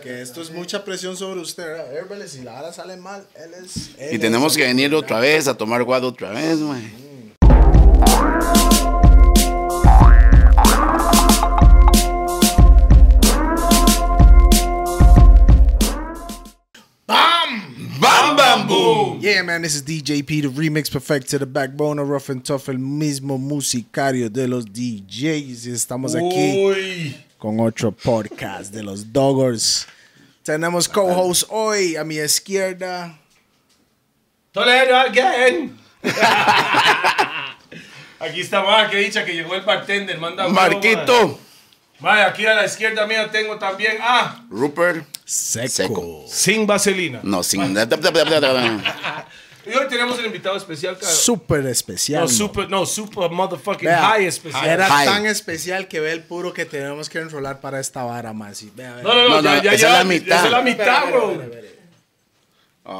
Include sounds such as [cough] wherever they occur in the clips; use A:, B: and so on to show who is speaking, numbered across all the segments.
A: Que esto es mucha presión sobre usted. A ver, vale, si la hora sale mal, él es. él
B: Y
A: es
B: tenemos
A: el-
B: que venir otra vez a tomar guado otra vez, mae. ¡Bam! ¡Bam, bam, boom!
A: Yeah, man, this is DJP, the remix perfect to the backbone of Rough and Tough, el mismo musicario de los DJs. Y Estamos aquí
C: Uy.
A: con otro podcast de los Doggers. Tenemos co-host hoy a mi izquierda.
C: Toledo again. [laughs] aquí está, ma, que dicha que llegó el bartender. Manda huevo, ma.
B: Marquito,
C: Ma, aquí a la izquierda mía tengo también ah, a.
B: Rupert,
A: Seco.
B: Seco.
C: Sin vaselina.
B: No, sin. [laughs]
C: Y hoy tenemos el invitado especial, cara.
A: Súper especial.
C: no,
A: man.
C: super, no, super motherfucking
A: Vea,
C: high especial.
A: Era
B: High.
A: tan especial que ve el puro que tenemos que enrolar para esta vara, man. Sí, vea, vea.
C: No, no, no,
B: No,
C: ya,
B: no,
C: ya,
B: esa es
C: ya,
B: la mitad.
C: esa es la
A: Espera,
C: mitad,
A: espera,
C: bro.
A: espera, espera.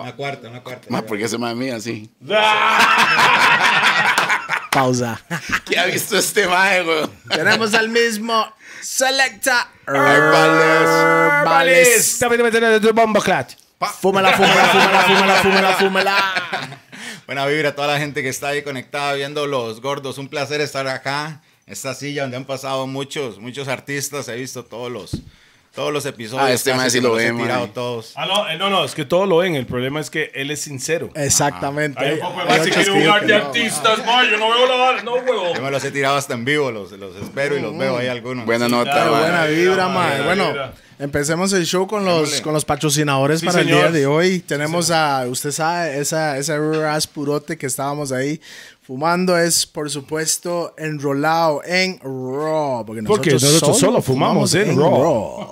D: Una cuarta, una cuarta.
B: Más porque se mae mía así.
C: Ah,
A: Pausa.
B: ¿Qué ha visto este mae, güey?
A: Tenemos al mismo Selecta
B: Herbales.
A: Herbales. Fúmala, fúmala, fúmala, fúmala, fúmala, fúmala.
D: Buena vibra a toda la gente que está ahí conectada viendo los gordos. Un placer estar acá, esta silla donde han pasado muchos, muchos artistas. He visto todos los, todos los episodios.
B: Ah, este
D: casi
B: man sí
D: que
B: lo
D: los
B: ve,
D: he
B: man.
D: tirado todos.
C: Ah, no, eh, no, no, es que todo lo ven. El problema es que él es sincero.
A: Exactamente.
C: Hay un poco de
A: Hay
C: más
A: otros
C: que
A: que
C: quiere un
A: yo
C: lugar de
A: que no.
C: artistas, é ma. Yo no veo la vara, no, huevo.
D: Yo me los he tirado hasta en vivo, los, los espero y los veo ahí algunos.
B: Buena
D: Sí.
B: nota,
A: Pero
B: mae.
A: buena vibra, mae.
C: buena
A: Bueno,
C: vibra.
A: empecemos el show con los, con los patrocinadores
C: Sí,
A: para
C: señor.
A: el día de hoy. Tenemos a, usted sabe, esa, esa raspurote que estábamos ahí fumando es, por supuesto, enrolado en Raw. Porque nosotros,
C: Porque nosotros solo fumamos en Raw.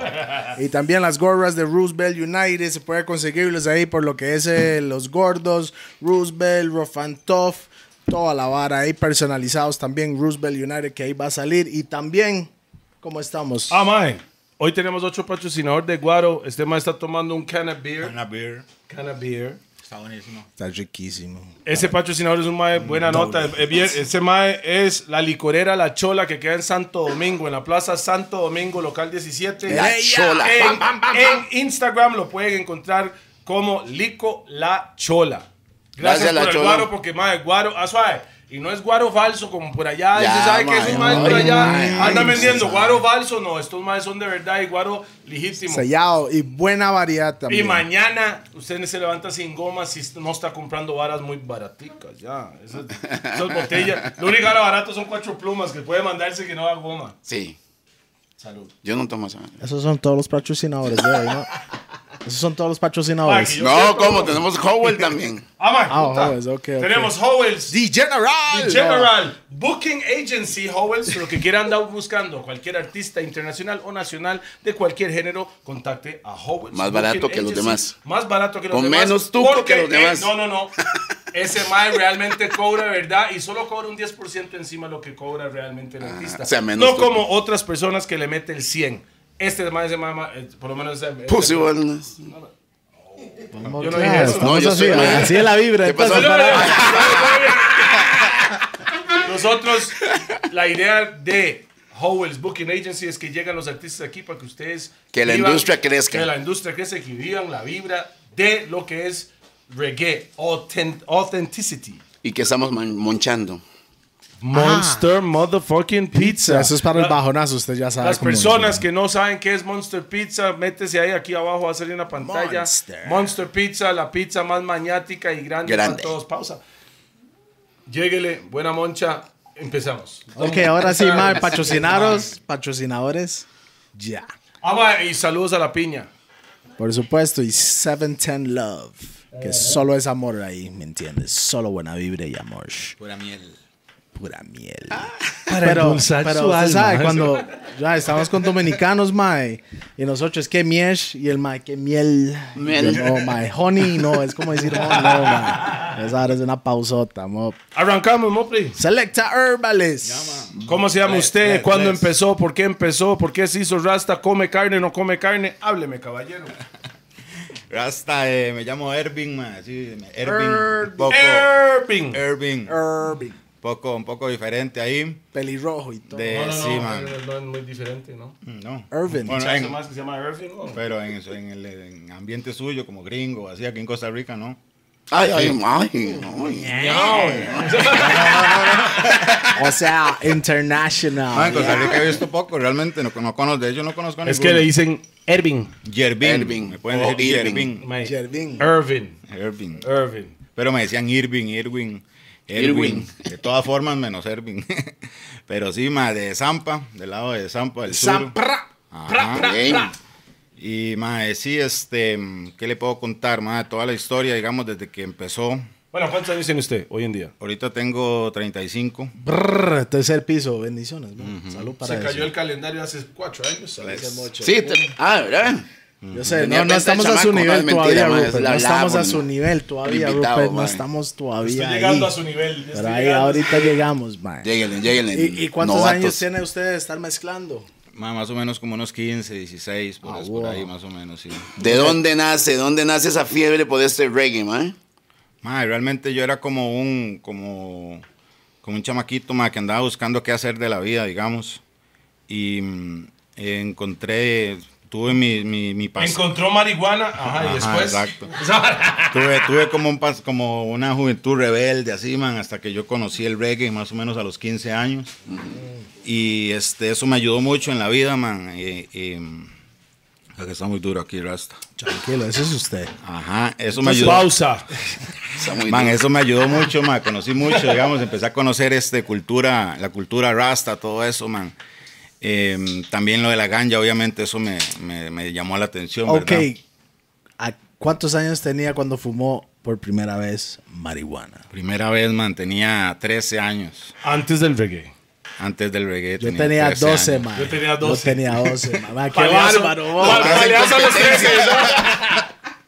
A: Y también las gorras de Roosevelt United, se puede conseguirlos ahí por lo que es eh, los gordos, Roosevelt, Rofantoff, toda la vara ahí personalizados también, Roosevelt United que ahí va a salir. Y también, ¿cómo estamos?
C: Ah, mae. Hoy tenemos otro patrocinador de Guaro. Este mae está tomando un can of beer.
D: Una beer.
C: Can of beer.
D: Está buenísimo.
A: Está riquísimo.
C: Ese patrocinador es un mae buena nota. Es bien- Ese mae es la licorera La Chola que queda en Santo Domingo, en la Plaza Santo Domingo, local 17.
B: La
C: En-
B: Chola.
C: En,
B: Bam, bam, bam, bam.
C: en Instagram lo pueden encontrar como Lico La Chola. Gracias,
B: Gracias, La
C: por el
B: Chola.
C: guaro, porque mae, guaro, ah, suave. Y no es guaro falso, como por allá.
B: Ya,
C: Dice, ¿sabe que esos
B: mae,
C: maes por
B: ay,
C: allá
B: mae,
C: andan
B: ay,
C: vendiendo?
B: sí,
C: Guaro falso, no. Estos maes son de verdad y guaro legítimo.
A: Sellado y buena variedad también.
C: Y mañana usted se levanta sin goma si no está comprando varas muy baraticas, ya. Esas, esas botellas. Lo único ahora barato son cuatro plumas que puede mandarse que no da goma.
B: Sí,
C: Salud.
B: yo no tomo esa.
A: Esos son todos los patrocinadores de hoy, ¿no? Esos son todos los
C: Ah,
A: patrocinadores.
C: que Yo
B: No,
C: siempre
B: ¿cómo?
C: tomo.
B: Tenemos Howell [laughs] también.
C: Ah, mae,
A: Ah,
C: puta.
A: Howells, ok, ok.
C: Tenemos Howells,
A: The General.
C: The General, Booking Agency, Howells, lo que quiera andar buscando. Cualquier artista internacional o nacional de cualquier género, contacte a Howells.
B: Más
C: Booking
B: barato que los demás.
C: Más barato que los
B: Con
C: demás.
B: menos tuco
C: porque,
B: que los
C: eh,
B: demás.
C: no,
B: [laughs]
C: no, no. Ese mae realmente cobra, ¿verdad? Y solo cobra un 10% encima de lo que cobra realmente el artista.
B: o Ah, sea, menos
C: no
B: tuco.
C: como otras personas que le meten el 100. Este mae, ese mae, mae, eh, por lo menos... eh,
B: Pussy
C: eh,
B: wellness.
A: Vamos,
C: Yo no
A: claro,
C: dije
A: Ah,
C: eso.
A: estamos
B: No, yo
A: así,
B: estoy-
A: así es la vibra.
B: ¿Qué pasó?
A: entonces, para-
C: [laughs] Nosotros, la idea de Howells Booking Agency es que llegan los artistas aquí para que ustedes.
B: Que la industria crezca.
C: Que la industria crezca y que vivan la vibra de lo que es reggae, autent- authenticity.
B: Y que estamos man- monchando.
C: Monster motherfucking pizza.
A: Eso es para el bajonazo, usted ya sabe.
C: Las
A: Ah, cómo es,
C: personas
A: ¿no?
C: que no saben qué es Monster Pizza, métese ahí, aquí abajo va a salir una pantalla.
A: Monster.
C: Monster, Pizza, la pizza más maniática y grande,
B: Grande.
C: para todos. Pausa. Lléguele, buena moncha, empezamos.
A: Ok, ahora sí, mae, patrocinaros, patrocinadores, ya.
C: Ah, va, y saludos a la piña.
A: Por supuesto, y 710 Love,
C: Eh.
A: que solo es amor ahí, ¿me entiendes? Solo buena vibra y amor.
D: Pura miel.
A: pura miel. pero,
C: endulzar
A: pero
C: su
A: usted
C: alma. ¿eh?
A: sabe, cuando ya estamos con dominicanos, mae, y nosotros, que miel? Y el mae, que miel?
B: Miel.
A: Yo, no, mae, honey, no, es como decir, oh, no, mae. Esa ahora es una pausota, mo.
C: Arrancamos, Mopri.
A: Selecta Herbales.
C: ¿Cómo se llama
D: Tres,
C: usted?
D: tres,
C: ¿Cuándo
D: tres.
C: empezó? ¿Por qué empezó? ¿Por qué se hizo rasta? ¿Come carne? ¿No come carne? Hábleme, caballero.
D: Rasta, eh, me llamo Irving, man. Sí, Irving.
C: Irving.
D: Poco.
C: Irving.
D: Irving.
A: Herbie.
D: poco, un poco diferente ahí.
A: Pelirrojo y todo.
D: De-
C: No, no,
D: Eh, sí,
C: no,
D: man. Mm,
C: no, no, es muy diferente, ¿no?
D: No.
A: Irving.
D: Bueno,
C: Chazo
D: en-
C: más que se llama Irving, ¿no?
D: pero en, eso- en el en ambiente suyo, como gringo, así aquí en Costa Rica, ¿no?
B: Ay, ay, ay, ay.
A: O sea, international.
D: Ah, en Costa
A: yeah.
D: Rica he visto poco, realmente. No, no conozco, de hecho, no conozco a
C: Es que
D: ninguno.
C: le dicen Irving.
D: Yerbin.
B: Ervin.
D: Me pueden
B: Oh,
D: decir
B: Irving.
D: Yerbin.
C: mae.
A: Irving.
C: Irving.
D: Ervin.
C: Irving.
D: Pero me decían Irving, Irwin, Irwin.
B: Irwin.
D: De todas formas, menos Irving. [laughs] Pero sí, más de Zampa, del lado de Zampa, del sur.
A: Zampra.
D: Ajá.
B: Bien.
D: Y mae, sí, este, mm, ¿qué le puedo contar, mae? Toda la historia, digamos, desde que empezó.
C: Bueno, ¿cuántos años tiene usted hoy en día?
D: Ahorita tengo 35.
A: Brrr, tercer piso, bendiciones. man. Salud para
C: Se
A: eso.
C: cayó el calendario hace cuatro años. ¿sabes?
A: Hace mucho.
B: Sí, te- ah, ¿verdad?
A: Yo sé,
B: Tenía
A: no, no
B: pinta de
A: estamos a su
B: chamaco, no,
A: nivel
B: es mentira,
A: todavía,
B: man, es
A: Rupert.
B: la-
A: No
B: la
A: estamos a
B: buena.
A: su nivel todavía,
B: Invitado,
A: Rupert. No
B: man.
A: estamos todavía
C: Estoy
A: ahí.
C: llegando a su nivel. ya
A: Pero
C: estoy
A: ahí
C: llegando.
A: ahorita llegamos, man.
B: Lléguenle, lléguenle.
A: ¿Y, y cuántos
B: novatos.
A: años tiene usted de estar mezclando?
D: Mae, más o menos como unos 15, 16, por,
A: Ah,
D: es- por
A: wow.
D: ahí, más o menos, sí.
B: ¿De dónde nace? ¿Dónde nace esa fiebre por este reggae, man?
D: Mae, realmente yo era como un, como, como un chamaquito, mae, que andaba buscando qué hacer de la vida, digamos. Y mm, encontré, tuve mi, mi, mi pas-
C: Encontró marihuana. Ajá,
D: Ajá,
C: y después.
D: exacto.
C: [laughs]
D: Tuve, tuve como, un pas- como una juventud rebelde, así, man, hasta que yo conocí el reggae más o menos a los 15 años. Y este, eso me ayudó mucho en la vida, man. Y, y- es que está muy duro aquí, Rasta.
A: Tranquilo, ese es usted.
D: Ajá, eso me ayudó.
C: Pausa.
B: Está muy
D: Man,
B: duro.
D: eso me ayudó mucho, man. Conocí mucho, digamos, empecé a conocer este cultura, la cultura rasta, todo eso, man. Eh, también lo de la ganja, obviamente, eso me, me- me llamó la atención,
A: Ok.
D: ¿verdad?
A: ¿A ¿Cuántos años tenía cuando fumó por primera vez marihuana?
D: Primera vez, man, tenía 13 años.
C: Antes del reggae.
D: Antes del reggae
A: Yo tenía
D: 13
A: 12,
D: años.
A: man.
C: Yo tenía 12.
A: Yo tenía 12, man.
C: [laughs]
A: Man, ¡Qué
C: Paleazo.
A: bárbaro!
C: Pal-
A: man.
C: paleazo a los 13, ¿no?
D: [laughs]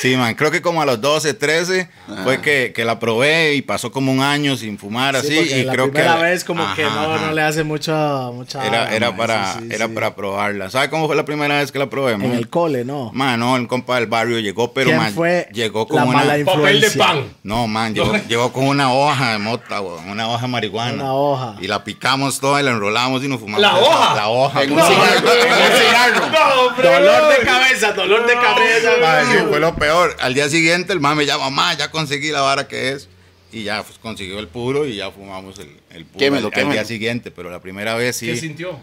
D: Sí, man, creo que como a los 12, 13 fue que, que la probé y pasó como un año sin fumar
A: Sí,
D: así.
A: porque
D: y
A: la
D: creo
A: primera
D: que,
A: vez como que
D: Ajá,
A: no,
D: ajá.
A: no le hace mucha... mucha
D: Era,
A: vara,
D: era,
A: man.
D: para,
A: Sí, sí,
D: era
A: sí.
D: para probarla. ¿Sabe cómo fue la primera vez que la probé, man?
A: En el cole, ¿no.
D: Man, no, el compa del barrio llegó, pero
A: ¿Quién
D: man,
A: fue
D: llegó
A: la
D: con una.
A: mala influencia?
C: Papel de pan.
D: No, man, llegó, llegó con una hoja de mota, weón, una hoja de marihuana.
A: Una hoja.
D: Y la picamos toda y la enrolamos y nos fumamos.
C: ¿La
D: esa-
C: hoja?
D: La hoja.
B: En un
D: weón.
B: cigarro, en un [laughs] cigarro.
C: No, hombre,
A: Dolor de
C: no.
A: cabeza, dolor de
C: No,
A: cabeza.
C: hombre.
D: Man, sí, fue lo peor. Al día siguiente el man me llama, ma, ya conseguí la vara que es. Y ya pues, consiguió el puro y ya fumamos el, el puro
B: Quémelo,
D: al, al
B: quémelo.
D: día siguiente. Pero la primera vez
C: ¿Qué
D: sí
C: sintió?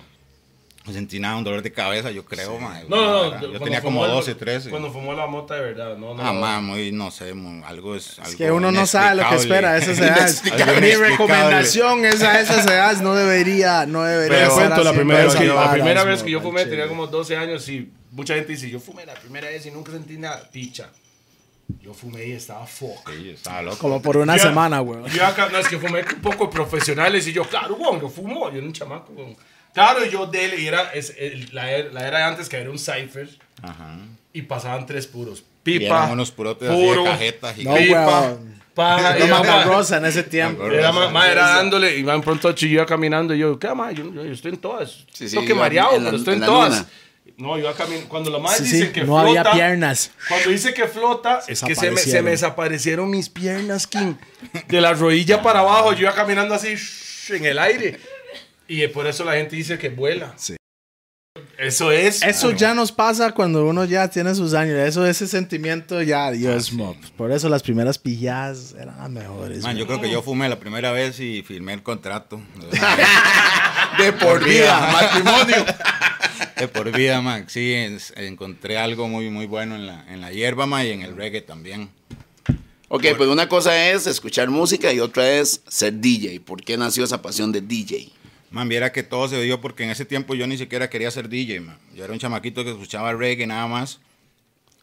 D: sentí nada, un dolor de cabeza, yo creo, man.
C: No, no, no.
D: Yo
C: cuando
D: tenía
C: fumó
D: como
C: el-
D: 12, 13.
C: Cuando fumó la mota de verdad. No, no.
D: Ah, man, muy, no sé, muy- algo es.
A: Es que uno no sabe lo que espera a esas
D: [laughs]
A: edades.
D: Inexplicable.
A: Mi recomendación es a esas edades no debería, no debería
D: Pero-
A: estar
D: Cuento,
C: la
A: haciendo
C: primera, vez
A: esas
C: que yo, la
A: varas,
C: primera vez
A: mo,
C: que yo fumé
A: manche.
C: tenía como 12 años y mucha gente dice, yo fumé la primera vez y nunca sentí nada. Picha. Yo fumé y estaba foca.
D: Sí, estaba loco.
A: Como por una
C: Yo-
A: semana, güey.
C: Yo acá, no, es que fumé un poco de profesionales y yo, claro, güey, yo fumo, yo era un chamaco, güey. Claro, yo de él, y era, es, el- la, era, la era de antes que era un cipher
D: Ajá.
C: y pasaban tres puros.
D: Y
C: Pipa,
D: eran unos purotes así de cajeta
A: No,
D: gigante.
C: pipa,
A: weón.
C: paja, y
A: Era
C: mamá.
A: más rosa en ese tiempo.
D: Mamá
C: Era, ma- ma, era dándole y van pronto chilló caminando y yo, ¿qué más? Yo, yo- yo estoy en todas.
B: Sí,
C: Estoy
B: sí,
C: que
B: iba
C: mareado,
B: en la-
C: pero estoy
B: en
C: en,
B: la
C: todas.
B: luna.
C: No, iba caminando. Cuando la madre
A: Sí,
C: dice
A: sí,
C: que
A: no
C: flota.
A: había piernas.
C: Cuando dice que flota, es que se me, se
A: Desaparecieron.
C: me desaparecieron mis piernas, King. De la rodilla para abajo, yo iba caminando así shh, en el aire. Y eh, por eso la gente dice que vuela.
A: Sí.
C: Eso es.
A: Eso ya nos pasa cuando uno ya tiene sus años. Eso, ese sentimiento ya, Dios mío. Por eso las primeras pilladas eran las mejores.
D: Man, yo
A: weón.
D: creo que yo fumé la primera vez y firmé el [laughs] contrato.
B: De por vida, matrimonio.
D: De por vida, man. Sí, es- encontré algo muy, muy bueno en la, en la hierba, man, y en el reggae también.
B: Ok, pues una cosa es escuchar música y otra es ser DJ. ¿Por qué nació esa pasión de DJ?
D: Man, viera que todo se dio porque en ese tiempo yo ni siquiera quería ser DJ, man. Yo era un chamaquito que escuchaba reggae nada más.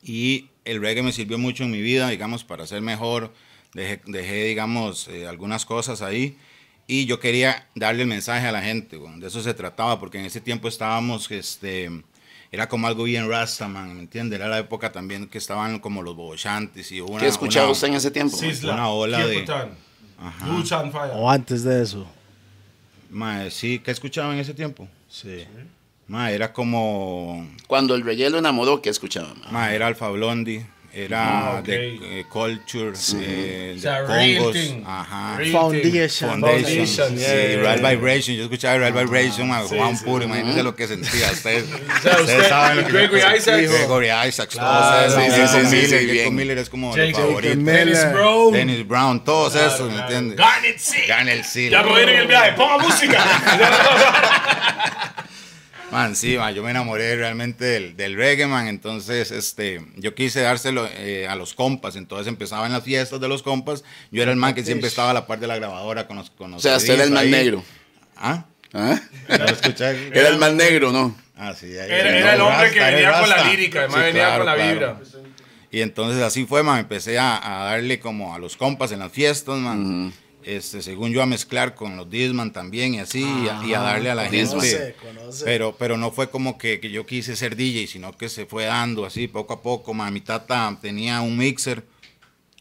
D: Y el reggae me sirvió mucho en mi vida, digamos, para ser mejor. Dejé, dejé, digamos, eh, algunas cosas ahí. Y yo quería darle el mensaje a la gente, weón. de eso se trataba, porque en ese tiempo estábamos, este, era como algo bien rasta, man, ¿me entiendes? Era la época también que estaban como los bobochantes y una...
B: ¿Qué escuchaba
D: una-
B: usted en ese tiempo?
C: Sisla,
D: Una ola de-
C: Kirkutan, Luchan Fire.
A: O antes de eso.
D: Mae, sí, ¿qué escuchaba en ese tiempo?
A: Sí.
D: Mae, era como...
B: Cuando el reggae lo enamoró, ¿qué escuchaba? ma?
D: Ma, era Alfa Blondi, era
E: Ah, ok.
D: de eh, Culture, eh,
E: O
D: de
E: sea,
D: Congos,
E: Rating.
D: ajá.
E: Rating.
A: Foundation.
D: Foundation,
E: Foundation,
D: sí,
E: yeah, yeah,
D: Real
E: yeah. Ah,
D: Vibration. Yo escuchaba Real Vibration a Juan
E: sí.
D: Puro, imagínense lo que sentía usted.
E: [laughs] sea, usted, Gregory Isaacs.
D: Gregory Isaacs,
E: Claro,
D: todos esos.
B: sí, sí, sí,
D: Jacob Miller,
B: sí,
D: Jacob
B: bien.
D: Miller es como de
E: Jake
D: los favoritos.
A: Miller.
E: Dennis Brown.
D: Dennis Brown, todos esos, ¿me entiendes?
E: Garnet sí.
D: Ganel, sí.
E: Ya me voy a ir en el viaje. Ponga [laughs] música.
D: Man, sí, man, yo me enamoré realmente del, del reggae, man. Entonces, este, yo quise dárselo eh, a los compas. Entonces empezaba en las fiestas de los compas. Yo era el man que siempre estaba a la par de la grabadora con los. Con los
B: O sea, usted era el
D: CDs
B: más
D: ahí.
B: negro.
D: Ah,
B: ¿Ah?
D: ¿lo escuché?
B: Era el más negro, ¿no?
D: Ah, sí, ahí-
E: Era, era el
D: no,
E: hombre que
D: Rasta, era
E: venía con la
D: Rasta.
E: lírica, además
D: Sí,
E: venía
D: claro,
E: con la
D: claro.
E: vibra.
D: Y entonces así fue, man. Empecé a, a darle como a los compas en las fiestas, man. Este, según yo a mezclar con los Disman también y así, y a- y, a, darle a la
B: Disman.
D: gente.
A: Conoce, conoce.
D: Pero, pero no fue como que, que yo quise ser DJ, sino que se fue dando así poco a poco. Man. Mi tata tenía un mixer.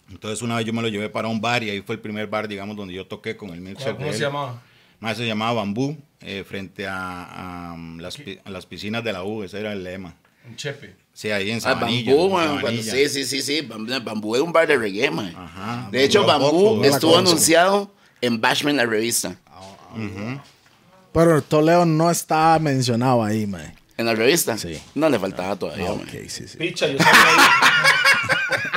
D: Entonces una vez yo me lo llevé para un bar y ahí fue el primer bar, digamos, donde yo toqué con el mixer.
E: ¿Cómo
D: de
E: se
D: él.
E: llamaba?
D: Más se llamaba Bambú, eh, frente a, a, um, las, pi- a las piscinas de la U, ese era el lema.
E: Un chepe.
D: Sí, ahí en
B: Ah,
D: Sabanilla.
B: bambú,
D: en
B: man, cuando-
D: Sabanilla.
B: sí, sí, sí, sí. Bambú, Bambú era un bar de reggae, man.
D: Ajá.
B: de hecho,
D: Bambú
B: Bambú
D: tampoco,
A: la
B: estuvo
A: conozco.
B: anunciado en Bashman, la revista.
A: Pero Toledo no estaba mencionado ahí, mae.
B: ¿En la revista?
A: Sí.
B: No le
D: Ah,
B: faltaba todavía, man.
A: Ok, sí, sí.
E: Picha, yo sabía.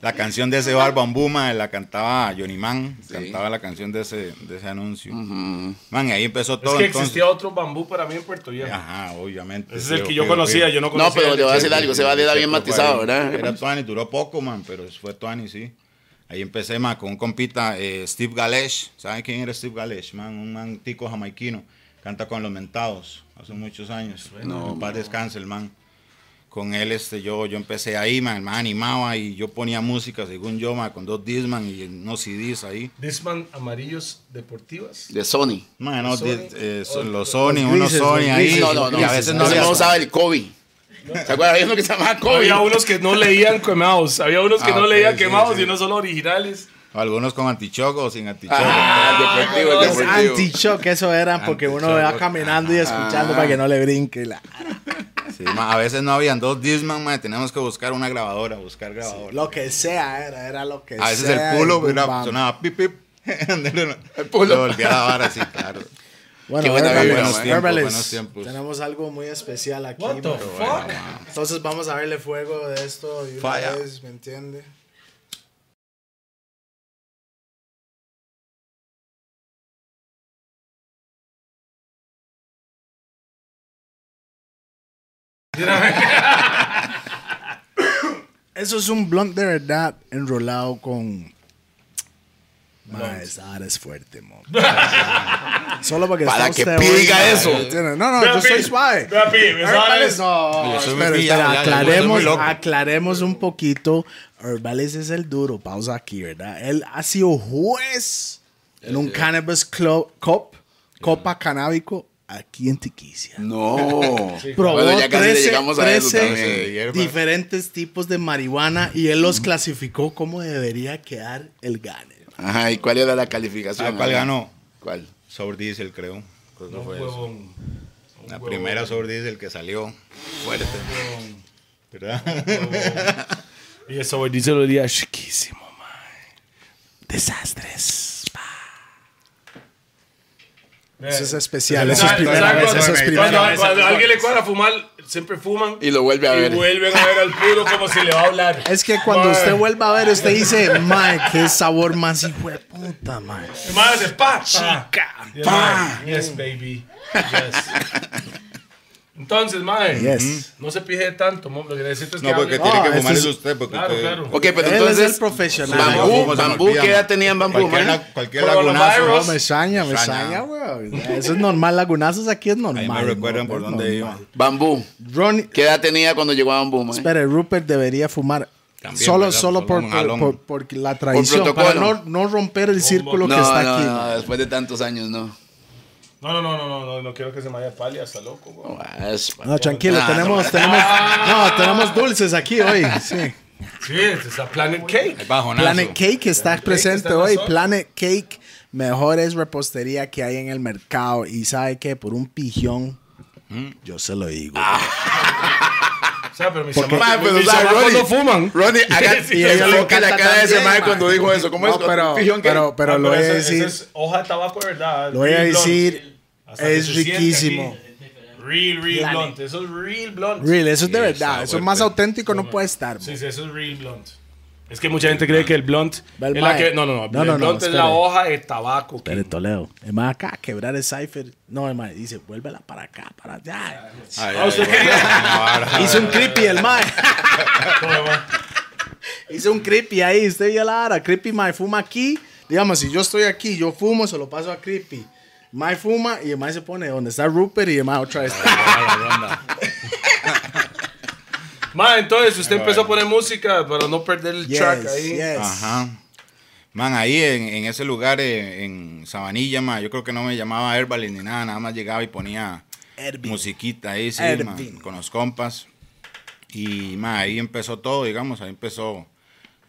D: La canción de ese bar Bambú, man, la cantaba Johnny Man.
B: Sí.
D: Cantaba la canción de ese, de ese anuncio. Man, y ahí empezó
E: Es
D: todo.
E: que
D: entonces.
E: existía otro bambú para mí en Puerto Viejo.
D: Ajá, obviamente.
E: Ese es
D: sí,
E: el
D: ok,
E: que yo
D: ok.
E: conocía, yo no conocía.
B: pero
E: el
B: le
E: de
B: voy a
E: Chepe.
B: decir algo, se va a dar bien
D: Fue
B: matizado,
D: ahí.
B: ¿verdad?
D: Era Tuani, duró poco, man, pero fue Tuani, sí. Ahí empecé, man, con un compita, eh, Steve Galesh. ¿Saben quién era Steve Galesh, man? Un man tico jamaiquino. Canta con los mentados hace muchos años. No, en paz descanse el man. Con él, este, yo, yo empecé ahí, man, el man animaba y yo ponía música, según yo, man, con dos Disman y unos CDs ahí.
E: Disman Amarillos Deportivas.
B: De Sony.
D: Man, no,
E: Sony,
D: di- eh, so-
E: o-
D: los Sony, unos
A: grises,
D: Sony
A: los
D: ahí.
A: grises,
B: no, no, no.
D: Y a veces no
B: Ese
D: había-
B: man usaba el Kobe. ¿Se acuerdan? Había uno que se llamaba Kobe.
E: Había unos que no leían quemados. Había unos que
D: Ah,
E: no
D: ok,
E: leían
D: sí,
E: quemados
D: sí.
E: y unos solo originales.
D: Algunos con antichoco o sin antichoco.
B: Ah, el deportivo, el
A: Es
B: deportivo.
A: anti-shock, eso era porque uno
D: Anti-shock. Ah.
A: va caminando y escuchando para que no le brinque. La...
D: Sí, ma, a veces no habían dos Disman, ma, teníamos que buscar una grabadora, buscar grabadora.
A: Lo que sea era, era lo que sea.
D: a veces el pulo
A: y
D: era-
A: bam.
D: sonaba pip pip. [laughs] el
B: pulo.
D: Lo volvía a la vara, sí, claro.
A: Bueno,
B: Qué buena
A: Herbalist,
B: vibra, man.
D: Tiempos,
A: Herbalist,
D: buenos tiempos.
A: Tenemos algo muy especial aquí.
E: What the
A: man.
E: fuck?
A: Entonces vamos a verle fuego de esto y una
D: Fire.
A: vez, ¿me entiende? Eso es un blunt de verdad enrolado con... Más, ahora es fuerte, mo. Solo porque
B: Para
A: está
B: que
A: usted
B: piga
A: hoy,
B: eso.
A: ¿me entiende? No, no,
E: Vea,
A: yo soy
E: pilla,
A: suave.
E: vea, pilla, esa vara
A: Herbalist,
E: es-
A: no.
D: Yo soy muy
A: Pero
D: pilla,
A: espera,
D: ya, ya, yo soy muy
A: aclaremos,
D: loco.
A: aclaremos un poquito. Herbales es el duro. Pausa aquí, ¿verdad? Él ha sido juez en un Cannabis Club Cup, Copa Canábico, aquí en Tiquicia.
B: No.
A: Probó
B: Bueno, ya casi le
A: 13,
B: llegamos a eso
A: 13
B: también.
D: de hierba.
A: diferentes tipos de marihuana y él los clasificó como debería quedar el gane.
B: Ajá, ¿y cuál era la calificación?
A: Ah,
D: ¿Sabe cuál
B: Ajá.
D: ganó?
B: ¿Cuál?
D: Sour Diesel, creo. Pues no
E: Un
D: fue eso.
E: huevón.
D: La primera Sour Diesel que salió. Fuerte. [laughs] ¿Verdad?
E: Y eso güey, dice lo diría chiquísimo, man.
A: Desastres.
D: Eh,
A: Eso es
E: Vea.
A: especial.
D: eh,
A: Eso es
E: ¿Sabe-
A: primera
E: sabe
A: vez.
E: cuando-
A: Eso es
E: Eh, cuando,
A: primera vez.
E: cuando a alguien le cuadra fumar, siempre fuman
B: Y lo vuelve a
E: y
B: ver.
E: vuelven a ver al puro como si le va a hablar.
A: Es que cuando
E: Mae.
A: usted vuelva a ver, usted dice, Mae, qué sabor más hijo de puta, Mae.
E: Y mae hace pa, pa.
A: Chica.
E: Y el mae, Yes, baby. Yes. Entonces, mae,
A: Yes.
E: no se pije tanto, mo, lo que necesito es que
D: No, porque
E: hable.
D: tiene
A: Ah,
D: que
A: eso
D: fumar
A: es-
D: eso usted. Porque
E: Claro,
D: usted-
E: claro.
B: Ok, pero
A: Él es el
B: entonces.
A: profesional.
D: Bambú,
B: Bambú,
D: se me
B: bambú,
D: olvida,
B: ¿qué edad
D: man.
B: tenían bambú, man?
D: Cualquier, la- cualquier
E: Coronavirus.
D: lagunazo.
A: No, me saña, me
D: Saña.
A: saña, weón. Eso es normal, lagunazos aquí es normal.
D: Ahí me recuerdan
A: ¿no?
D: por
A: Es
D: dónde iba.
A: normal.
B: Bambú.
A: Ronnie,
B: ¿Qué edad tenía cuando llegó a Bambú, man?
A: espere, Rupert debería fumar.
D: También,
A: solo
D: ¿verdad?
A: solo
D: Solo
A: por,
D: un
A: por-
D: jalón.
A: por- por la tradición,
B: protocolo.
A: para no, no romper el círculo
B: No,
A: que está
B: no,
A: aquí.
B: no, después de tantos años, no.
E: No, no, no, no, no, no, no quiero que se me vaya pali hasta loco, güey.
B: No, es-
A: No, tranquilo,
B: Ah,
A: tenemos, tenemos, no, tenemos dulces aquí hoy. Sí.
E: Sí, es esa Planet Cake.
D: Ahí bajonazo.
A: Planet Cake está presente
E: está
A: hoy.
E: nosotros.
A: Planet Cake, mejores repostería que hay en el mercado. Y sabe que por un pijón, yo se lo digo.
C: O sea, pero mis
A: Porque-
C: chamacos,
B: Mae, pero,
C: mis
B: Ah, pues, o sea,
C: chamacos
B: Ronnie-
C: no fuman.
B: Ronnie, haga
C: [laughs] Sí, sí,
B: el
C: ella le
B: enfoque la
A: encanta
B: cara de ese
A: también,
B: mae
A: mae.
B: cuando dijo eso. ¿Cómo
A: No,
B: es?
A: pero-
B: ¿Pijón qué?
A: pero-
C: Ah,
A: lo voy
C: esa-
A: a
C: esa
A: decir-
C: es hoja de tabaco de verdad.
A: Lo voy a
C: real blunt.
A: decir,
C: Hasta que
A: es
C: se siente
A: riquísimo.
C: aquí. Real, real blunt. Eso es real blunt.
A: Real, eso es de
D: Sí,
A: verdad.
D: está
A: Eso
D: fuerte.
A: más auténtico no puede estar.
C: Sí,
A: man.
C: sí, eso es real blunt. Es que mucha gente cree que el blunt
A: Bel
C: es la
A: Ah. Mae.
C: que... No, no, no.
A: No,
C: el
A: no, no,
C: blunt es
A: espere.
C: la hoja de tabaco.
A: Pero
C: [laughs] King.
A: Toledo, es más acá, quebrar el cipher. No, es más, dice, vuélvela para acá, para allá.
D: Ay,
C: Ah,
D: ay,
C: usted
D: ay,
C: quería-
D: [laughs] bueno,
A: [laughs]
C: Ah,
D: ahora-
A: Hizo un creepy el mae. [laughs] Hizo un creepy ahí, usted vio la hora. Creepy mae fuma aquí. Digamos, si yo estoy aquí, yo fumo, se lo paso a creepy. Mae fuma y el mae se pone donde está Rupert y el mae otra vez.
C: Ah,
A: [laughs]
C: Mae, entonces usted empezó a poner música para no perder el
A: Yes,
C: track ahí.
A: yes.
D: Ajá. Man, ahí en, en ese lugar, eh, en Sabanilla, ma, yo creo que no me llamaba Herbalin ni nada, nada más llegaba y ponía
A: Ervin.
D: musiquita ahí, sí, ma,
A: Ervin.
D: con los compas. Y ma, ahí empezó todo, digamos, ahí empezó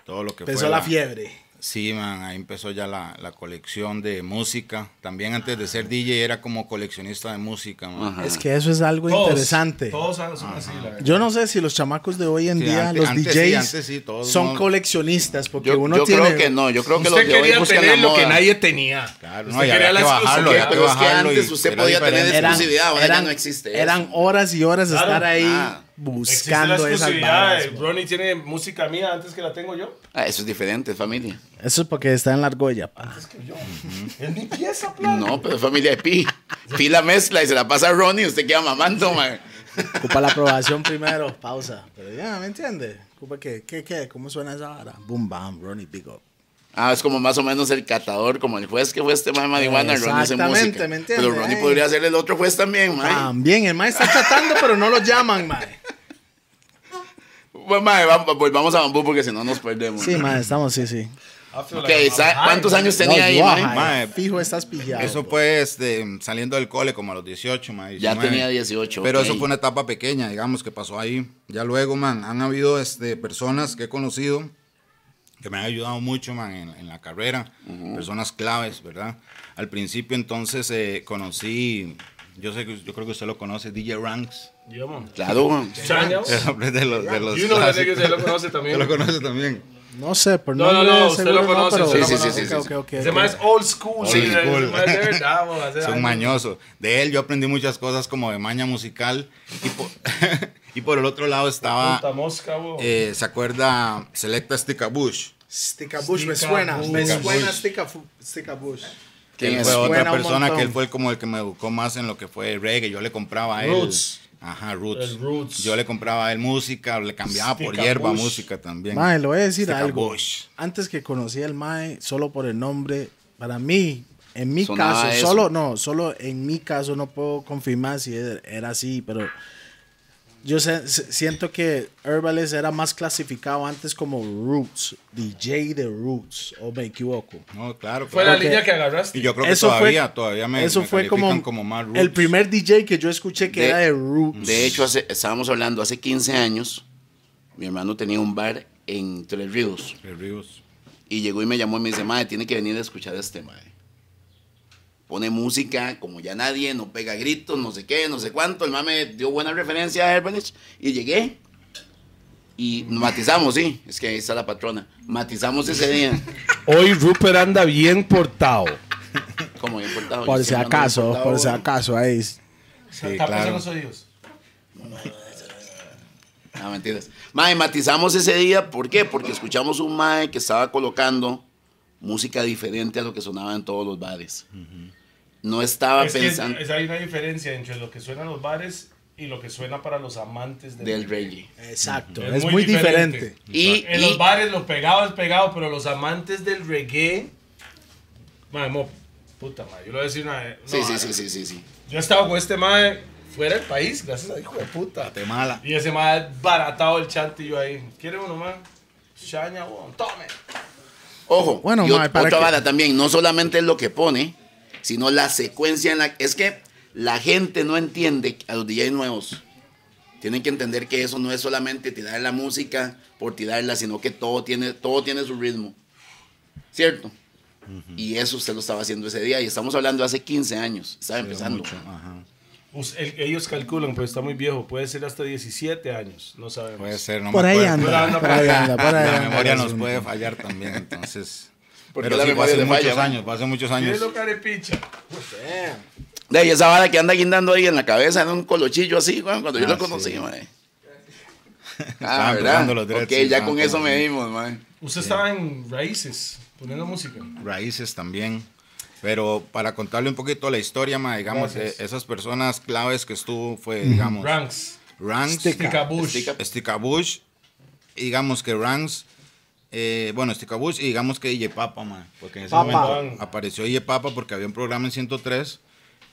D: todo lo que
A: Empezó
D: fue
A: la fiebre.
D: Sí, man, ahí empezó ya la, la colección de música. También antes de ser DJ era como coleccionista de música, man.
B: Ajá.
C: Ah.
A: Es que eso es algo
C: Todos,
A: interesante.
C: Todos
D: Ah.
C: son así, la verdad.
A: Yo no sé si los chamacos de hoy en
D: Sí,
A: día,
D: antes-
A: los
D: antes sí,
A: DJs,
D: antes sí, todos
A: son
D: no-
A: coleccionistas porque
B: Yo,
A: uno
B: yo
A: tiene.
B: creo que no, yo creo que los
C: Usted
B: de hoy
C: quería
B: buscan
C: tener
B: la
C: lo que
B: moda.
C: nadie tenía.
D: Claro,
C: Usted
D: no, y
C: quería
D: había
C: la
D: que bajarlo,
C: exclusividad.
D: había que
B: Pero es que
D: bajarlo. y
B: antes usted
D: era
B: podía tener
D: diferente.
B: exclusividad. ahora ya no existe eso.
A: eran horas y horas de
C: Claro.
A: estar ahí
B: Ah.
C: Existe la
A: buscando esas
C: exclusividad.
A: varas,
C: eh,
A: man.
C: Ronnie tiene música mía antes que la tengo yo.
B: Ah, eso es diferente, familia.
A: Eso es porque está en la argolla, pa.
C: Es mi pieza, pues. plan.
B: No, pero es familia de Pi. Pi la mezcla y se la pasa a Ronnie y usted queda mamando, man.
A: Ocupa la aprobación primero, pausa. Pero ya, ¿me entiendes? Ocupa que, ¿qué, qué? ¿Cómo suena esa vara? Boom, bam, Ronnie, big up.
B: Ah, es como más o menos el catador, como el juez que fue este man de marihuana, Ronnie hace
A: Exactamente,
B: música.
A: ¿me entiende?
B: Pero Ronnie
A: Ay.
B: podría ser el otro juez también,
D: Ah.
B: man.
A: También, el mae está tratando, pero no lo llaman, mae.
B: Bueno, man, va- volvamos a Bambú porque si no nos perdemos.
A: Sí, mae, estamos, sí, sí.
C: I feel
B: Ok,
C: like I'm
B: ¿sabe
C: high,
B: ¿cuántos
C: man.
B: años tenía
A: No,
B: ahí,
A: you are
B: man?
A: high.
D: Mae,
A: Fijo, estás pillado.
D: Eso
A: bro.
D: fue este, saliendo del cole como a los 18, ma,
B: Ya
D: 19.
B: tenía 18.
D: Pero
B: ok.
D: eso fue una etapa pequeña, digamos, que pasó ahí. Ya luego, man, han habido este, personas que he conocido que me han ayudado mucho, man, en, en la carrera. Personas claves, ¿verdad? Al principio, entonces, eh, conocí, yo sé que yo creo que usted lo conoce, DJ Ranks.
C: Yeah, man.
B: Claro, man.
C: Chaños.
D: El [laughs] hombre de los... De los
C: You know that
D: clásicos.
C: nigga, usted lo conoce también.
D: Usted lo conoce también.
A: No sé, por
C: No, no,
A: nombre
C: no, usted
A: seguro
C: lo conoce,
A: pero-
C: usted lo
B: Sí, sí, sí, conoce. sí,
A: Ok,
B: sí.
A: ok, ok,
C: Ese
A: ok.
C: mae es old school. sí,
D: Old
C: ese
D: school.
C: mae es de verdad, vamos a hacer
D: [laughs] Es un
C: algo.
D: mañoso. De él yo aprendí muchas cosas como de maña musical. Y por, [laughs] y por el otro lado estaba...
C: Puta mosca, bo.
D: eh, ¿Se acuerda Selecta Stickabush?
A: Stica Bush, me
C: Stica
A: suena. Me
C: Bush.
A: suena Stica, Fu- Stica Bush.
D: Que
B: ¿Quién
D: él
B: es?
D: fue
A: Suena
D: otra
A: un
D: persona que él
A: montón.
D: fue como el que me educó más en lo que fue reggae. Yo le compraba a él.
C: Roots.
D: Ajá, Roots.
C: El Roots.
D: Yo le compraba a él música, le cambiaba por
C: Stica
D: hierba
C: Bush.
D: música también.
A: Mae, le voy a decir
D: Stica
A: algo.
D: Bush.
A: Antes que conocí al Mae, solo por el nombre, para mí, en mi
B: Sonaba
A: caso,
B: eso.
A: solo, no, solo en mi caso no puedo confirmar si er- era así, pero yo se- se- siento que Herbalist era más clasificado antes como Roots, DJ de Roots, o me equivoco.
D: No, claro.
C: Fue
D: claro.
C: la línea que agarraste.
D: Y yo creo que todavía, todavía me,
A: eso
D: me
A: fue como,
D: califican como más Roots.
A: el primer DJ que yo escuché que
B: De-
A: era de Roots.
B: De hecho, hace- estábamos hablando hace 15 años. Mi hermano tenía un bar en Tres Ríos.
D: El Ríos.
B: Y llegó y me llamó y me dice, madre, tiene que venir a escuchar este madre. Pone música, como ya nadie, no pega gritos, no sé qué, no sé cuánto. El mame dio buena referencia a Herbalist y llegué. Y matizamos, sí, es que ahí está la patrona. Matizamos ese día.
C: Hoy Rupert anda bien portado.
B: Como bien portado.
A: por
B: Yo
A: si
B: siempre ando bien
A: acaso,
B: portado,
A: por si
B: güey.
A: acaso, ahí.
D: Sí,
C: Tapas
D: claro.
C: los oídos.
B: Ah, mentiras. Mae, matizamos ese día, ¿por qué? Porque escuchamos un mae que estaba colocando música diferente a lo que sonaba en todos los bares. No estaba
C: Es que es-
B: pensando
C: es- hay una diferencia entre lo que suena en los bares y lo que suena para los amantes del,
B: del reggae.
A: Exacto,
C: Es
A: es,
C: muy
A: muy diferente.
C: diferente.
B: Y,
C: En
B: y-
C: los bares los pegados es pegado, pero los amantes del reggae. Madre, mo- puta madre, yo le voy a decir una. no,
B: sí, sí,
C: madre,
B: sí, sí, sí, sí.
C: Yo he estado con este madre fuera del país, gracias a hijo de puta.
D: Guatemala.
C: Y ese madre baratado el chat y yo ahí. ¿Quiere uno más? Chaña, weón, tome.
B: Ojo,
A: Bueno,
B: y ot-
A: mae, ¿para
B: otra
A: qué?
B: vara también, no solamente es lo que pone, sino la secuencia en la es que la gente no entiende a los DJs nuevos. Tienen que entender que eso no es solamente tirar la música por tirarla, sino que todo tiene, todo tiene su ritmo. ¿Cierto? Y eso usted lo estaba haciendo ese día y estamos hablando hace 15 años, estaba
D: Pero
B: empezando.
D: mucho, ajá.
C: Us- el- ellos calculan, pero está muy viejo, puede ser hasta 17 años, no sabemos.
D: Puede ser, no
A: Por
D: me
A: ahí
D: acuerdo. Ah,
C: Pero
A: anda.
C: anda
A: Por
C: por
A: ahí
C: ahí.
A: anda. Por ahí
D: La
A: anda.
D: memoria nos puede fallar también, entonces.
B: Porque
D: Pero
B: la
D: sí, fue
B: memoria
D: hace
B: le falla,
D: muchos
B: man.
D: años, fue hace muchos años.
C: Mírelo, carepicha.
B: De ahí esa vara que anda guindando ahí en la cabeza, en un colochillo así, weón, cuando yo
D: Ah,
B: lo conocí,
D: sí.
B: mae. Ah,
D: [laughs] Estaban
B: ¿verdad?
D: tocando los dreads,
B: ok,
D: sí,
B: ya
D: estaban
B: con eso
D: como-
B: me dimos, mae.
C: Usted estaba en Raíces, poniendo música.
D: raíces también. Pero para contarle un poquito la historia, ma, digamos,
C: Gracias.
D: eh, esas personas claves que estuvo fue, digamos,
C: Ranks,
D: Ranks,
C: Tika Bush.
B: Stica-
D: Sticabush, y digamos que Ranks, eh, bueno, Sticabush y digamos que DJ Papa, ma, porque en ese
A: Papa.
D: momento apareció DJ Papa porque había un programa en 103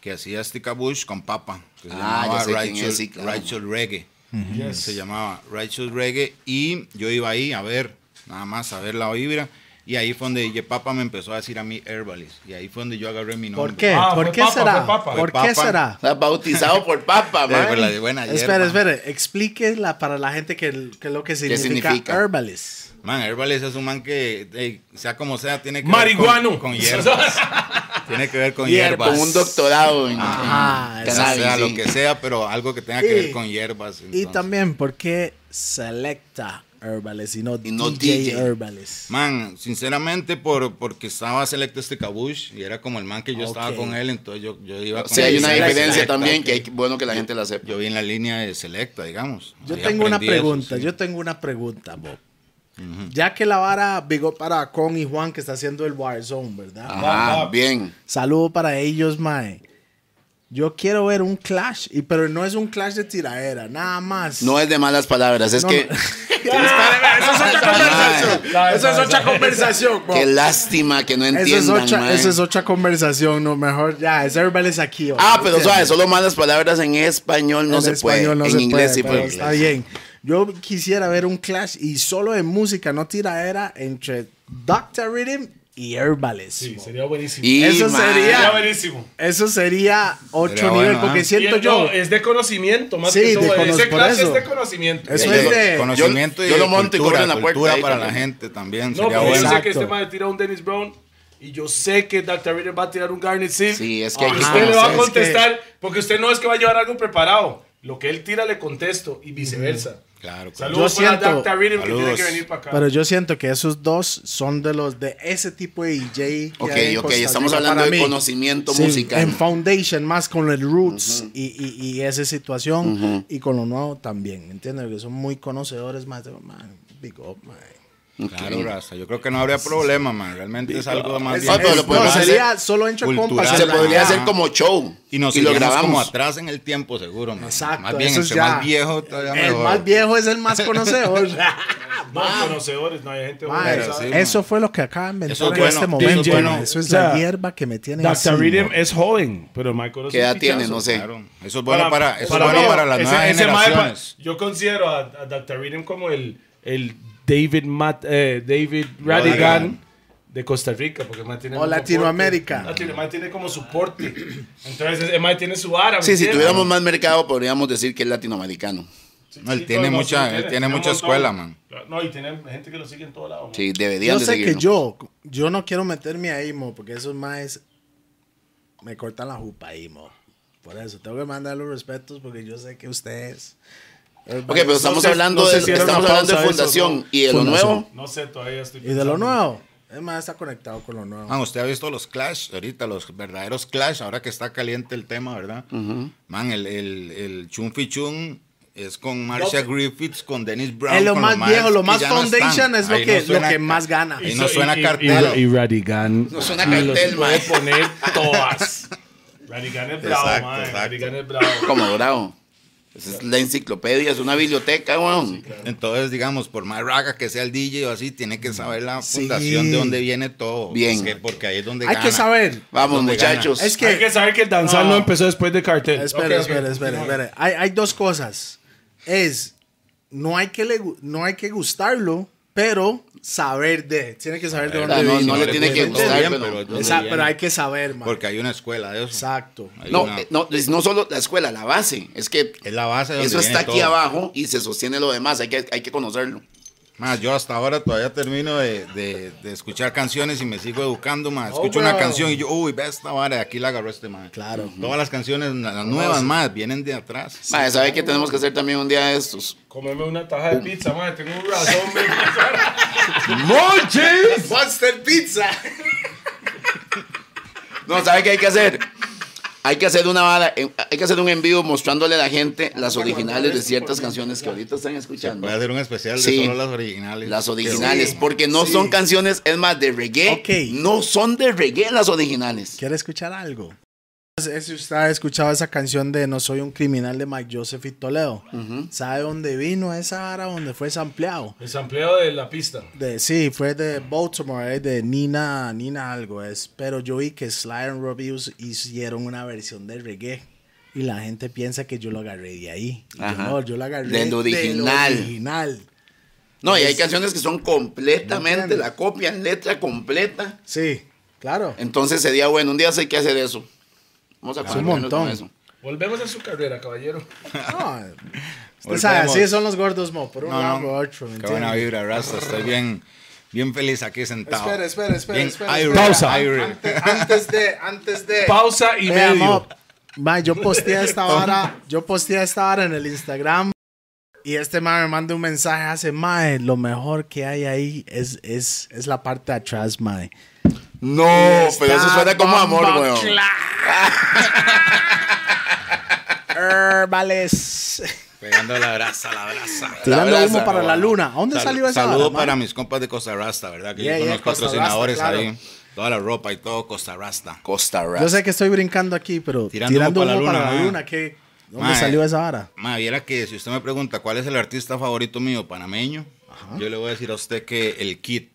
D: que hacía Sticabush con Papa, que se
B: Ah, ya
D: llamaba
B: sé quién es,
D: Righteous,
B: sí, claro.
D: Righteous Reggae,
C: Yes.
D: se llamaba Righteous Reggae, y yo iba ahí a ver, nada más a ver la vibra, y ahí fue donde DJ Papa me empezó a decir a mí Herbalist, y ahí fue donde yo agarré mi nombre.
A: ¿Por qué?
C: Ah,
A: ¿Por
C: fue
A: qué
C: papa,
A: será?
C: fue papa.
D: Fue
A: ¿Por qué
D: papa.
A: será?
B: Está [laughs] bautizado por papa,
D: [laughs] Eh, fue la
B: mae.
D: de buena
A: Espera,
D: hierba.
A: espera. Explíquela para la gente que, que lo que significa,
B: significa?
A: herbalist.
D: Man, Herbalist es un man que, ey, sea como sea, tiene que
C: Marihuano.
D: ver con, con
C: [laughs]
D: hierbas. tiene que ver con hierbas.
B: Con un doctorado en,
A: Ajá,
B: en
D: Ya
A: exacto.
B: cannabis,
D: sea lo
B: sí.
D: que sea, pero algo que tenga que
A: Y-
D: ver con hierbas.
A: Y
D: entonces.
A: también, ¿por qué selecta herbalist y no,
B: Y no
A: DJ,
B: DJ?
A: herbalist?
D: Man, sinceramente, por, porque estaba Select este Kabush y era como el man que yo estaba
A: Ok.
D: con él, entonces yo, yo iba
B: O
D: con
B: sea,
D: él.
B: hay una
A: Sí,
B: diferencia
D: Selecta,
B: también
D: ok.
B: que es bueno que la gente la sepa.
D: Yo vi en la línea de Selecta, digamos.
A: Yo
D: Ahí
A: tengo una
D: aprendí eso,
A: pregunta,
D: sí.
A: yo tengo una pregunta, Bob. Ya que la vara bigó para con y Juan que está haciendo el Warzone, ¿verdad?
C: Va,
B: Ajá,
C: va.
B: bien.
A: Saludo para ellos, mae. Yo quiero ver un clash, y, pero no es un clash de tiradera, nada más.
B: No es de malas palabras, es
A: No,
B: que
A: no. Espérame, eso es otra
C: Ay.
A: conversación. Eso es otra conversación, Bob.
B: [laughs] qué lástima que no
A: Eso es,
B: entiendan,
A: otra,
B: mae.
A: eso es otra conversación, no, mejor ya, es herbalist aquí. ¿o?
B: Ah, pero
A: ¿Entiendes?
B: sabes, solo malas palabras en español no
A: En
B: se puede.
A: español no
B: en
A: se
B: inglés
A: puede,
B: sí
A: pero
B: puede.
A: Está bien. Yo quisiera ver un clash y solo de música, no tiradera, entre Dr. Rhythm y Herbalist.
C: Sí,
A: mo.
C: sería buenísimo.
B: Y,
A: Eso
B: mae,
A: sería-
C: Sería buenísimo.
A: Eso sería otro
D: Sería
A: nivel,
D: bueno,
A: porque
B: ¿ah?
D: ¿eh?
A: siento
C: Y-
A: yo.
C: no, es de conocimiento, más
A: Sí,
C: que
A: de
C: todo.
A: cono-
C: Ese
A: por
C: clase
A: eso.
C: es de conocimiento.
A: Eso
D: Yo-
A: es de-
D: Conocimiento
B: Yo-
D: y
B: yo lo monto y
D: cultura,
B: cobro en la puerta
D: cultura
B: ahí
D: para la
B: también.
D: gente también.
C: No,
D: sería
C: pero yo
D: bueno.
C: sé que
A: pues, Exacto.
C: este man tira un Dennis Brown y yo sé que Dr. Reader va a tirar un Garnet Seal.
B: Sí, es que hay
C: Y
B: que
C: usted le va a
A: es
B: conocer.
A: que-
C: contestar, porque usted no es que va a llevar algo preparado. Lo que él tira le contesto y viceversa.
D: Claro, claro.
C: Saludos
A: Yo
C: para
A: siento-
C: Dr. Reader que tiene
D: Saludos.
C: que venir para acá.
A: Pero yo siento que esos dos son de los de ese tipo de DJ. que
B: Ok,
A: hay en
B: ok,
A: Costa Rica
B: estamos hablando
A: para
B: de
A: mí.
B: conocimiento
A: Sí,
B: musical.
A: En Foundation, más con el Roots y, y- y esa situación. Y con lo nuevo también, ¿entiendes? Que son muy conocedores más de. Man, big up, man.
D: Claro, raza. Yo creo que no habría problema, man. Realmente es algo más
A: Es-
D: bien.
B: Ah, pero lo
A: no,
B: podemos hacer
A: sería solo entre
D: cultural.
A: compas. en
B: Se
A: la-
B: podría hacer
D: Ajá.
B: como show.
D: Y nos
B: lo
D: iríamos como
B: grabamos.
D: atrás en el tiempo, seguro, man.
A: Exacto,
D: Más bien,
A: eso es
D: entre
A: ya.
D: más viejo, todavía
A: El
D: mejor.
A: más viejo es el más
B: [laughs]
A: conocedor.
C: No, conocedores, no hay gente
A: Man,
C: buena,
D: Pero
C: ¿sabes?
D: sí,
A: eso fue lo que acaba de inventar
D: Eso es
A: en
D: bueno,
A: este
D: eso es
A: momento. Eso es,
D: bueno.
A: la
C: O sea,
A: hierba que me tiene así,
C: Dr. Rhythm
D: eh,
A: man.
C: es joven, pero Mike conoce
B: ¿Qué edad
C: un
B: tiene?
C: pichazo.
B: No sé.
D: Claro. Eso es bueno para, eso es bueno
C: mí,
D: para las
C: ese-
D: nuevas
C: ese mae pa-
D: generaciones.
C: yo considero a, a Dr. Rhythm como el, el David, Mat, eh, David Radigan
D: Radigan.
C: de Costa Rica. Porque el mae tiene
A: O
C: un
A: Latinoamérica.
C: soporte. Latino- el mae tiene como soporte. Entonces, el mae tiene su árabe.
B: Sí, si tuviéramos más mercado, podríamos decir que es latinoamericano.
D: No, él tiene mucha- él tiene mucha escuela, man.
C: No, y tiene gente que lo sigue en todo lado. man.
B: Sí, deberían
A: Yo
B: de
A: sé que
B: seguirnos.
A: yo, yo no quiero meterme ahí, mo, porque esos maes me cortan la jupa ahí, mo. Por eso, tengo que mandar los respetos porque yo sé que ustedes.
B: Ok, pero estamos
C: sé-
B: hablando
C: no sé
B: de,
C: si era
B: estamos
C: una
B: hablando de
C: pausa eso,
B: fundación
C: ¿no?
B: y de lo
A: Fundación.
B: nuevo.
C: No sé, todavía estoy
A: Y de lo
C: pensando.
A: nuevo. Es más, está conectado con lo nuevo.
D: Man, Ah, usted ha visto los clash ahorita, los verdaderos clash, ahora que está caliente el tema, ¿verdad? Man, el, el, el Chun Fi Chun es con Marcia Griffiths, con Dennis Brown.
A: Es lo
D: con
A: más
D: los
A: viejo, lo
D: que
A: más
D: ya no
A: foundation
D: están.
A: es lo
D: Ahí
A: que- lo
D: suena-
A: que más gana.
D: Ahí
C: Y
D: no
C: so-
D: suena
C: y- y-
D: cartero.
C: Y, y Radigan.
B: No suena
C: y los
B: cartel,
C: puede
B: mae.
C: poner todas. Radigan es bravo,
D: Exacto,
C: mae.
D: exacto.
C: Radigan es bravo.
B: Como bravo. Esa es la enciclopedia, es una biblioteca, weón.
D: Entonces, digamos, por más raga que sea el DJ o así, tiene que saber la fundación
A: Sí.
D: de dónde viene todo.
B: Bien.
D: Es que- porque ahí es donde
A: Hay
D: gana.
A: que saber.
B: Vamos,
D: Donde gana.
B: muchachos.
A: Es
C: Hay que saber que el danzar no,
A: No.
C: empezó después de cartel.
A: Espera,
C: Ok, ok,
A: espera, espera,
C: continúa.
A: espera. Hay, hay dos cosas. Es, no hay, que le gu- no hay que gustarlo, pero saber de. Tiene que saber de dónde
D: Claro,
B: Ah, no,
A: viene.
B: no le tiene que
D: todo
B: gustar,
D: bien,
B: pero-
D: es donde
A: Exacto,
D: viene.
A: pero hay que saber, man.
D: Porque hay una escuela de eso.
A: Exacto.
D: Hay
B: No,
D: una-
B: eh, no, es no solo la escuela, la base. Es que
D: Es la base de donde
B: eso
D: viene
B: está aquí
D: todo.
B: abajo y se sostiene lo demás. Hay que, hay que conocerlo.
D: Más, yo hasta ahora todavía termino de, de- de escuchar canciones y me sigo educando, más.
A: Oh,
D: Escucho una
A: bro.
D: canción y yo, uy, ve esta vara, de aquí la agarró este man.
A: Claro. Oh,
D: Todas las canciones, la- las nuevas, más, vienen de atrás.
B: Mae, ¿sabe qué tenemos que hacer también un día de estos?
C: Comerme una taja de pizza, madre. Tengo un razón, men. [laughs]
A: Monster Pizza.
B: No, ¿sabe qué hay que hacer? Hay que hacer una vara, eh, hay que hacer un envío mostrándole a la
A: Ah,
B: gente las originales de ciertas canciones que ahorita están escuchando.
D: Voy a hacer un especial de
B: Sí.
D: solo las originales.
B: Las originales,
A: Sí,
B: porque no
A: sí.
B: son canciones, es más, de reggae.
A: Ok.
B: No son de reggae las originales.
A: ¿Quiere escuchar algo? Si usted ha escuchado esa canción de No soy un criminal de Mike Joseph y Toledo, ¿sabe dónde vino esa vara? ¿Dónde fue sampleado?
C: El sampleo de la pista.
A: De, sí, fue de Baltimore, eh, de Nina, Nina algo es. Pero yo vi que Sly and Robbie us- hicieron una versión de reggae. Y la gente piensa que yo lo agarré de ahí. Y yo
B: Ajá.
A: no, yo lo agarré
B: Del original.
A: original.
B: No, y hay canciones que son completamente
A: Entiendo.
B: la copia en letra completa.
A: Sí,
D: [laughs]
A: claro.
B: Entonces sería bueno, un día sí hay que hacer eso. Vamos a
A: un
B: ponernos con
A: montón.
B: eso.
C: Volvemos a su carrera, caballero.
A: No, usted
D: Volvemos.
A: sabe, así son los gordos, mo. Por un
D: No,
A: lado,
D: no.
A: por otro, ¿me
D: Qué buena
A: entiende?
D: vibra, Rasta. Estoy bien, bien feliz aquí sentado.
A: Espera, espera, espera,
D: Bien
A: espera,
D: Irish,
A: espera.
D: Pausa. Irish.
A: Antes, antes de, antes de.
C: Pausa y
A: Vea,
C: medio.
A: mo, ma, yo posteé esta hora, yo posteé esta hora en el Instagram y este man me manda un mensaje hace, mae, lo mejor que hay ahí es, es, es la parte de atrás, mae. Ah,
B: No, pero eso suena como amor, weón.
A: Herbales.
D: Pegando la brasa, la brasa.
A: [laughs] Tirando
B: brasa,
A: humo para la
B: weón.
A: luna. ¿A dónde
D: Sal-
A: salió esa
D: Saludo
A: vara,
D: para
A: mae?
D: mis compas de Costa Rasta, ¿verdad? Que
A: Yeah,
D: yo con
A: yeah,
D: los
A: Costa Rasta,
D: patrocinadores
A: claro.
D: ahí. Toda la ropa y todo Costa Rasta.
B: Costa Rap.
A: Yo sé que estoy brincando aquí, pero
D: Tirando
A: tirando,
D: humo
A: humo
D: para la
A: para la
D: luna,
A: luna,
D: mae.
A: ¿qué? ¿Dónde
D: Mae.
A: salió esa vara?
D: Ma, viera que si usted me pregunta cuál es el artista favorito mío, panameño, yo le voy a decir a usted que el Kid,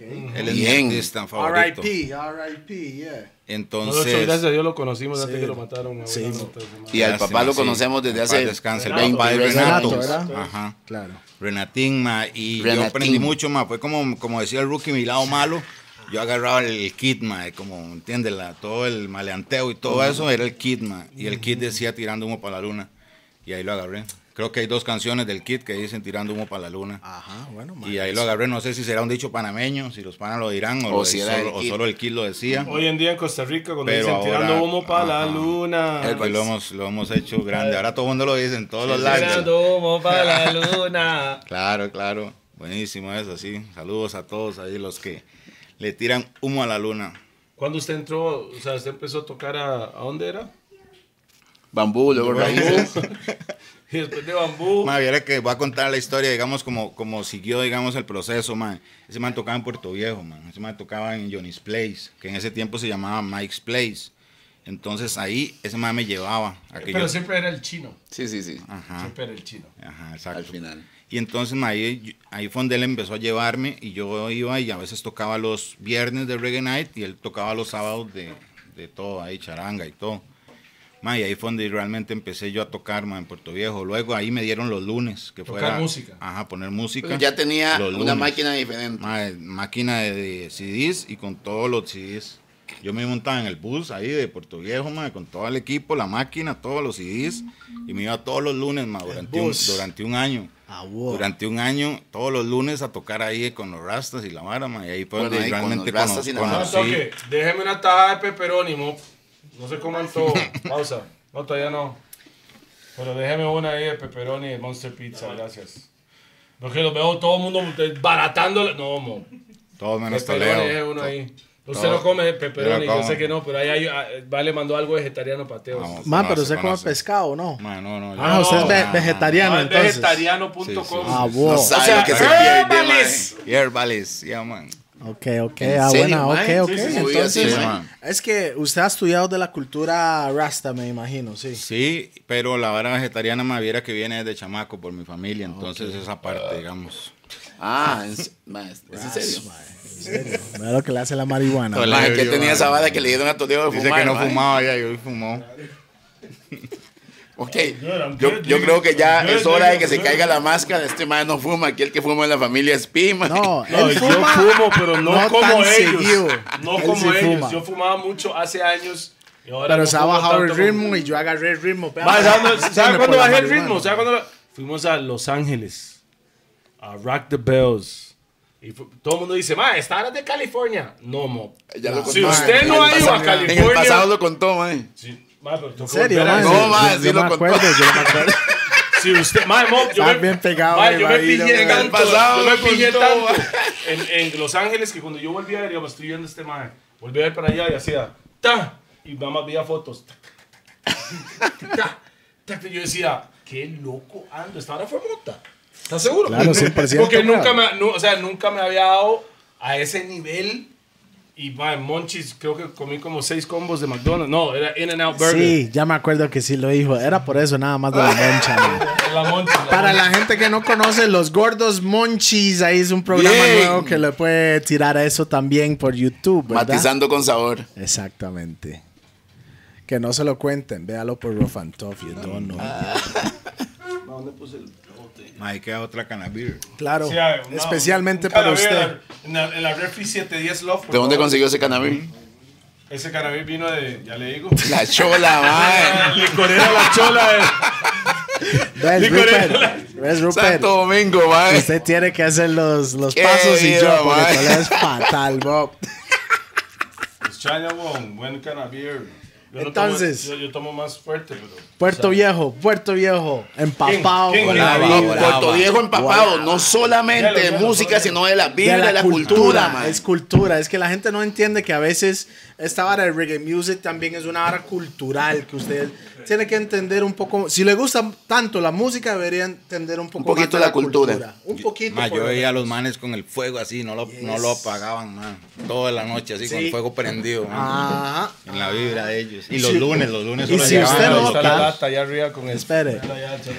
D: él es
B: Bien.
D: mi artista favorito.
A: R.I.P., R.I.P., yeah.
C: Nosotros, gracias
D: Entonces,
C: a Dios, lo conocimos antes
A: Sí.
C: que lo mataron.
A: Sí.
C: abuelo, entonces, madre.
B: Y al papá
D: lástima,
B: lo
D: sí.
B: conocemos desde
D: En paz
B: hace
D: descanse, el
C: Renato.
D: papá de Renato.
A: Renato, ¿verdad?
D: Ajá.
A: Claro.
D: Renatín, ma, y yo
B: Renatín.
D: aprendí mucho, ma, fue como, como decía el rookie, mi lado malo, yo agarraba el kit, ma, como, ¿entiendes? La- todo el maleanteo y todo eso era el kit, ma, y el kit decía tirando humo para la luna, y ahí lo agarré. Creo que hay dos canciones del kit que dicen tirando humo para la luna.
A: Ajá, bueno,
B: Ah,
A: mae.
D: Y ahí lo agarré, no sé si será un dicho panameño, si los panas lo dirán o,
B: O
D: lo-
B: si era el
D: solo, o
B: Kid.
D: solo el Kid lo decía.
C: Hoy en día en Costa Rica, cuando
D: Pero
C: dicen
D: ahora-
C: tirando humo para la
D: ajá.
C: luna.
D: Creo que pues lo hemos, lo hemos hecho grande. Ahora todo el mundo lo dice en todos los lives.
C: Tirando humo para la
D: [laughs]
C: luna.
D: Claro, claro. Buenísimo eso, sí. Saludos a todos ahí los que le tiran humo a la luna.
C: Cuando usted entró, o sea, usted empezó a tocar a. ¿A dónde era?
B: Bambú, luego raíces.
C: Y después de bambú.
D: Ma, viera que voy a contar la historia, digamos, como, como siguió, digamos, el proceso, man. Ese man tocaba en Puerto Viejo, man. Ese man tocaba en Johnny's Place, que en ese tiempo se llamaba Mike's Place. Entonces ahí ese man me llevaba. A que
C: pero
D: yo-
C: siempre era el chino.
B: Sí, sí, sí.
A: Ah,
D: Ajá,
C: Siempre era el chino.
D: ajá, exacto.
B: Al final.
D: Y entonces ma, ahí, ahí fue donde él empezó a llevarme y yo iba y a veces tocaba los viernes de Reggae Night y él tocaba los sábados de, de todo, ahí charanga y todo. Ma, y ahí fue donde realmente empecé yo a tocar ma, en Puerto Viejo. Luego ahí me dieron los lunes, que
C: Tocar
D: fuera-
C: música.
D: Ajá, poner música.
B: Pero ya tenía
D: Los
B: una
D: lunes. Ah,
B: máquina diferente.
D: Ma, máquina de, de CDs y con todos los CDs. Yo me montaba en el bus ahí de Puerto Viejo, ma, con todo el equipo, la máquina, todos los CDs. Y me iba todos los lunes, ma, durante, un,
A: bus.
D: durante un año.
A: Ah, wow.
D: Durante un año, todos los lunes a tocar ahí con los rastas y la vara, ma, y ahí fue
B: Bueno,
D: donde
B: ahí con
D: realmente
B: los rastas y la
D: cono-
B: vara.
C: No
B: Ah,
D: conocí.
C: toque, déjeme una taja de peperónimo. No se coman
D: [laughs]
C: todo. Pausa. No, todavía no. Pero déjeme una ahí de pepperoni de Monster Pizza, gracias. No que los veo todo el mundo baratando. No, mo.
D: Todo menos
C: Pepperoni, deje
D: Toledo.
C: Este uno ahí. Usted
D: todo.
C: no come
D: Yo
C: pepperoni,
D: no
C: yo
D: como.
C: sé que no, pero ahí hay, ah, Vale mandó algo vegetariano pateo.
D: Vamos.
A: Ma,
D: No,
A: pero
D: se
A: usted come
D: conoce.
A: pescado, ¿no?
D: Ma, no, no, yo
A: Ah,
D: no,
A: usted es ve-
D: ma,
A: vegetariano,
C: No, Ah, es
A: entonces.
C: vegetariano.com.
D: Sí, sí.
A: Ah, wow.
B: No
A: Ok,
B: sabe lo que se
C: sea,
B: pierde,
C: ¡épales!
B: mae.
D: ma. Yerbales, yeah, man.
A: ok,
B: ¿En
A: ah,
B: serio,
A: buena, ok,
B: mae?
A: ok.
B: Sí, sí, sí.
A: Entonces,
D: Sí, man.
A: es que usted ha estudiado de la cultura rasta, me imagino, sí.
D: Sí, pero la vara vegetariana me viera que viene de chamaco por mi familia, entonces esa parte, digamos.
B: Ah, es, mae, ¿es en serio.
A: Mira lo que le hace la marihuana.
D: Todo el-
B: Mae,
D: Mae,
B: ¿qué
D: yo,
B: tenía
D: mae.
B: esa vara que le dieron a Toledo de
D: Dice
B: fumar?
D: que no
B: mae?
D: fumaba ya, y hoy fumó.
B: Ok,
C: I'm
B: yo,
C: good,
B: yo
C: dude.
B: creo que ya
C: I'm good,
B: es hora de
C: dude,
B: que
C: I'm
B: se
C: good.
B: caiga la máscara. Este mae no fuma, aquí el que fuma en la familia es Pi, mae.
A: No,
B: [laughs]
C: No,
A: él
C: yo
A: fuma.
C: fumo, pero no,
A: no
C: como
A: tan
C: ellos.
A: seguido.
C: No
A: Él
C: como
A: sí
C: ellos.
A: fuma.
C: Yo fumaba mucho hace años. y ahora
A: Pero
C: no
A: se ha
C: fumo
A: bajado el
C: tanto como-
A: ritmo y yo agarré el ritmo.
C: Ma, ¿Sabes cuándo-
A: Por
C: ¿Sabes cuándo
A: la
C: bajé el
A: marihuana.
C: ritmo? ¿Sabes cuándo? lo- Fuimos a Los Ángeles. a Rock the Bells. Y fu- todo el mundo dice, ma, esta era de California. No, mo.
B: Ya lo
C: si
B: contó,
C: usted
B: en
C: no
B: el
C: ha ido a
B: pasado- En el
C: California.
B: pasado lo contó, mae.
C: Sí, ma, pero tocó
A: ¿En serio,
C: volver a
A: mae?
B: No,
C: eso.
A: Yo-
B: mae,
A: yo,
B: sí
A: me
B: lo contó.
A: acuerdo, yo me
C: [laughs]
A: acuerdo.
C: Si usted, madre, mo, yo
A: Está
C: me,
A: bien pegado,
C: ma,
A: me
C: yo me
A: imagino,
C: pillé
A: ma.
C: tanto,
B: Pasado,
C: yo me
B: lo
C: pillé
B: contó,
C: tanto
B: ma.
C: en, en Los Ángeles que cuando yo volví a ver, yo me estoy viendo este madre, volví a ver para allá y hacía ta y nada más veía fotos. ta, ta, ta, ta, ta, ta, ta, y yo decía, qué loco ando, esta hora fue mota. ¿Estás seguro?
A: Claro, 100%,
C: Porque nunca
A: claro.
C: me, nu- o sea, nunca me había dado a ese nivel. Y madre, Monchis, creo que comí como seis combos de McDonald's. No, era In-N-Out Burger.
A: Sí, ya me acuerdo que sí lo dijo. Era por eso nada más de la moncha. man.
C: La Monchis, la
A: Para
C: Monchis.
A: la gente que no conoce, Los Gordos Monchis, ahí es un programa
B: Bien.
A: nuevo que le puede tirar a eso también por YouTube, ¿verdad?
B: Matizando con sabor.
A: Exactamente. Que no se lo cuenten, véalo por Rofantoff, you don't know.
B: Ah.
D: Mae, queda otra cannabis.
A: Claro,
C: Sí, a ver, una-
A: especialmente
C: un
A: para
C: cannabis
A: usted.
C: En la, en la- en la refri 710 Love. por
B: ¿De dónde
C: favor.
B: consiguió ese cannabis?
C: Ese cannabis vino de, ya le digo.
B: [laughs] La chola, mae.
C: [laughs] Ah, Licorera la chola. eh.
A: ¿Ves,
C: Nicolás.
A: Rupert? ¿Ves, Rupert?
B: Santo Domingo, mae.
A: Usted tiene que hacer los, los
B: Qué
A: pasos y
B: vida,
A: yo, porque
B: man.
A: Toledo es fatal, Bob.
C: Pues China Wong, buen cannabis. Yo no
A: Entonces.
C: tomo- yo, yo tomo más fuerte, pero.
B: [laughs]
A: Puerto Viejo, Puerto Viejo, empapado
C: ¿Quién?
A: con
C: ¿Quién?
A: la
C: No,
B: No,
A: vida.
D: Brava.
B: Puerto Viejo empapado, no
C: Ya lo-
B: solamente de
C: ya lo-
B: música, sino de la
A: de
B: vibra,
A: la,
B: de la
A: cultura,
B: cultura, mae.
A: es cultura. Es que la gente no entiende que a veces esta vara de reggae music también es una vara cultural que ustedes tienen que entender un poco. Si les gusta tanto la música, deberían entender un poco más
B: poquito
A: de
B: de la cultura.
A: Un poquito.
D: Ma,
A: por lo
D: yo veía a
A: menos.
D: los manes con el fuego así, no lo, no lo apagaban, man. Toda la noche así, con
A: Sí.
D: el fuego prendido, man.
A: Ajá.
D: En la vibra de ellos. Y
A: Y
D: los
A: si-
D: lunes, los lunes.
A: y
D: solo
A: si
D: llegaban
A: usted
D: a
A: no-
D: los
C: Está la
A: claro.
C: lata allá arriba con [laughs] el.
A: Espere.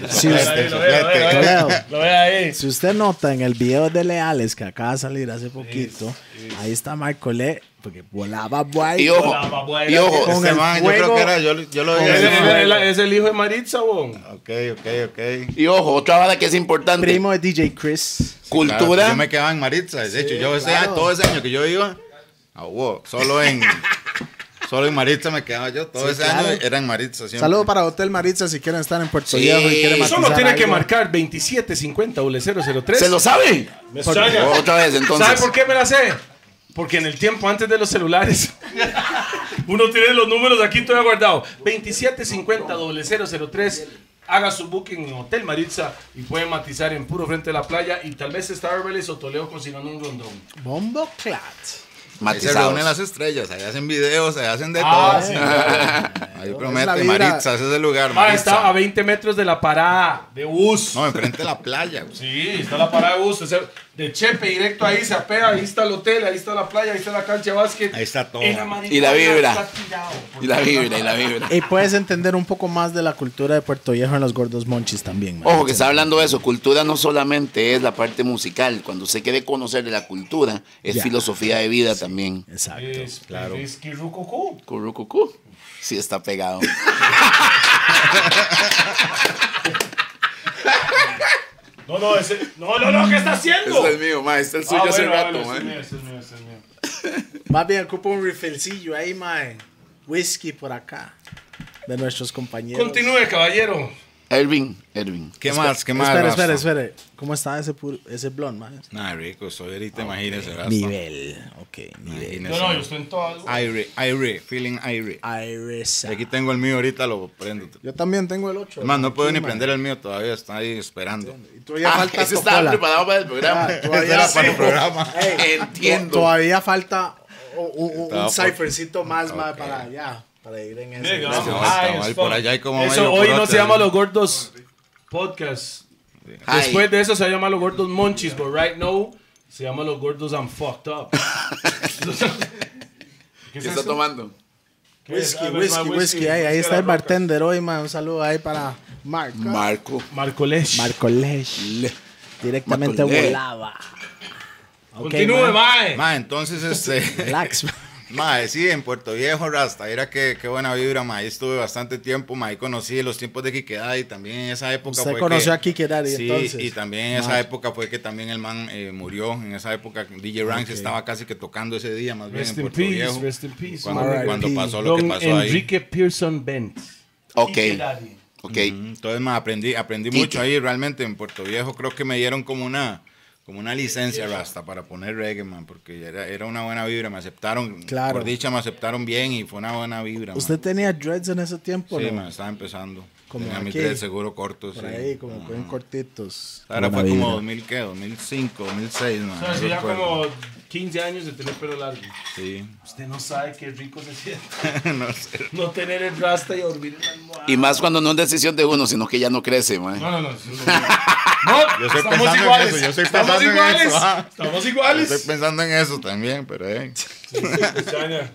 C: Sí,
A: Si
D: usted-
C: lo veo, lo
A: este,
C: veo, lo veo.
A: Claro.
C: Lo veo ahí.
A: Si usted nota en el video de Leales que acaba de salir hace poquito, ahí está Marcolé, porque volaba guay.
B: Y ojo,
C: La babuela.
B: y ojo,
A: Con
D: Este
A: el
D: man, yo creo
A: fuego-
D: que era, yo, yo lo vi.
A: con
C: Es,
A: el
C: es-
A: fuego.
C: es- es el hijo de Maritza, Wong.
D: Ok, ok, ok.
B: y ojo, otra vara que es importante.
A: Primo de DJ Chris.
D: Claro, pues
B: cultura.
D: yo me quedaba en Maritza. De hecho, yo ese-
A: claro.
D: todo ese año que yo iba, a huevo, solo
A: [laughs]
D: en solo en Maritza me quedaba yo. Todo
A: Sí,
D: ese
A: claro.
D: año era en Maritza siempre.
A: Saludos para Hotel Maritza si quieren estar en Puerto
B: Sí.
A: Viejo y quieren
B: Solo
C: Solo
A: matizar
C: tiene que
A: algo.
C: marcar 2750 003.
B: ¿Se lo sabe?
C: Me extraña.
B: Otra vez, entonces.
C: ¿Sabe por qué me la sé? Porque en el tiempo antes de los celulares, [laughs] uno tiene los números aquí todavía guardado. 2750-003. Haga su booking en Hotel Maritza y puede matizar en puro frente de la playa. Y tal vez está Arbeles o Toledo cocinando un rondón.
A: Bombo Clat.
D: Ahí se reúnen
B: Matizados.
D: las estrellas, ahí hacen videos, ahí hacen de
C: Ah,
D: todo.
C: sí.
D: [laughs] Ahí
A: la
D: promete
A: vibra.
D: Maritza, ese es el lugar.
C: Ma,
D: Maritza.
C: Ah, está a 20 metros de la parada de bus.
D: No, enfrente de la playa. güey.
C: Sí, está la parada de bus. o sea, de Chepe directo ahí se apea. Ahí está el hotel, ahí está la playa, ahí está la cancha de básquet.
D: Ahí está todo.
C: Y la, marihuana
B: Y la vibra.
C: está tirado.
B: Y la vibra, y la vibra.
A: Y puedes entender un poco más de la cultura de Puerto Viejo en los gordos monchis también. man.
B: Ojo, que está hablando de eso. Cultura no solamente es la parte musical. Cuando usted quiere conocer de la cultura, es
A: Ya.
B: filosofía de vida también.
A: Exacto.
C: Es, es Kirukuku.
B: Currucucú. Sí, está pegado.
C: No, no, ese, no, no, no, ¿qué está
B: [laughs]
C: haciendo?
B: Ese es el mío, ma. Este es el
C: Ah,
B: suyo hace
C: bueno,
B: rato,
C: bueno, ese es mío,
B: ma.
C: ese es mío, ese es mío.
A: Más bien, ocupa un riflecillo ahí, mae. Whisky por acá. De nuestros compañeros.
C: Continúe, caballero.
B: Ervin, Ervin.
D: ¿Qué más? ¿Qué más?
A: Espera,
D: Rasta?
A: espera, espera. ¿Cómo está ese, puro- ese blond, mae?
D: Nah, rico, soy ahorita, imagínese. Rasta.
A: Nivel. Ok, nivel.
D: Imagínese.
C: Ah, No, no, yo estoy en todo algo.
D: Aire, aire, feeling aire.
A: Iris.
D: Aquí tengo el mío ahorita, lo prendo.
A: Yo también tengo el 8.
D: Es más, no puedo ni prender el Ah, mío todavía, está ahí esperando.
A: Y todavía falta
B: Ah, ese estaba
A: Coca-Cola.
B: preparado para el programa.
A: Ah, todavía
D: Era para el
A: sí.
D: programa.
A: Ey,
B: Entiendo.
A: to- Todavía falta o- o- o- un,
D: Estaba por-
A: ciphercito más, mae,
D: Ok.
A: para allá. Para ir en ese.
C: Venga,
A: Gracias.
C: vamos.
D: está
C: Ay,
D: mal,
C: es
D: por
C: fun.
D: allá hay como
C: Eso
D: medio
C: hoy no
D: brote,
C: se llama
D: ¿no?
C: Los Gordos Podcast.
B: Ay,
C: Después de eso se llama Los Gordos Monchis, but right now se llama Los Gordos I'm Fucked Up.
B: ¿Qué
C: es
B: está
C: eso?
B: tomando?
C: ¿Qué es?
A: Whisky,
C: Ah,
A: whisky,
C: es
A: whisky,
C: más
A: Ahí, ahí
C: whisky
A: está
C: a
A: el
C: la roca.
A: bartender hoy, man. Un saludo ahí para Marco.
B: Marco.
C: Marco Lesh.
A: Marco Lesh.
B: Le-
A: Directamente
B: Marco Lesh.
A: volaba. Ok,
C: Continúe,
A: man.
C: mae.
D: Ma,
C: [laughs]
D: entonces este. [laughs]
A: Relax. man.
D: Mae, sí, en Puerto Viejo, Rasta, era que qué buena vibra, mae. Ahí estuve bastante tiempo, mae. Ahí conocí los tiempos de Quiquedad y también en esa época
A: Usted
D: fue
A: conoció
D: que,
A: a Quique Dari,
D: Sí,
A: entonces.
D: y también en esa
A: Mae.
D: época fue que también el man eh, murió. En esa época DJ Ranks estaba casi que tocando ese día, más bien
C: Rest
D: en
C: in
D: Puerto Viejo.
C: peace, rest in peace.
D: cuando
A: Mar-
C: mae.
D: cuando
A: R.I.P.
D: pasó lo que
C: Don
D: pasó ahí.
C: Enrique Pearson Bent.
B: Ok.
C: Ike Daddy.
B: Ok.
D: Ujú, Entonces, más aprendí, aprendí
B: Tito.
D: mucho ahí realmente en Puerto Viejo. Creo que me dieron como una, como una licencia hasta para poner reggae, man, porque era, era una buena vibra. Me aceptaron,
A: Claro.
D: por dicha, me aceptaron bien y fue una buena vibra. man.
A: ¿Usted tenía dreads en ese tiempo?
D: Sí,
A: no?
D: man, estaba empezando.
A: Como
D: Tenía mis
A: aquí.
D: dreads seguro cortos.
A: Por
D: sí.
A: ahí, como
D: Ajá.
A: con cortitos.
D: Claro,
A: Buena
D: fue como
A: vibra.
D: 2000, ¿qué? 2005, 2006, man,
C: O
D: no
C: sea, si ya
D: Ah, recuerdo.
C: como 15 años de tener pelo largo.
D: Sí. [laughs]
C: Usted no sabe qué rico se siente
D: no sé.
C: [laughs] no tener el rasta y dormir en la almohada.
B: Y más cuando no es decisión de uno, sino que ya no crece, mae.
C: No, no, no.
D: [laughs]
C: eso es lo que- No,
D: Yo estoy
C: estamos
D: pensando en
C: iguales.
D: eso, yo estoy
C: estamos
D: pensando en
C: iguales.
D: eso, ajá.
C: Estamos
D: Estoy
C: iguales.
D: pensando en eso también, pero eh.
C: Chaña,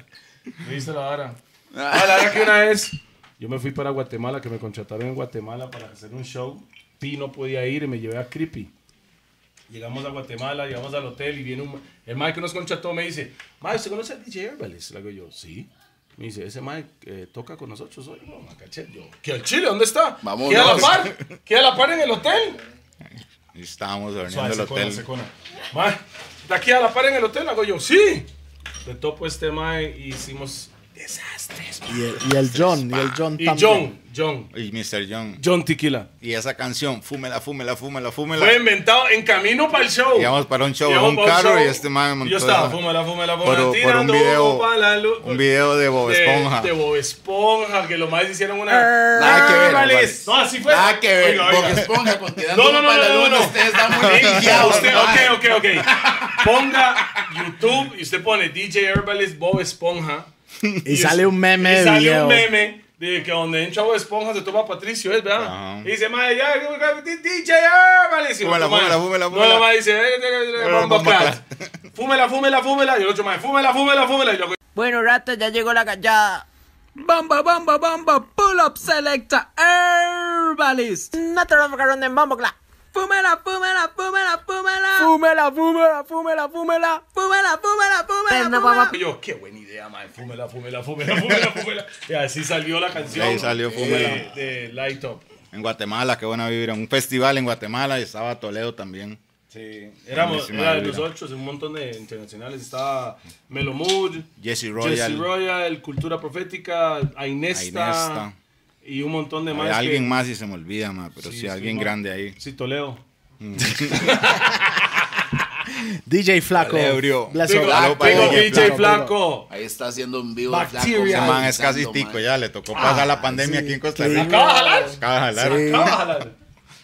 C: me hice la vara. Ah, la verdad que una vez yo me fui para Guatemala, que me contrataron en Guatemala para hacer un show. Pi no podía ir y me llevé a Creepy. Llegamos a Guatemala, llegamos al hotel y viene un... El Mike que nos contrató me dice, Mike, ¿usted conoce a DJ Herbales? Le digo yo, sí. Me dice, ese Mike eh, toca con nosotros hoy. No, Macachet. Yo, ¿qué al Chile? ¿Dónde está?
B: Vámonos.
C: ¿Qué a la par? ¿Qué a la par en el hotel?
D: Y Estábamos
C: Suave,
D: horneando el
C: secona,
D: hotel.
C: secona. Mae, de aquí a la par en el hotel, hago yo, sí. De topo este mae y hicimos desastres. mae.
A: Y el, y el John, y el John
C: Y
A: también.
C: John, John,
D: Y Mr. John.
C: John Tequila.
D: Y esa canción, fúmela, fúmela, fúmela, fúmela.
C: Fue inventado en camino para el show.
D: Íbamos para un show,
C: Íbamos
D: un
C: para
D: carro
C: show.
D: y este man montó
C: Yo estaba,
D: esa-
C: fúmela, fúmela,
D: por,
C: fúmela.
D: por un
C: tirando
D: video,
C: pa' la luz.
D: un video de Bob
C: De-
D: Esponja.
C: De, Bob Esponja, que los maes hicieron una.
B: Nada que ver,
D: Herbales.
C: No, así fue.
B: Nada que ver.
C: Oiga, oiga.
B: Bob Esponja con tirando
C: No, no, no,
B: para la
C: no, no,
B: luna.
C: no.
B: Usted está muy
C: Ey, ya,
B: viciado,
C: usted,
B: mae.
C: ok, ok, ok. Ponga YouTube y usted pone DJ Herbalist Bob Esponja.
A: Y sale un meme
C: Y
A: de
C: sale
A: video.
C: un meme de que donde entra Bob Esponja se toma Patricio, ¿es verdad?
D: Ajá.
C: Y dice, madre, ya, DJ Herbalist. Y el
D: Fúmela,
C: otro,
D: fúmela,
C: mae,
D: fúmela,
C: no,
D: fúmela.
C: la madre dice, eh, eh, eh, Mambo Cat. Fúmela, fúmela, fúmela. Y el otro, madre, fúmela, fúmela, fúmela. Y yo,
F: Bueno, rato, ya llegó la cachada. Bamba, bamba, bamba, pull up selecta, herbalist. Natural macarrón en bamba, clap. Fumela, fumela, fumela, fumela. Fumela, fumela, fumela, fumela. Fumela, fumela, fumela, fumela.
C: Y yo, qué buena idea, madre. Fúmela, fúmela, fúmela, fúmela,
D: [laughs]
C: fúmela. Y así salió la canción.
D: Ahí salió Fúmela.
C: De, de Light Up.
D: En Guatemala, qué buena vibra. Un festival en Guatemala y estaba Toledo también.
C: Sí, éramos
D: Buenísima
C: era de
D: vibra.
C: los ocho, un montón de internacionales. Estaba Melo Mood,
D: Jesse Royal.
C: Jesse Royal, Cultura Profética, Ainesta,
D: Ainesta.
C: y un montón de
D: Hay
C: más. que-
D: alguien más y se me olvida, ma, pero sí, alguien
C: ma.
D: grande ahí.
C: Sí, Toledo.
A: DJ Flaco.
D: Lebrio.
A: Bless
C: Digo,
A: up.
B: Flaco,
C: digo, DJ Flaco.
B: Ahí está haciendo un vivo de
A: Bacteria.
B: flaco,
D: Ese
A: Ay,
D: man es
B: analizando,
D: casi tico
B: mae.
D: ya, le tocó pasar
B: Ah,
D: la pandemia
A: sí,
D: aquí en Costa
A: qué
D: Rica.
A: lindo.
C: Acaba de jalar.
D: Acaba de jalar.
A: Sí.
C: Acaba de jalar.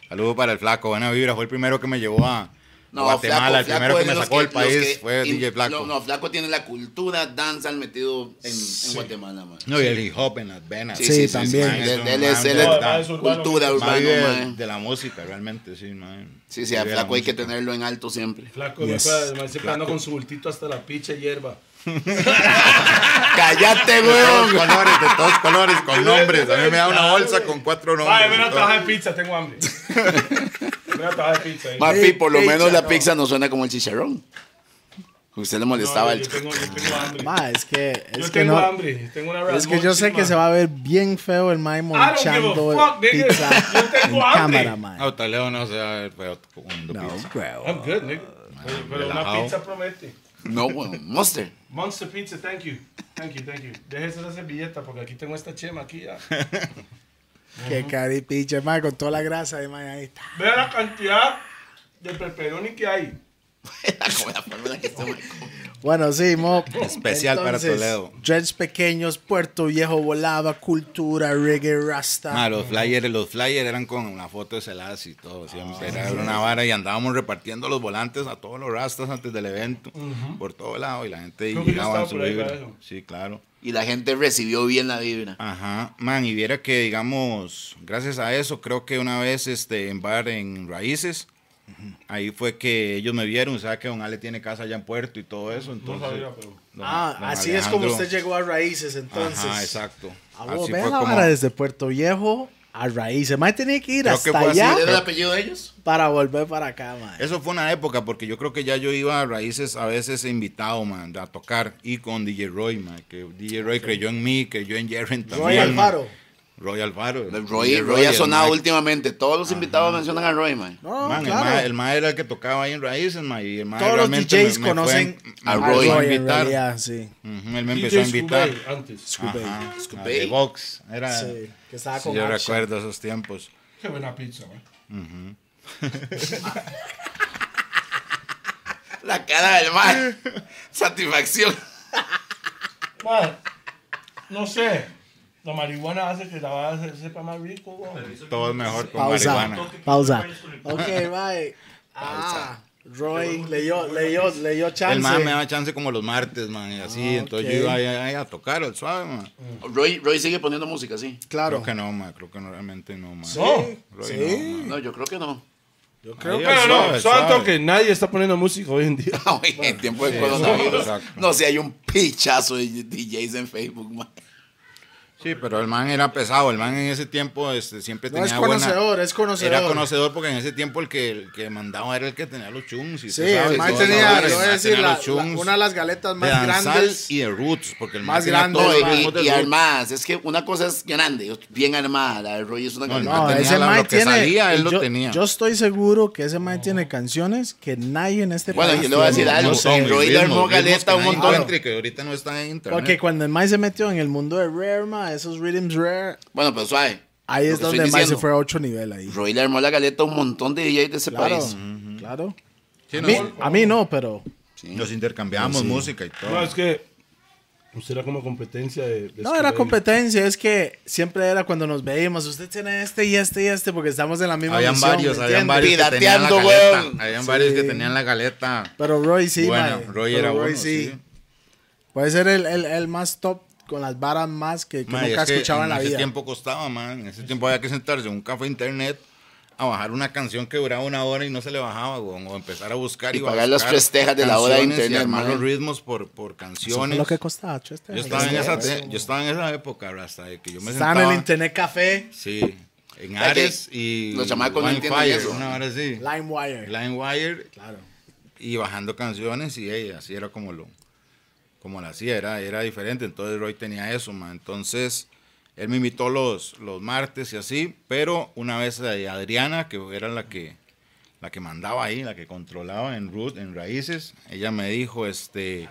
D: Saludos para el flaco, buena vibra. Fue el primero que me llevó a
B: No,
D: Guatemala,
B: Flaco,
D: el
B: Flaco
D: primero que
B: es
D: me
B: los
D: sacó del
B: los
D: país
B: que
D: fue
B: in-
D: DJ Flaco.
B: No, no, Flaco tiene la cultura danza metido en, en Guatemala, mae.
D: No, y el hip hop en las venas.
A: Sí, también.
D: man, es
B: Él,
D: un
B: él es, él
D: man de
B: es
D: verdad.
C: es urbano,
B: cultura
D: Man
B: urbana,
D: vive
B: mae.
D: de la música, realmente, sí, man.
B: Sí, sí, a
D: Vive de la
B: Flaco hay que
D: música.
B: tenerlo en alto siempre. [laughs]
C: Flaco, me
A: Yes.
C: acuerdo, me hace plano con su bultito hasta la picha hierba.
B: ¡Cállate,
D: De todos
B: weón!
D: colores, de todos colores, con nombres. A mí me da una bolsa con cuatro
C: Ay,
D: nombres.
C: ven a
D: y todo.
C: trabajar pizza, tengo hambre.
A: [laughs]
C: ven a trabajar pizza. eh. ahí.
B: Papi, por lo
A: Ey,
B: menos
A: pizza,
B: la pizza no suena como el chicharrón. Usted le molestaba
C: No,
B: el
C: yo, tengo, yo tengo hambre.
A: Ma, es que, es
C: yo
A: que
C: tengo
A: no-
C: hambre. Tengo una
A: Es que yo sé que se va a ver bien feo el Mae
C: a
A: monchando
C: fuck, nigga.
A: pizza
C: Yo tengo
A: en
C: hambre. Ah,
A: cámara, Mae.
D: No, Toledo no se va a ver feo comiendo
A: No,
D: pizza.
C: I'm
A: bro.
C: good, nigga. Pero- Pero una
D: relajado.
C: pizza promete.
B: No, weón, Monster.
C: Monster Pizza, thank you. Thank you, thank you. Déjese esa servilleta porque aquí tengo esta chema aquí ya.
A: Qué caripiche, Mae, con toda la grasa de Mae ahí. está.
C: Vea la cantidad de pepperoni que hay.
B: Como [laughs] la forma en la que este mae come.
A: Bueno, sí, Mo.
D: Especial para Toledo.
A: Dreads pequeños, Puerto Viejo volaba, cultura, reggae, rasta.
D: Ah, los flyers, los flyers eran con una foto de Selassie y todo, siempre
C: Ah,
D: era una vara y andábamos repartiendo los volantes a todos los rastas antes del evento, por todo lado y la gente
C: Creo que yo
D: llegaba en
C: estaba
D: su
C: por ahí
D: vibra.
C: para eso.
D: Sí, claro.
B: Y la gente recibió bien la vibra.
D: Ah. Ajá, man, y viera que, digamos, gracias a eso, creo que una vez este, en bar en Raíces, ahí fue que ellos me vieron, ¿sabes que Don Ale tiene casa allá en Puerto y todo eso?
C: No
D: Entonces,
C: sabía, pero.
D: don-
A: ah,
D: don
A: así es como
D: Alejandro-
A: usted llegó a Raíces, entonces.
D: Ajá, exacto.
A: Ah, vos,
D: Así
A: vean
D: fue
A: la
D: como-
A: vara desde Puerto Viejo a Raíces. Mae tenía que ir
D: Creo
A: hasta
D: que fue así,
A: allá
B: ¿Cuál era el
D: Creo-
B: apellido de ellos?
A: para volver para acá, Mae.
D: Eso fue una época, porque yo creo que ya yo iba a raíces a veces invitado, man, a tocar y con DJ Roy, man, que DJ Roy creyó en mí, creyó en Jerry
A: Roy
D: también. man.
A: Alfaro.
D: Roy Alfaro.
B: El
D: El
B: Pues Roy, Roy, ha
D: el
B: sonado
D: mae-
B: últimamente. Todos los invitados mencionan a Roy, mae.
A: No,
D: Man,
A: Oh, claro.
D: el, mae, el mae era el que tocaba ahí en Raíces, mae, y el mae
A: Todos los
D: realmente
A: DJs
D: me- me
A: conocen
D: fue-
B: a
D: me
A: al
B: Roy.
D: empezó a
A: en
D: invitar.
A: realidad, sí.
D: Ujú, él me empezó a invitar.
E: Scooby antes.
A: Scoopay.
D: Ajá,
B: Scoopay.
D: a The Box. Era,
A: Sí, que estaba
D: sí,
A: con
D: yo
A: Action.
D: recuerdo esos tiempos.
E: Qué buena pizza, man.
B: La cara del mae. Satisfacción.
E: Man, no sé. La marihuana hace que la vas a sepa más rico, weón.
D: Todo es mejor con
A: Pausa.
D: marihuana.
A: Pausa. Ok, bye. Ah, Roy leyó, leyó, leyó chance.
D: El mae me daba chance como los martes, man, y así.
A: Ah,
D: entonces
A: ok.
D: yo iba ahí- ahí a tocar el suave, man.
B: Roy, Roy sigue poniendo música, sí.
A: Claro.
D: Creo que no, man. Creo que no, realmente no, man.
E: No.
D: Roy,
A: Sí.
D: no, man.
B: No, yo creo que no. [laughs]
A: Yo
D: Ahí
E: Pero
D: al
E: no,
D: suave,
E: santo
D: suave.
E: que nadie está poniendo música hoy en día.
B: Hoy en tiempo de
D: sí,
B: coronavirus.
D: exacto.
B: No sé, hay un pichazo de DJs en Facebook, mae.
D: Sí, pero el man era pesado. El man en ese tiempo este, siempre
A: No
D: tenía
A: es
D: buena-
A: conocedor, es conocedor.
D: Era conocedor porque en ese tiempo el que, el que mandaba era el que tenía los chungs. y
A: Sí,
D: usted sabe,
A: el man
D: todo,
A: tenía, le voy a
D: ¿no? El man
A: decir,
D: tenía
A: la-
D: los
A: la-
D: chungs
A: una de las galetas
D: de
A: más
D: danzal
A: grandes.
D: y de roots, porque el man
A: Más
D: tenía
A: grandes,
D: todo
B: No,
D: el
B: y,
D: ritmo del
B: y
D: roots.
B: además, es que una cosa es grande, y otra- bien armada. La de Roy es una
D: No,
B: grande.
D: no, tenía la-
A: mae
D: lo que salía, él lo
A: yo,
D: tenía.
A: Yo estoy seguro que ese man tiene canciones que nadie en este
B: Bueno,
A: país.
B: yo le voy a decir
A: tiene.
D: Un
B: algo.
D: montón,
B: el Roy
D: ritmos,
B: le armó
D: ritmos
B: galeta
D: que
B: un
D: nadie
B: montón.
D: encuentra y que ahorita no está en internet.
A: Porque cuando el man se metió en el mundo de Rare, mae, esos rhythms Rare,
B: Bueno, pero suave.
A: ahí
B: Lo
A: es
B: que estoy
A: donde el man se
B: diciendo,
A: fue a otro nivel ahí.
B: Roy le armó la galeta a un montón de DJs de ese
A: Claro,
B: país.
A: claro.
D: Sí,
A: A
D: nos,
A: mí, a mí no, pero
B: Sí.
D: nos intercambiamos música y todo.
E: No, es que usted era como competencia de... de
A: No, era
E: Scooby.
A: competencia, es que siempre era cuando nos veíamos, usted tiene este y este y este, porque estamos en la misma
D: habían
A: misión, ¿me
D: varios, habían
A: entiende?
D: varios que tenían la
B: Pirateando,
D: galeta.
B: weón.
D: Habían varios que tenían la galeta.
A: Pero Roy sí,
D: Bueno,
A: mae.
D: Roy
A: Pero
D: era uno, sí.
A: Puede ser el, el- el más top con las varas más que, que
D: Mae,
A: nunca
D: es que
A: escuchaba en la
D: ese
A: vida.
D: tiempo costaba, man. En ese tiempo había que sentarse en un café internet a bajar una canción que duraba una hora y no se le bajaba, weón, o empezar a buscar y,
B: Y pagar las
D: buscar
B: festejas de la hora de
D: canciones
B: internet,
D: y armar
B: mae.
D: los ritmos por, por
A: Eso fue
D: canciones.
A: lo que costaba, yo estaba,
D: yo, estaba en esa,
A: estaba
D: yo estaba en esa época, hasta que yo me
A: en
D: sentaba.
A: el internet café,
D: Sí, en
B: sea que
D: Ares y
B: los chamacos no entienden
D: Fire,
B: eso.
D: una hora así.
A: LimeWire.
D: LimeWire
A: Claro.
D: y bajando canciones y ey, así era como lo como lo hacía, era, era diferente. Entonces Roy tenía eso, man. Entonces él me invitó los, los martes y así, pero una vez eh, Adriana, que era la que la que mandaba ahí, la que controlaba en Root, en Raíces, ella me dijo, este,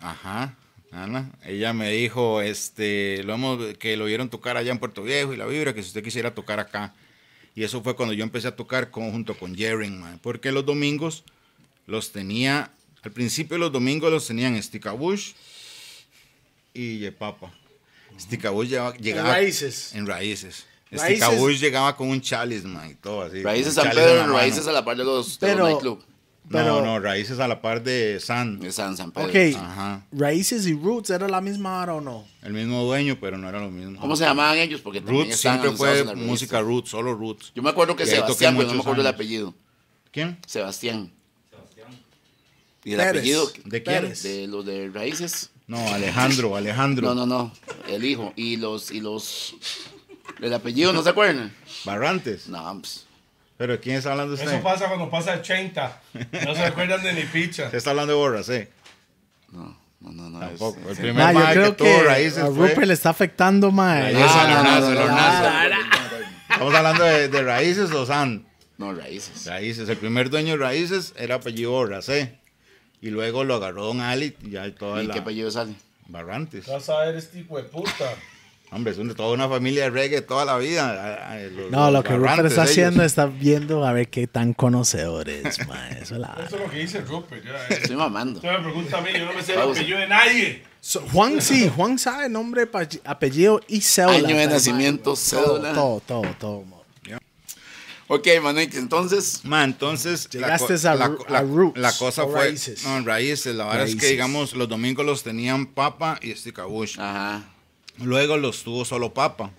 D: ajá, Ana, ella me dijo, este, lo hemos, que lo vieron tocar allá en Puerto Viejo y la vibra, que si usted quisiera tocar acá. Y eso fue cuando yo empecé a tocar con- junto con Jeren, man, porque los domingos los tenía, al principio los domingos los tenían Sticabush y Yepapa. Sticabush llegaba, llegaba-
A: Raíces.
D: En raíces.
A: Raíces.
D: Sticabush llegaba con un chalice, man, y todo así.
B: Raíces
D: con
B: San
D: un chalice en la
B: Pedro,
D: mano.
B: raíces a la par de los, de los
A: Pero-
B: nightclub.
A: Pero-
D: No, no, raíces a la par de San.
B: De San, San Pedro.
A: Ok,
D: Ajá.
A: Raíces y Roots, ¿era la misma hora o no?
D: El mismo dueño, pero no era lo mismo.
B: ¿Cómo se llamaban ellos? Porque también
D: Roots
B: estaban
D: siempre
B: anunciados
D: fue
B: en la revista.
D: música Roots, solo Roots.
B: Yo me acuerdo que
D: Y ahí toqué
B: Sebastián, pero no me
D: muchos
B: acuerdo el
D: años.
B: apellido.
D: ¿Quién?
B: Sebastián. ¿Y el
A: Pérez.
B: apellido?
D: ¿De quién?
A: Pérez.
B: De los de raíces.
D: No, Alejandro, Alejandro.
B: No, no, no. El hijo. Y los, y los. El apellido, ¿no se acuerdan?
D: Barrantes.
B: No, pues.
D: Pero ¿de quién está hablando usted?
E: Eso pasa cuando pasa 80. No se acuerdan de ni picha.
D: Usted está hablando de Borras, ¿eh?
B: No, no, no, no. es-
D: Tampoco. El
B: es-
D: primer
A: Ma, yo
D: mae
A: creo
D: que tuvo
A: que
D: raíces
A: a
D: fue...
A: Rupert le está afectando, mae.
D: Raíces,
B: Ah,
D: el
B: no,
D: hornazo,
B: no,
D: el
B: no,
D: hornazo.
B: no,
D: Estamos hablando de, de raíces o San.
B: No, raíces.
D: Raíces. El primer dueño de raíces era apellido Borras, ¿eh? Y luego lo agarró Don Ali y ya toda
B: ¿Y
D: la...
B: qué apellido sale?
D: Barrantes.
E: Vas a ver este tipo de puta.
D: Hombre, es una- toda una familia de reggae toda la vida. a- a- los-
A: No,
D: los
A: lo que Rupert
D: Barrantes,
A: está
D: ellos.
A: haciendo está viendo a ver qué tan conocedor
D: [laughs]
A: es, mae. Eso es la...
E: Eso es lo que dice Rupert. ya, eh.
B: Estoy mamando.
E: Usted me pregunta a mí, yo no me sé el
B: Pausa.
E: apellido de nadie.
A: So, Juan sí, Juan sabe nombre, pa- apellido y cédula.
B: Año de
A: Está
B: nacimiento,
A: mal, güey.
B: cédula.
A: Todo, todo, todo. todo, mo.
B: Ok, Manuel, entonces.
D: Ma, entonces.
A: Llegaste
D: la, co-
A: a
D: la,
A: Ru-
D: la-
A: a Roots,
D: la cosa
A: o
D: fue.
A: Raíces.
D: No, raíces. La verdad es que,
A: Raíces.
D: digamos, los domingos los tenían Papa y Sticabush.
B: Ajá.
D: Luego los tuvo solo Papa.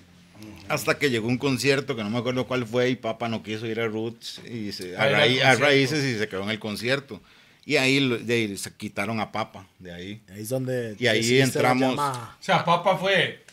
D: Hasta que llegó un concierto que no me acuerdo cuál fue y Papa no quiso ir a Roots y se- a,
E: Ah, era el
D: Raí- a
E: concierto.
D: Raíces y se quedó en el concierto. Y ahí, lo- de ahí se quitaron a Papa de ahí.
A: Ahí es donde
D: Y ahí
A: decidiste la
D: entramos.
A: llamada.
E: O sea, Papa fue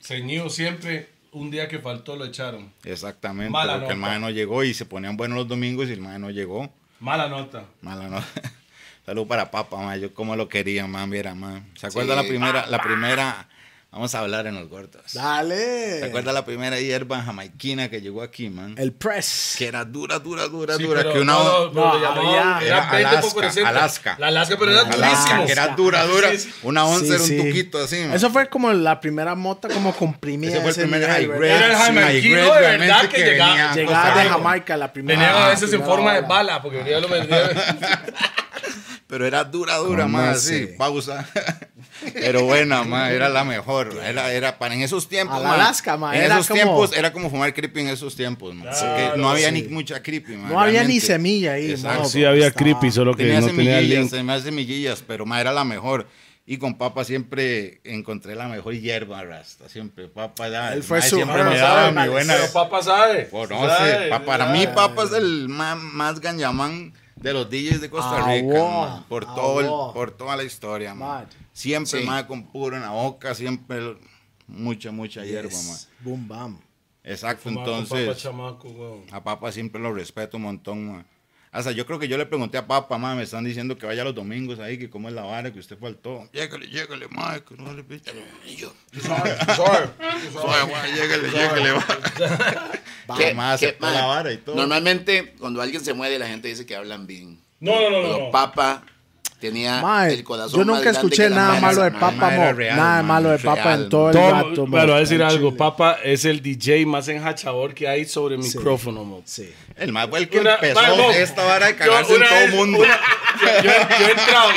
E: ceñido siempre. Un día que faltó lo echaron.
D: Exactamente.
E: Mala
D: porque el
E: nota.
D: mae no llegó y se ponían buenos los domingos y el mae no llegó.
E: Mala nota.
D: Mala no. [laughs] Salud para Papa, ma. Yo como lo quería, man. Viera, man. ¿Se acuerda la primera, la primera, Vamos a hablar en los gordos.
A: Dale.
D: ¿Te acuerdas la primera hierba jamaiquina que llegó aquí, man?
A: El press.
D: Que era dura, dura, dura,
E: Sí,
D: dura.
E: pero
D: que una.
E: no, no,
A: No,
E: lo llamaban-
A: había-
D: era
E: era 20 por
D: Alaska,
E: 60.
D: Alaska.
E: La Alaska, pero era
D: Alaska,
E: durísimo.
D: que era dura, dura.
E: Sí, sí.
D: Una once
A: Sí,
D: era un
A: sí.
D: tuquito así. man.
A: Eso fue como la primera mota como comprimida.
D: Ese fue el
A: ese
D: primer
A: nivel,
D: high
A: ¿verdad?
D: grade. Ah, pues,
E: Era el
D: sí,
E: Jamaiquino
D: high
E: de
D: grade,
E: verdad
D: realmente,
E: que llegaba-
D: venía a
A: Llegaba
D: Costa
A: de
D: Rica.
A: Jamaica la primera.
E: Venían a
A: la
E: veces en
A: primera
E: forma de
A: ola.
E: bala, porque venía lo vendía.
D: Pero era dura, dura,
A: Con
D: más
A: ese.
D: así, pausa. [laughs] Pero buena, ma, era la mejor. Era, era para en esos tiempos,
A: A la
D: ma,
A: Alaska, ma,
D: En
A: era
D: esos
A: como-
D: tiempos era como fumar creepy en esos tiempos, ma, porque no había ni mucha creepy, ma,
A: No había ni
D: realmente.
A: semilla ahí.
D: Exacto.
A: no,
C: [laughs] Sí, había
A: estaba-
C: creepy, solo que
D: Tenía
C: no tenía el
D: semillillas,
C: link.
D: se me hace semillillas, pero ma, era la mejor. Y con papa siempre encontré la mejor hierba, Rasta. Siempre, papa, ya,
A: Él
D: el
A: fue
D: ma,
A: su-
D: siempre
A: Pero
D: me
A: sabe,
D: daba mi
A: vale,
D: buena.
E: Pero papá sabe.
D: Conoce,
E: Sabe,
D: Pues, pa- para
E: sabe.
D: mí Papa es el ma- más ganjamán de los DJs de Costa
A: Ah,
D: Rica,
A: wow.
D: man, por,
A: Ah,
D: todo el-
A: wow.
D: por toda la historia. man.
A: Mad.
D: Siempre
B: Sí.
D: más con puro en la boca, siempre el- mucha, mucha hierba. man.
A: Yes. Boom, bam.
D: Exacto,
E: Chamaco, papá,
D: entonces
E: chamaco, weón.
D: a Papa siempre lo respeto un montón. man. Hasta yo creo que yo le pregunté a Papa, ma, me están diciendo que vaya los domingos ahí, que cómo es la vara, que usted faltó. Llegale, llegale, ma, que no le pita. Y yo,
E: Sorry.
D: "Suave, ma, llegale, llegale, ma".
B: ¿Qué-
D: Ma,
B: qué-
D: aceptó
B: ma,
D: la vara y todo.
B: Normalmente, cuando alguien se muere, la gente dice que hablan bien.
E: No, no, no, no,
B: Pero
E: no.
B: Papa
D: Ah,
B: tenía
A: Mae,
B: el corazón
A: yo
B: más
A: nunca
B: grande
A: escuché
B: que la
A: nada
B: mano,
A: malo de
B: mae.
A: Papa
D: ma, era
A: Mo.
D: real,
A: Nada de
D: man,
A: malo de Papa
D: real,
A: en todo el
C: Todo-
A: rato. mo,
C: bueno, voy a decir
A: en
C: algo.
A: Chile.
C: Papa es el DJ más enjachador que hay sobre el micrófono, mo.
A: Sí.
D: El más fue el que
E: Una-
D: empezó
E: mae, no.
D: esta vara de
E: Yo
D: cagarse en
E: una
D: todo el
E: vez-
D: mundo.
E: una- yo, yo, yo he entrado,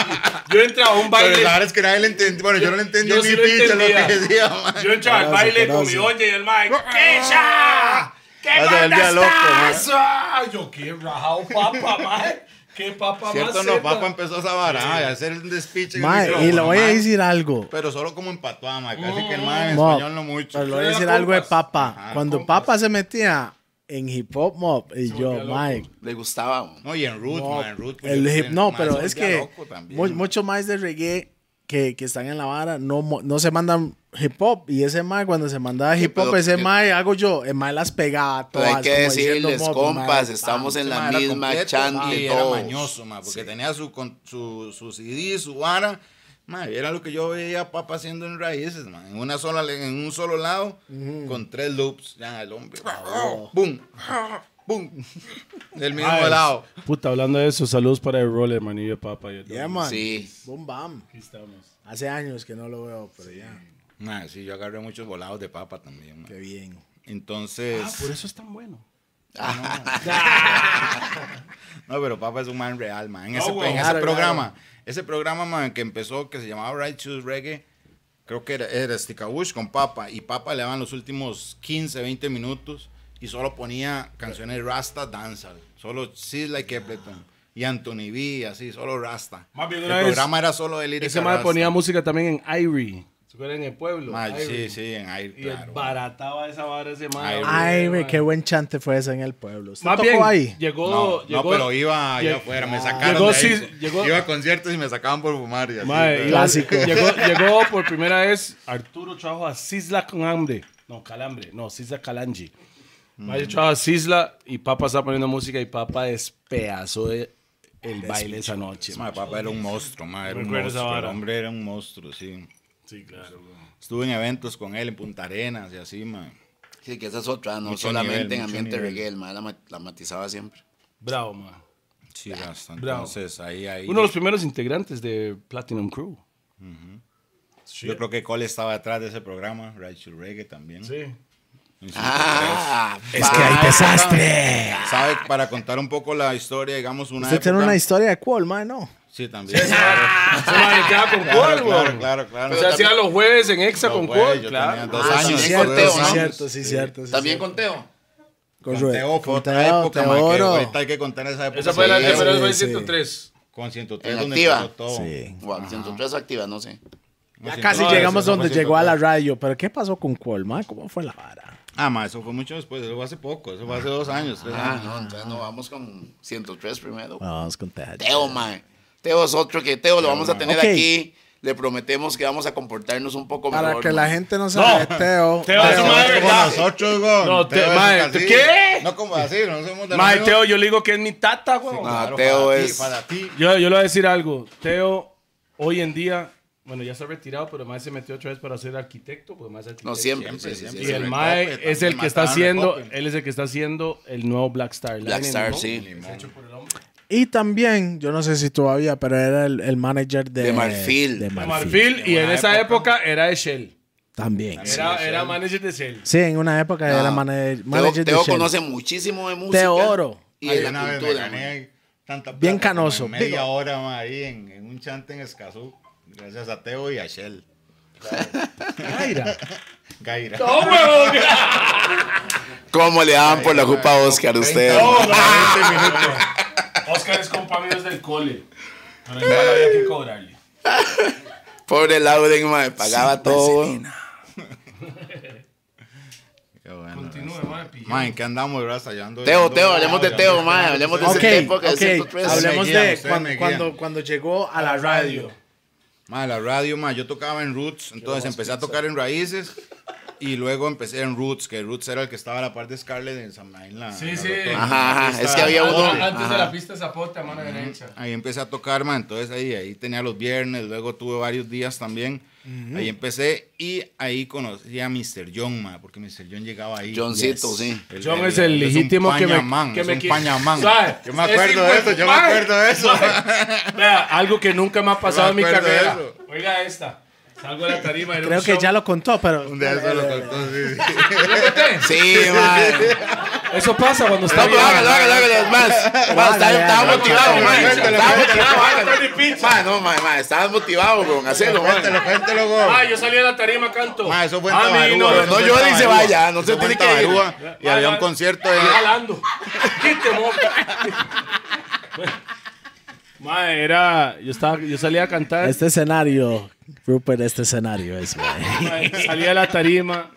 E: yo he entrado a un
D: Pero
E: baile.
D: la verdad es que nadie le entendió. Bueno, yo, no le entendí
E: yo
D: ni
E: sí lo
D: picha lo
E: entendía.
D: que decía, man.
E: Yo he entrado al
A: Conoce,
E: baile con
A: conoce.
E: mi doña y el Mike. ¡Qué ya! ¡Qué
D: Ah, se
E: banda
D: volvía loco, man.
E: estás! Ah, Yo, qué rajado papa, Mike. ¡Qué papa
D: ¿Cierto o
E: más
D: no?
E: sepa.
D: Papa empezó esa vara, ay, a hacer el despiche. en el
A: Mae, y le
D: micrófono,
A: voy a
D: mae.
A: decir algo.
D: Pero solo como empatuá, man. Casi que el man en
A: Mo,
D: español no mucho.
A: Pero le
D: Pero,
A: voy a
E: Era
A: decir
E: compas.
A: algo de Papa.
D: Ajá,
A: Cuando
E: compas.
A: Papa se metía en hip hop mob, y yo,
E: volvía loco.
A: Mike.
B: Le gustaba. mo.
D: no, y en Root,
A: No,
D: man. En Root. pues,
A: el
D: yo
A: hip-
D: decía,
A: no,
D: man,
A: pero
D: se
A: es
D: volvía
A: que
D: loco también.
A: mu- mucho más de reggae que, que están en la vara no, mo- no se mandan hip hop. Y ese mae, cuando se mandaba hip hop,
B: pero-
A: ese
B: que-
A: mae, hago yo, el mae las pegaba
B: Pero
A: todas.
B: hay que
A: como
B: decirles,
A: diciendo, "Mob", el mae,
B: compas,
A: pam.
B: estamos en
D: Ese
B: la
D: man era
B: misma
D: completo, man,
B: chante
D: y
B: y
D: era
B: todo.
D: mañoso, man, porque tenía su, con- su, su CD, su vara. Man, era lo que yo veía a Papa haciendo en raíces, man. En, una sola, en un solo lado, con tres loops. Ya, el hombre.
C: Ah, oh.
D: ¡Bum! ¡Bum!
B: [laughs]
D: Del mismo
C: Ay,
D: lado.
C: Puta, hablando de eso, saludos para el roller, manillo de papa. Yo
A: Yeah,
C: también.
A: man.
B: Sí.
A: Boom, bam.
C: Aquí estamos.
A: Hace años que no lo veo, pero ya.
D: Ah, sí, yo agarré muchos volados de papa también. man.
A: Qué bien.
D: Entonces,
C: Ah, por eso es tan bueno.
D: no, pero papa es un man real, man. En
E: No,
D: ese,
E: güey.
D: en ese
A: Claro,
D: programa, ese programa, man, que empezó, que se llamaba Righteous Reggae, creo que era, era Stickabush con papa, y papa le daban los últimos 15, 20 minutos, y solo ponía canciones Rasta, Danzal, solo Sisla y Kepleton, y Anthony B, así, solo Rasta.
E: Más bien
D: El
E: una vez,
D: programa era solo de lírica
C: Ese man
D: Rasta.
C: ponía música también en Irie.
E: Se fuera en el pueblo.
D: Man,
E: Ivory.
D: sí, sí, en aire,
E: Y
D: claro.
E: el barataba esa vara ese man.
D: Ivory.
A: Ay,
E: man.
A: güey, qué buen chante fue ese en el pueblo. ¿Usted
C: Más
A: tocó
C: bien,
A: ahí?
C: llegó,
D: No, no,
C: llegó.
D: pero iba allá
C: lleg- Ah.
D: afuera, me sacaron
C: Llegó,
D: de ahí.
C: sí, llegó-
D: Iba a conciertos y me sacaban por fumar y así.
C: Mae,
D: pero-
C: iba-
A: Clásico.
C: llegó,
A: [laughs]
C: llegó por primera vez Arturo trajo a Sisla con hambre. No, calambre. No, Sisla Calangi.
D: Mm.
C: Mae, yo trajo a Sisla y papá está poniendo música y papá despedazó de- el baile esa noche.
D: Mae, papá era un monstruo, mae, era un
C: Recuerdo esa
D: monstruo. El
C: vara.
D: hombre era un monstruo, sí.
C: Sí, claro.
D: Estuve en eventos con él en Punta Arenas y así, mae.
B: Sí, que esa es otra, no
D: Mucho
B: solamente
D: nivel,
B: en
D: mucho
B: ambiente
D: nivel.
B: reggae, el mae la, ma- la matizaba siempre.
C: Bravo, man.
D: Sí, hasta
C: Bravo.
D: entonces ahí, ahí.
C: Uno de los primeros integrantes de Platinum Crew.
D: Yo creo que Cole estaba atrás de ese programa, Righteous Reggae también.
C: Sí.
D: En
B: Ah,
A: Es que hay desastre.
D: 53. ¿Sabe? Para contar un poco la historia, digamos, una
B: pues,
A: Usted tiene
D: época-
A: una historia de cuál, man, no.
D: Sí, también.
C: Ese man le quedaba
D: [laughs]
C: con
D: Claro,
C: Cole,
D: claro,
C: weón.
D: claro, claro.
C: O sea, hacía los jueves en Exa
D: Los
C: con
D: jueves,
C: Cole.
D: yo tenía
C: Claro.
D: dos
B: Ah,
D: años.
B: sí,
D: con
A: cierto,
B: Teo,
A: sí,
B: ¿no?
A: cierto, sí, cierto. sí,
B: También
A: cierto.
B: con Teo.
A: Con
D: Con
A: Rue-
D: Teo, fue
A: con
D: otra
A: Teo,
D: época, man, que
A: Teodoro.
D: ahorita hay que contar esa época.
C: Esa fue la
D: Sí,
C: de
A: sí,
C: Federal
A: sí.
C: 103.
D: Con 103
B: En
D: donde
B: activa.
D: empezó todo.
A: Sí.
B: O a 103 activa, no sé.
D: No,
A: Ya
D: 103,
A: casi
C: no,
A: llegamos
D: eso no fue
A: donde llegó a la
D: 103.
A: radio. Pero ¿qué pasó con Colma? ¿Cómo fue la vara?
D: Ah, ma, eso fue mucho después, eso fue hace poco, eso fue hace dos años, tres
B: Ah,
D: años.
B: no, entonces no vamos con 103 primero.
A: Bueno, vamos con Teo.
B: Teo, mae. Teo es otro que Teo lo vamos a tener
A: Ok.
B: aquí. Le prometemos que vamos a comportarnos un poco
A: Para
B: mejor.
A: que
B: mae.
A: la gente no sabe, [laughs] Teo.
C: Teo es madre,
D: Pero no como
C: ¿verdad?
D: nosotros, güey.
C: No, te-
D: Teo es
C: mae,
D: así.
C: ¿qué?
D: No como así, no somos de
C: Mae,
D: los
C: Teo,
D: míos.
C: yo le digo que es mi tata, weón.
B: Ah,
D: Claro,
B: Teo
D: para ti,
B: es-
D: para ti.
C: Yo, yo le voy a decir algo. Teo, hoy en día, Bueno, ya se ha retirado, pero el mae se metió otra vez para ser arquitecto, porque más arquitecto.
B: No, siempre.
D: Siempre,
B: sí, sí,
D: siempre.
C: Y
B: sí.
C: el
D: Recope
C: mae
D: también
C: es el que está
D: mataron
C: haciendo,
D: Recope.
C: él es el que está haciendo el nuevo Black Star Line.
B: Black Star,
C: ¿no?
B: sí.
A: Y también, yo no sé si todavía, pero era el, el manager de,
B: De Marfil.
A: de
C: De
A: Marfil.
C: Marfil, y en esa época era de Shell.
A: También. sí.
C: Era, era manager de Shell.
A: Sí, en una época era
B: No.
A: manager,
B: Teo,
A: manager
B: Teo
A: de Shell.
B: conoce muchísimo de música.
A: Teo Oro.
B: Y
D: Ay,
B: de
D: una
B: la
D: vez me
B: cultura.
D: gané
B: man.
D: tanta plata,
A: Bien
D: como en
A: canoso,
D: Media
A: digo.
D: hora ma, ahí en, en un chante en Escazú. Gracias a Teo y a Shell. [laughs]
C: Gaira.
D: Gaira.
B: ¿Cómo le dan por la culpa a Oscar ustedes?
E: [laughs] Oscar es compa mío desde el cole. Pero igual había que cobrarle.
B: Pobre Lauren, me pagaba todo.
D: Qué bueno,
E: Continúe,
D: ¿verdad?
E: mae, pillado.
D: Ma, ¿en qué andamos, Rasta? Yo ando-
B: Teo,
D: ando-
B: Teo, hablemos de Teo, mae. Hablemos de
A: Ok,
B: esa época de
A: ok,
B: 103.
A: hablemos
D: Ustedes me guían,
A: de
D: ustedes
A: cuando,
D: me
A: cuando,
D: guían.
A: cuando llegó a la radio.
D: Ma, la radio, ma, yo tocaba en Roots, entonces empecé a tocar en Raíces y luego empecé en Roots, que Roots era el que estaba a la par de Scarlett en San en la-
E: Sí,
D: en la
E: sí.
D: rotonda.
B: Ajá, ajá, es que había
E: Antes-
B: uno.
E: Ah, Antes de
B: Ajá.
E: la pista Zapota, mano derecha.
D: Ahí empecé a tocar, ma, entonces ahí, ahí tenía los viernes, luego tuve varios días también. Ahí empecé y ahí conocí a Mr. John, ma, porque Mr. John llegaba ahí.
B: Johncito, sí.
D: El-
C: John es el
D: un
C: legítimo que me-
D: pañamán,
C: que
D: es
C: me
D: un
C: qui-
D: pañamán.
C: ¿Sabe?
D: Yo me
C: Ese
D: acuerdo
C: hijo
D: de
C: de
D: eso, yo me
C: madre.
D: acuerdo de eso. [laughs]
C: Vea, algo que nunca me ha pasado en mi
D: acuerdo de
C: carrera.
D: eso.
E: Oiga esta. Salgo de la tarima. era un
A: Creo que
E: show.
A: ya lo contó, pero.
D: De eso lo contó, sí, sí.
B: Sí,
D: [laughs]
B: mae.
C: [laughs] Eso pasa cuando
B: No,
C: está
B: pero
C: bien.
B: hágalo, hágalo, hágalo, más. Más,
A: Hágalo,
B: está- Estaba
A: hágalo.
B: motivado, man.
D: Cuéntalo,
B: Estaba
D: cuéntalo.
B: motivado, hágalo. Man, no, man, man, estabas motivado, bro. Hacelo, man.
D: Cuéntelo, cuéntelo, go.
E: Ah, yo salí de la tarima, canto.
C: Ah,
D: Ma, Ah, eso fue en
E: A mí
D: Tabarúa.
E: no,
D: eso
B: no
D: fue en
B: llore y se
D: Tabarúa.
B: vaya, no se
D: Eso fue en
B: tiene que ir.
D: Tabarúa, Y
E: Ma,
D: había un
E: ma.
D: concierto de...
E: Está jalando. Quite,
D: [laughs]
E: moca.
C: Mae, era, yo, estaba, yo salía a cantar,
A: Este escenario, Rupert, este escenario es, mae.
C: mae, salía a la tarima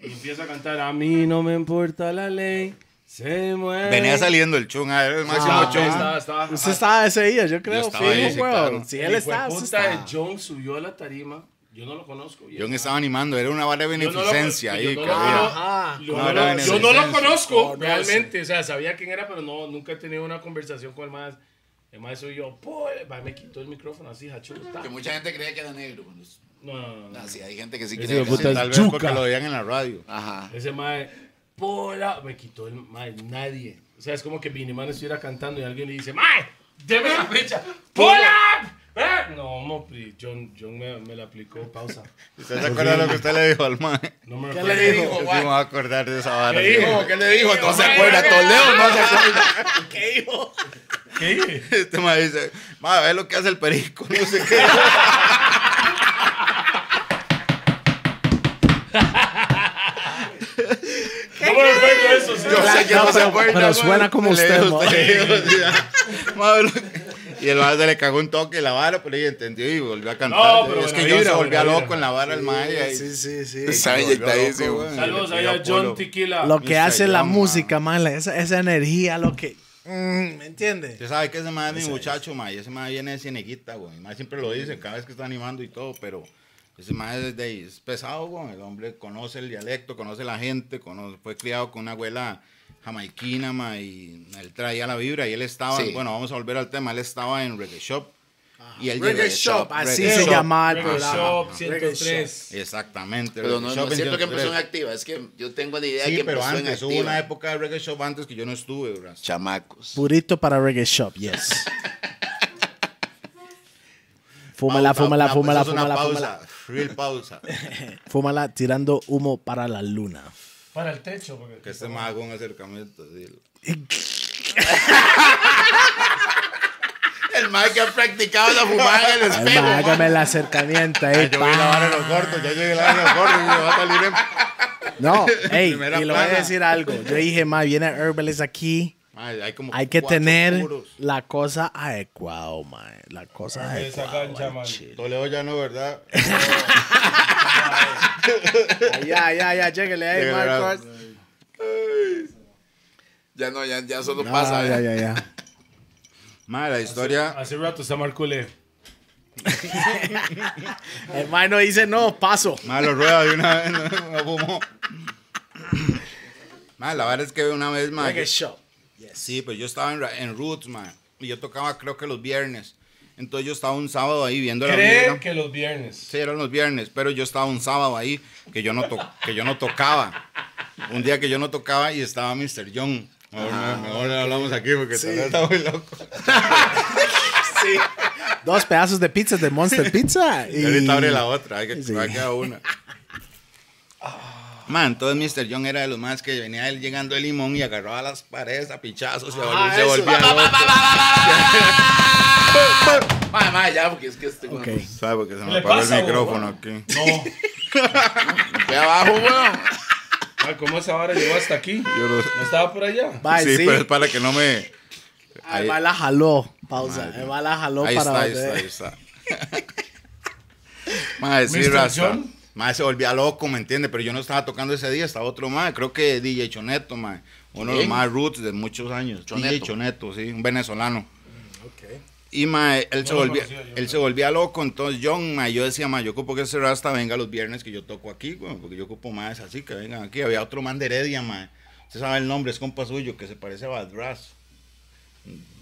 C: y empieza a cantar, a mí no me importa la ley, se mueve.
D: Venía saliendo el chun, ah, era el máximo
C: Ah,
D: chun.
C: estaba, estaba.
A: Usted estaba ese día, yo creo.
D: estaba ahí,
A: fijo,
D: sí,
A: weón.
D: claro.
A: Si
C: Y
A: él está,
C: fue
A: usted
C: puta,
A: está.
C: John subió a la tarima, yo no lo conozco. y
D: John
C: él-
D: estaba animando, era una vara de
E: Yo no lo-
D: beneficencia ahí.
E: yo no
D: que
E: lo-
D: había.
A: Ah,
C: Yo
D: No,
C: no,
D: era
C: lo, yo no lo
D: beneficencia.
C: conozco
A: Conoce.
C: realmente, o sea, sabía quién era, pero no, nunca he tenido una conversación con el más. El más soy yo, "Pue", va, me quitó el micrófono así, hachu, ta.
B: Que
C: No,
B: mucha gente creía que era negro. cuando-
C: no, no, no.
B: Ah, sí, hay gente que sí
C: Ese
B: cree que
C: hijo de
B: era negro.
C: puta-
D: Tal vez
C: Yuca.
D: porque lo veían en la radio.
B: Ajá.
C: Ese mae, pola, me quitó el mae, nadie. O sea, es como que Vinimán estuviera cantando y alguien le dice, mae, deme la fecha, pola. Eh, No, mo, pri, John, John me, me la aplicó, pausa.
D: ¿Usted se acuerda lo que usted le dijo al man?
C: No me
B: ¿Qué
C: recuerdo.
B: le
D: Yo
B: dijo?
D: sí me
B: guay?
D: voy a acordar de esa vara.
C: ¿Qué dijo?
B: ¿Qué le dijo? No se acuerda, Toledo no se acuerda.
C: ¿Qué?
D: Este man dice, ma, ve lo que hace el perico, [laughs] no sé qué.
E: No me recuerdo eso, sí.
B: Yo sé que no se acuerda.
A: Pero suena como
D: Le [laughs]
A: usted,
D: dijo,
A: mo.
D: le dijo, sí, ah. Ma, ve lo que- Y el man se le cagó un toque en la vara, pero ella entendió y volvió a cantar.
C: No, pero
D: es que
C: buena
D: yo se
C: vibra,
D: volvía
C: buena
D: loco en la vara el man. y ahí-
A: Sí, sí, sí.
B: Estaba
D: se volvió
B: inyectadísimo.
D: loco, güey.
C: Saludos
D: Le pidió
C: ahí a
D: Apolo.
C: John Tequila.
A: Lo que
D: Mr.
A: hace la
D: Young,
A: música, man, esa, esa energía, lo que. Mm, ¿Me entiende?
D: Usted sabe que ese man es mi muchacho, ma, y ese man viene de Cieneguita, güey. Más siempre lo dice cada vez que está animando y todo, pero ese man es, de, ahí, es pesado, güey. El hombre conoce el dialecto, conoce la gente, conoce- fue criado con una abuela jamaiquina, ma, y él traía la vibra y él estaba,
B: Sí.
D: bueno, vamos a volver al tema, él estaba en Reggae Shop. Y él
A: Reggae
D: llegó-
A: Shop, así
D: Reggae
A: se
D: Shop.
A: llamaba el
E: Reggae
A: programa.
E: Shop
A: Reggae
E: 103.
D: Exactamente.
B: Pero
D: Reggae
B: no,
D: Shop
B: no es cierto que empezó en
D: 103.
B: activa. Es que yo tengo la idea
D: Sí,
B: que
D: pero
B: empezó en
D: antes hubo una
B: activa.
D: época de Reggae Shop antes que yo no estuve, ¿verdad?
B: Chamacos.
A: Purito para Reggae Shop,
D: [laughs]
A: yes. Fúmala, fúmala,
D: Pausa,
A: fúmala,
D: eso es una
A: fúmala, fúmala.
D: pausa, Real pausa.
A: [laughs] Fúmala tirando humo para la luna.
E: Para el techo, porque.
D: Que este mago un acercamiento. sí.
B: El Mike ha practicado la fumada en el
A: Ay, ma,
B: espejo.
A: hágame el acercamiento ahí.
D: [laughs] Yo
A: pa.
D: vi la vara de los cortos, ya llegué la vara de los cortos y me va a salir en... [laughs]
A: No, hey,
D: Primera
A: y le voy a
D: plana.
A: decir algo. Yo dije, ma, viene Herbalist aquí.
D: Madre, hay, como
A: Hay que
D: cuatro
A: tener
D: puros.
A: la cosa adecuada, ma. La cosa
E: Esa
A: adecuada.
E: cancha, man.
D: Toledo ya no, ¿verdad?
A: Ya, ya, ya, lléguele ahí,
D: Lléguele,
A: Marcos.
B: Ya no, ya, ya solo
A: No,
B: pasa.
A: ya,
B: [laughs] ¿eh?
A: ya, ya.
D: Madre, la historia...
C: Ah, Hace rato está Marcule.
A: [laughs] El ma no dice no, paso.
D: Madre, lo rueda de una vez, [laughs] no, no fumó. Madre, la verdad es que pues una vez, madre...
A: Reggae Shop.
D: Sí, pero yo estaba en, Ra- en Roots, madre. Y yo tocaba creo que los viernes. Entonces yo estaba un sábado ahí viendo la
C: Cree
D: vibra.
C: que los viernes.
D: Sí, eran los viernes, pero yo estaba un sábado ahí que yo no, to- que yo no tocaba. Un día que yo no tocaba y estaba Mr. John. Mejor, mejor no hablamos aquí porque tal vez está muy loco.
A: Dos pedazos de pizza de Monster Pizza.
D: Y
A: Y
D: ahorita abre la otra, hay que
A: Sí.
D: hay que dar una. Man, entonces Mr. John era de los más que venía él llegando de limón y agarraba las paredes a pichazos y
B: Ah,
D: se
B: eso.
D: volvía
B: Pa, pa, pa,
D: loco.
B: pa, pa, pa, pa, pa. Ma, ma, ya, porque es que este
A: Ok.
B: weón,
D: ¿Sabe por qué se
C: ¿Qué
D: me
C: le
D: apagó
C: pasa,
D: el micrófono
C: huevón?
B: [laughs]
D: aquí?
C: No.
B: fue abajo,
D: [laughs]
B: weón.
G: Ah, ¿Cómo esa vara llegó hasta aquí?
D: Yo lo-
G: ¿No estaba por allá?
A: Bye,
D: sí,
A: sí. Ah,
D: pero es para que no me...
A: Ahí
D: Ahí,
A: va la jaló. Pausa. Ahí va la jaló
D: ahí
A: para
D: está, ahí
A: volver.
D: está, ahí está. [laughs] Madre, sí,
C: Mr.
D: Rasta.
C: John.
D: Madre, se volvía loco, ¿me entiende? Pero yo no estaba tocando ese día, estaba otro más. Creo que DJ Choneto, madre. Uno de los
B: ¿Quién?
D: más roots de muchos años. DJ
B: Choneto.
D: Choneto, sí, un venezolano. Y mae, él, se
C: Mm, lo
D: volvía,
C: conocía yo,
D: él se volvía loco, entonces John, mae, yo decía, mae, yo ocupo que ese rasta venga los viernes que yo toco aquí, güey, porque yo ocupo más así, que vengan aquí. Había otro man de Heredia, mae, usted sabe el nombre, es compa suyo, que se parece a Badras.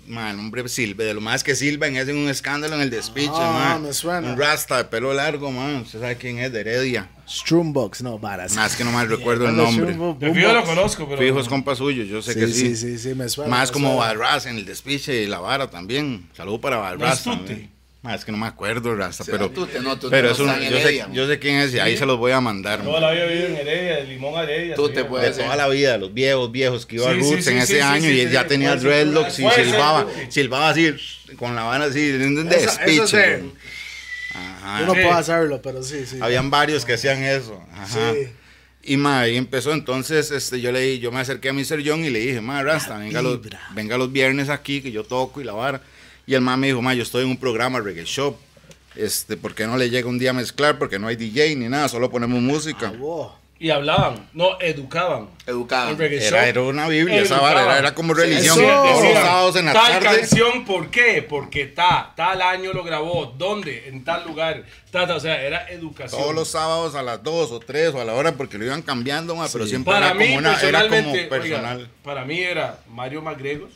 D: Mae, el hombre silva, de lo más que silban, es en un escándalo en el despiche,
A: Ah,
D: mae.
A: me suena.
D: Un rasta de pelo largo, mae, usted sabe quién es de Heredia.
A: Strumbox, no, varas.
D: Más que no me recuerdo el
A: Los
D: nombre.
A: Strumbox.
C: De fijo lo conozco, pero.
D: Fijo es compa suyo, yo sé
A: Sí,
D: que
A: sí, sí, sí, me suena.
D: más
A: me
D: como
A: suena.
D: Barras en el despiche y la vara también. Saludo para Barras.
C: No es
D: también. Ma, es que no me acuerdo, Rasta,
B: Será
D: pero,
B: Tute, no, Tute
D: pero
B: no
D: es un-
B: está en
D: yo,
B: Heredia,
D: sé,
B: man.
D: yo sé quién es y ahí se los voy a mandar.
C: Toda
D: man.
C: la vida vivido en Heredia, de Limón a Heredia.
B: Tú
C: sí,
B: te
C: ma.
B: puedes-
D: De toda la vida, los viejos, viejos que iba a
C: Sí, sí,
D: Roots
C: sí,
D: en
C: sí,
D: ese
C: sí,
D: año
C: sí,
D: y
C: sí,
D: él
C: sí,
D: ya
C: sí,
D: tenía
C: puede ser,
D: dreadlocks y
C: puede ser,
D: silbaba,
C: Tute.
D: silbaba así, con la vara así, en un
A: Eso- eso
D: despiche.
A: sé.
D: man. Ajá.
A: Yo no
C: Sí.
A: puedo hacerlo, pero sí, sí.
D: Habían varios que hacían eso. Ajá.
A: Sí.
D: Y ma, ahí empezó. Entonces, este, yo le yo me acerqué a Mr. John y le dije, ma, Rasta, venga los,
A: vibra.
D: venga los viernes aquí que yo toco y la vara. Y el ma me dijo, ma, yo estoy en un programa reggae shop. Este, ¿por qué no le llega un día a mezclar? Porque no hay DJ ni nada, solo ponemos música.
A: Ah, wow.
C: Y hablaban, no, educaban.
B: Educado.
C: El reggae
D: Ah, Era,
C: shop.
D: era una Biblia, esa
C: Educaba.
D: vara, era, era como religión.
A: eso.
D: Todos los
A: Decía,
D: sábados en la
C: tal
D: tarde.
C: canción, ¿por qué? Porque ta, tal año lo grabó, ¿dónde? En tal lugar. Ta, ta, o sea, era educación.
D: Todos los sábados a las 2 o 3 o a la hora porque lo iban cambiando, ma, pero siempre
C: para
D: era
C: mí,
D: como una, era como
C: personalmente,
D: personal.
C: oiga, para mí era Mario Magregos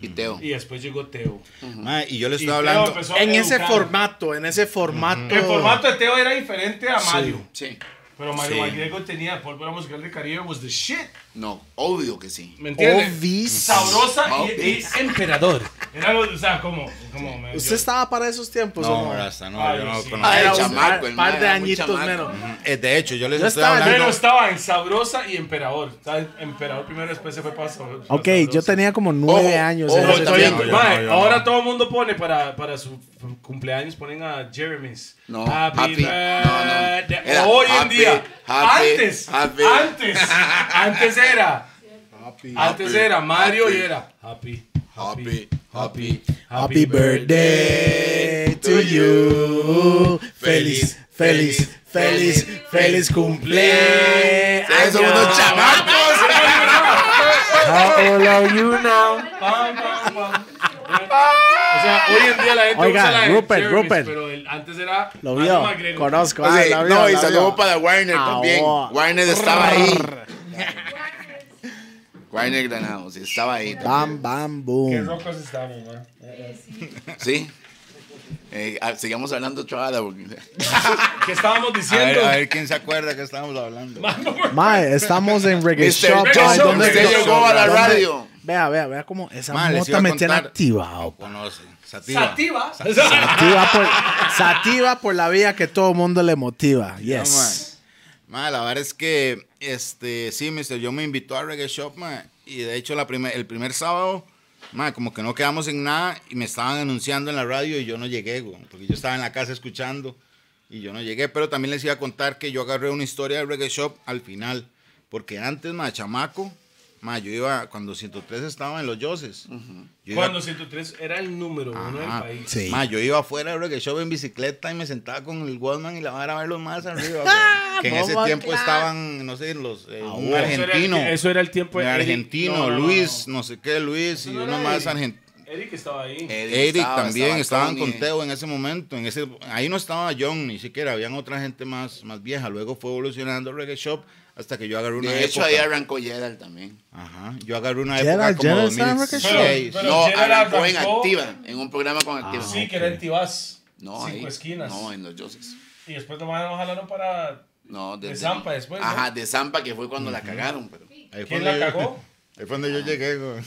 B: Y Teo.
C: y después llegó Teo.
D: Ma, y yo le
C: Y
D: estoy
C: Teo
D: hablando.
C: empezó a
A: En ese
C: educar.
A: formato, en ese formato.
C: El formato de Teo era diferente a Mario.
B: Sí.
C: Pero Mario
D: Sí.
C: Magregos tenía pólvora musical del Caribe, was the shit.
B: No, obvio que sí.
C: ¿Me entiendes?
A: Obvis.
C: Sabrosa
B: Oh,
C: y, y
B: bitch.
C: emperador. Era lo, o sea, como. como me-
A: ¿Usted
C: yo-
A: estaba para esos tiempos o
D: No,
A: no?
D: Rasta, no,
C: Ay,
D: yo no
C: sí.
D: conozco.
A: Ah, era
B: Ay,
A: un
B: chamaco,
A: par,
B: el
A: par
B: man,
A: de
B: era muy
A: añitos
B: chamaco.
A: menos.
D: Eh, de hecho, yo les
A: Yo
D: estoy
A: estaba en
D: hablando.
C: Pero estaba en Sabrosa y Emperador. Estaba en Emperador primero, después se fue para Sabrosa.
A: Ok, yo tenía como nueve
B: Ojo,
A: años.
B: ojo,
A: en
C: Ojo,
A: ese
C: estoy-
B: también.
A: tiempo.
D: yo
C: Mae,
D: no, yo
C: ahora
D: no.
C: todo el mundo pone para, para su f- cumpleaños, ponen a Jeremy's.
B: No, happy.
C: happy.
B: No, no.
C: birthday.
B: Era
C: Hoy en
B: happy,
C: día.
B: happy,
C: antes.
B: happy.
C: Antes. Antes era.
B: [laughs]
C: antes
B: happy,
C: era Mario y
B: happy.
C: era happy.
B: Happy, happy.
A: Happy birthday to you. Feliz, feliz, feliz, feliz cumpleaños.
B: Ustedes son unos chamacos.
A: How old are you now?
C: Pam, pam, pam. O sea, hoy en día la gente
A: Oiga,
C: usa la de
A: Rupert,
C: Jeremy's,
A: Rupert.
C: pero el- antes era
A: Lo
C: Mario
A: vio,
C: Magreco.
A: conozco.
B: O
A: ah,
B: sea,
A: lo vio,
B: no, y
A: lo
B: saludo
A: vio.
B: para Warner
A: Ah,
B: también.
A: oh.
B: Warner estaba
D: [laughs]
B: ahí. Warner Granados estaba ahí.
A: Bam,
B: también.
A: bam,
C: Qué
A: boom.
C: rocos estamos, man.
B: Sí. Eh, ah, sigamos hablando, chavala.
A: [laughs]
B: porque-
C: ¿Qué estábamos
D: A
C: diciendo?
D: ver, a ver quién se acuerda que estábamos hablando.
A: Mae, estamos en Reggae
B: Mr.
A: Shop.
B: Reggae
A: mae,
B: Shop,
A: ¿dónde-
B: usted
A: dónde-
B: llegó a la
A: dónde-
B: radio.
A: Vea, vea, vea cómo esa
D: Mae, les
A: mota
D: iba a
A: me tiene
D: contar.
A: activado. pues.
D: Conoce. Sativa.
C: Sativa.
A: Sativa por, sativa por la vida que todo mundo le motiva.
D: No,
A: Yes.
D: ma. Ma, la verdad es que, este, sí, mister, yo me invitó a Reggae Shop, ma, y de hecho la primer, el primer sábado, ma, como que no quedamos en nada y me estaban anunciando en la radio y yo no llegué, güey, porque yo estaba en la casa escuchando y yo no llegué, pero también les iba a contar que yo agarré una historia de Reggae Shop al final, porque antes, ma, chamaco, ma, yo iba, cuando 103 estaba en los Yoses, yo iba-
C: Cuando 103 era el número uno del
D: Ajá.
C: país.
A: Sí.
D: Ah, Ma, yo iba afuera de Reggae Shop en bicicleta y me sentaba con el Walkman y la vara a ver los más arriba. güey. que en ese
A: Vamos,
D: tiempo
A: claro.
D: estaban, no sé, los eh,
G: Ah,
D: un
G: Eso era el-
D: argentino.
G: Eso era el tiempo
D: un
G: de Eric-
D: argentino,
G: No, no, no,
D: Luis, no. sé qué, Luis, y
C: no
D: uno
C: era
D: más
C: Eric.
D: argentino.
C: Eric estaba ahí.
D: Eric
B: estaba,
D: también,
B: estaba
D: estaban
B: Tony.
D: con Teo en ese momento. En ese, ahí no estaba John ni siquiera, habían otra gente más, más vieja. Luego fue evolucionando Reggae Shop hasta que yo agarré una
B: De hecho,
D: época.
B: ahí arrancó Gerald también.
D: Ajá, yo agarré una
A: Gerald-
D: época como
A: Gerald estaba en
D: 2006.
E: Pero
B: no,
E: Gerald
B: arrancó en
E: arrancó-
B: Activa, en un programa con
A: Ah.
B: Activa.
E: Sí, que era en Tibás.
B: No,
E: cinco
B: ahí.
E: esquinas.
B: No, en los Joseph.
E: Y después lo mandaron, jalaron para.
B: No,
E: De
B: desde-
E: Zampa después, ¿no?
B: Ajá, de Zampa, que fue cuando la cagaron. Pero
D: Ahí fue
E: ¿Quién
D: donde
E: la
D: yo-
E: cagó?
D: [laughs] Ahí fue donde yo llegué. güey.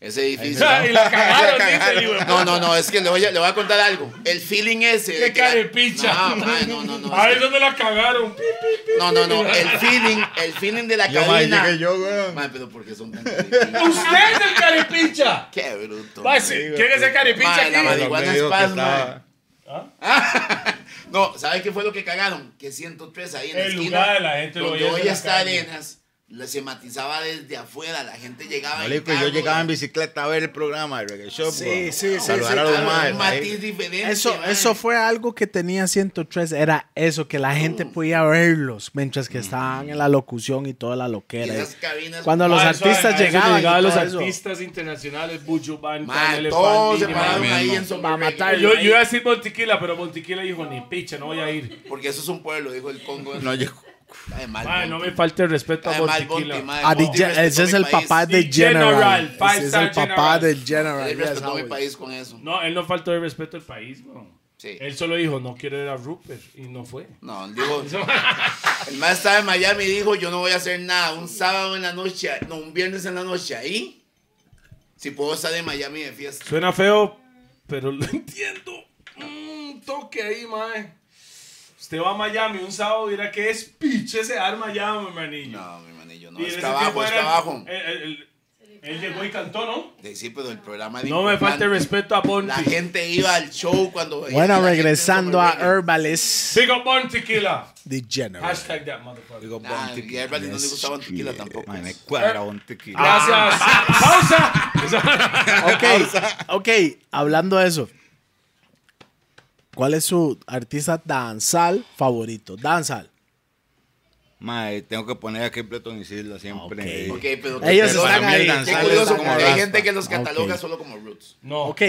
B: ese edificio.
E: y
B: [laughs]
E: la cagaron, dice el hijo de
B: No, no, no, es que le voy a, le voy a contar algo. El feeling ese. de
E: ¡Qué
B: que la-
E: carepicha!
B: No, mae, no, no, no.
E: Ahí es donde la
C: [laughs]
E: cagaron. Pi, pi, pi.
B: No, no, no. El feeling, el feeling de la
D: Yo más
B: cabina.
D: llegué yo, güey.
B: Mae, pero porque son tan carepichas?
E: [laughs] ¡Usted es el carepicha!
B: Qué bruto.
E: Va,
B: mae.
E: sí, ¿Quién es el carepicha
B: Mae, la
E: aquí?
B: madre.
D: Los
B: marihuana es
D: medios que
B: paz,
D: estaba-
B: mae. [laughs] No, ¿sabes qué fue lo que cagaron? Que 103 ahí en la
E: El
B: esquina.
E: lugar de la gente lo
B: donde
E: veía
B: hoy
E: en la
B: está
E: calle.
B: Arenas. la- Se matizaba desde afuera, la gente llegaba. en
D: Marico, yo
B: carro,
D: llegaba en bicicleta a ver el programa de Reggae Shop.
A: Sí,
D: güey.
A: sí, sí,
D: Saludar
A: sí,
D: a los eh.
B: Claro,
D: maes,
B: un
D: ahí.
B: matiz diferente.
A: Eso,
B: mae.
A: eso fue algo que tenía 103, era eso, que la gente podía verlos mientras que estaban en la locución y toda la
B: Y
A: loquera.
D: eh.
B: esas cabinas.
A: Cuando los
E: Ah, eso, a
A: artistas
E: eso
A: llegaban,
C: Llegaban
A: y
C: los
A: todo eso.
C: artistas internacionales, Buju Banton,
B: Mae,
C: Elefant,
B: todos se
C: Diddy,
B: pararon
D: mae,
B: ahí
D: mismo.
B: en su
A: Va a matar.
C: Yo, yo iba a decir Montiquila, pero Montiquila dijo, ni picha, no voy a ir.
B: Porque eso es un pueblo, dijo el Congo.
D: No, yo-
B: Además,
C: Mae, no me falte el respeto a
B: Además, Bonti,
C: Montiquila.
B: mae,
A: Ah,
B: Bonti
A: de Gen- ese
B: respetó
A: es
B: mi
A: el
B: país.
A: papá de
C: Y
A: General.
C: General, Five
A: Ese es
C: Star
A: el papá
C: General.
A: de General.
B: Él
A: yes,
B: respetó pues, mi
A: always.
B: país con eso.
C: No, él no faltó el respeto al país, bro.
B: Sí.
C: Él solo dijo, no quiero ir a Rupert, y no fue.
B: No, él
C: [laughs]
B: dijo. el más estaba en Miami y dijo: Yo no voy a hacer nada. Un sábado en la noche, no, un viernes en la noche ahí. Si puedo estar en Miami de fiesta.
C: Suena feo, pero [laughs] lo entiendo. Un toque ahí, mae. Usted va a Miami un sábado dirá que es piche ese arma ya, mi manillo.
B: No, mi manillo, no.
C: Y en
B: Es
C: ese
B: trabajo,
C: tiempo
B: es
C: era el-
B: trabajo.
C: el- el- el- Él llegó y cantó, ¿no?
B: Sí, Sí, pero el programa era
C: No me falte
B: importante.
C: respeto a Bonti.
B: La gente iba al show cuando. veía a
A: Bueno,
B: la gente
A: regresando a
B: sobre reggae.
A: Herbalist
C: Big up Montiquila.
A: de General.
C: Hashtag that motherfucker.
D: Digo,
B: Nah,
D: Bonti-
B: y a Herbal no le gustaba tequila tampoco. Eh. Ah.
D: Mae, me cuadra Bonti Kila.
C: Gracias. ¡Pausa!
D: [laughs]
A: Ok, ok, hablando de eso. ¿Cuál es su artista danzal favorito? Danzal.
D: Mae, tengo que poner aquí Bretton y Silva siempre.
A: Ok.
B: Ok, pero.
A: Ellos
B: pero
A: están
B: para mí
A: ahí.
B: el
A: Qué
B: danzal
A: curioso
B: es
A: como
B: como que hay
A: raspa.
B: gente que los
A: Ah,
B: cataloga
A: ok.
B: solo como roots.
C: No.
A: Ok,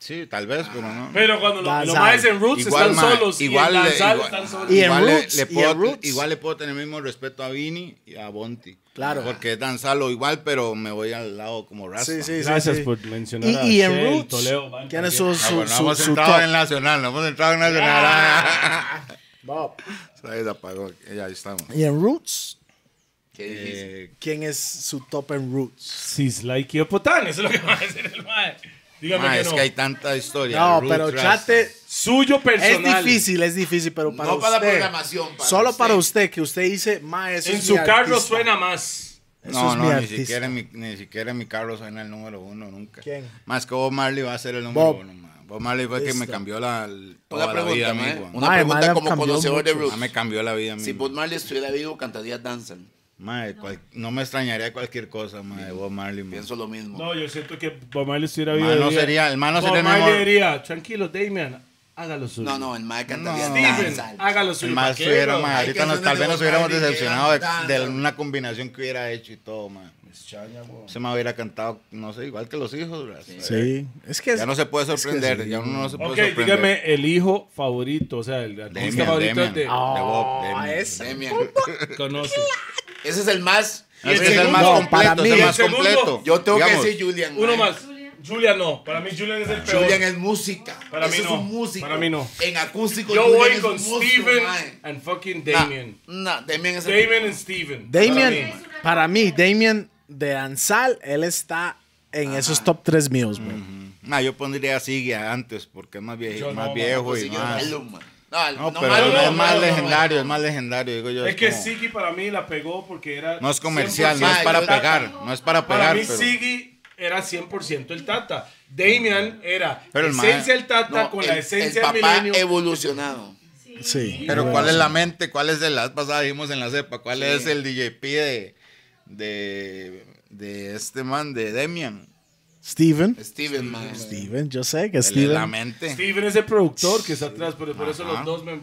D: Sí, tal vez, pero no.
C: Pero cuando lo- los
A: Danzal.
C: maes en Roots
D: Igual,
C: están
D: mae,
C: solos
D: igual,
C: y en Danzal
D: igual-
C: están solos.
A: Y en
D: igual le-
A: Roots,
D: le
A: y
D: puedo-
A: en Roots.
D: igual le puedo tener el mismo respeto a Vini y a Bonti.
A: Claro.
D: Porque es danzalo igual, pero me voy al lado como raspa.
A: sí, sí, sí.
C: Gracias
A: sí.
C: por mencionar
A: Y,
C: a
A: y en
C: Shell,
A: Roots,
C: Toledo, Banton,
A: ¿quién es
C: bien.
A: su,
D: Ah,
A: su,
D: bueno, no
A: su,
D: hemos
A: su
D: entrado
A: top? Ah.
D: en Nacional, no hemos entrado en Nacional. [laughs]
A: Bob.
D: Ahí se apagó, ya ahí estamos.
A: Y en Roots,
B: Qué difícil.
D: Eh,
A: ¿quién es su top en Roots?
C: Sislay Kiopotán, eso es lo que va a decir el mae. Dígame
D: mae,
C: que
D: es
C: no.
D: que hay tanta historia.
A: No,
D: Roots,
A: pero
D: Rasta.
A: trate.
C: Suyo
A: Es
C: personal.
A: difícil, es difícil, pero para
B: No
A: usted.
B: para programación, para
A: solo
B: usted.
A: para usted, que usted dice, ma, eso
C: En
A: es
C: su
A: mi
C: carro
A: artista".
C: suena más.
A: Eso
D: no,
A: es mi
D: no, ni
A: artista.
D: siquiera, en mi, ni siquiera en mi carro suena el número uno nunca.
A: ¿Quién?
D: Más que Bob Marley va a ser el número
A: Bob.
D: uno. mae. Bob Marley fue el que me
A: Listo.
D: cambió la, el- toda
B: Una
D: la vida,
B: pregunta, mae,
D: amigo.
B: Una
A: Mae,
B: pregunta
A: mae,
B: como
A: cambió
B: conocedor de
A: mucho.
B: roots.
D: me cambió la vida,
B: Si
D: amigo.
B: Bob Marley estuviera vivo, cantaría Danzan.
D: Mae, cual- no me extrañaría cualquier cosa, mae, de Bob Marley. mae.
B: Pienso lo mismo.
C: No, yo siento que Bob Marley estuviera
D: Mae,
C: vivo.
D: no
C: diría-
D: sería- el mae no
C: Bob
D: sería el
C: Marley
D: mismo-
C: diría, tranquilo, Damian, hágalo suyo.
B: No, no, el Mae cantaría
D: No.
B: Danzan.
C: Steven, hágalo
D: El
C: suyo.
D: mae
C: ¿Para qué,
D: estuviera,
C: bro?
D: mae,
B: Hay
D: ahorita nos,
B: canciones
D: tal
B: de
D: vez
B: Bob
D: nos hubiéramos
B: Marley que
D: decepcionado
B: eran
D: de, de
B: danza.
D: una combinación que hubiera hecho y todo, mae. Se me hubiera cantado, no sé, igual que los hijos, ¿verdad?
A: Sí, es que es-
D: Ya no se puede sorprender,
A: sí.
D: ya uno no se puede
C: Ok,
D: sorprender.
C: dígame el hijo favorito, o sea, el artista
D: Demian,
C: favorito
D: Demian,
C: de...
D: de Bob, Demian.
A: esa.
B: Demian. [laughs]
C: Conoce.
B: Ese es el más.
C: el
D: Ese es el
C: segundo?
D: más
A: No,
D: completo,
A: para
D: es
A: mí.
D: el
A: ¿Y el
D: más
C: segundo?
D: completo.
B: Yo tengo
D: digamos.
B: que decir Julian.
C: Uno
B: mae.
C: más. Julian no. Para mí Julian es el peor.
B: Julian es música.
C: Para mí
B: Ese
C: no.
B: Es un músico.
C: Para mí no.
B: En acústico.
C: Yo
B: Julian
C: voy
B: es
C: con
B: un músico,
C: Steven
B: mae.
C: and fucking
B: Nah,
C: Damien.
B: nah, Demian es el.
C: Damien and Steven.
A: Damien,
C: Para mí.
A: para mí, Damien de Ansal, él está en esos top 3 míos, bro.
C: Mm.
D: Nah, yo pondría Sigue antes, porque es más viejo,
C: Yo
D: más
C: no,
D: viejo y
B: Consiguió
D: más.
B: el Luma. No,
D: No,
B: no,
D: pero
B: malo,
D: es
B: no,
D: más
B: malo, no,
D: legendario,
B: malo.
D: es más legendario, digo yo.
C: Es que
D: como-
C: Siggy para mí la pegó porque era.
D: No es comercial, no es
B: 100%.
D: para
B: Ay, yo-
D: pegar, no es para
C: Para
D: pegar,
C: mí
D: pero
C: Siggy era 100% el Tata. Damian era
D: Pero el
C: esencia
D: mae-
C: del Tata
B: No,
C: con
B: el-
C: la esencia
B: el
C: del
B: papá
C: milenio.
B: evolucionado.
A: Sí.
D: pero ¿cuál es la mente? ¿Cuál es de las pasadas dijimos en la cepa? ¿Cuál es el DJP de, de, de este man, de Demian?
A: Steven.
B: Steven, mae.
A: Steven, yo sé que
D: El de la
A: Steven.
D: mente.
C: Steven es el productor que está atrás, pero
D: Ah,
C: por eso los dos me.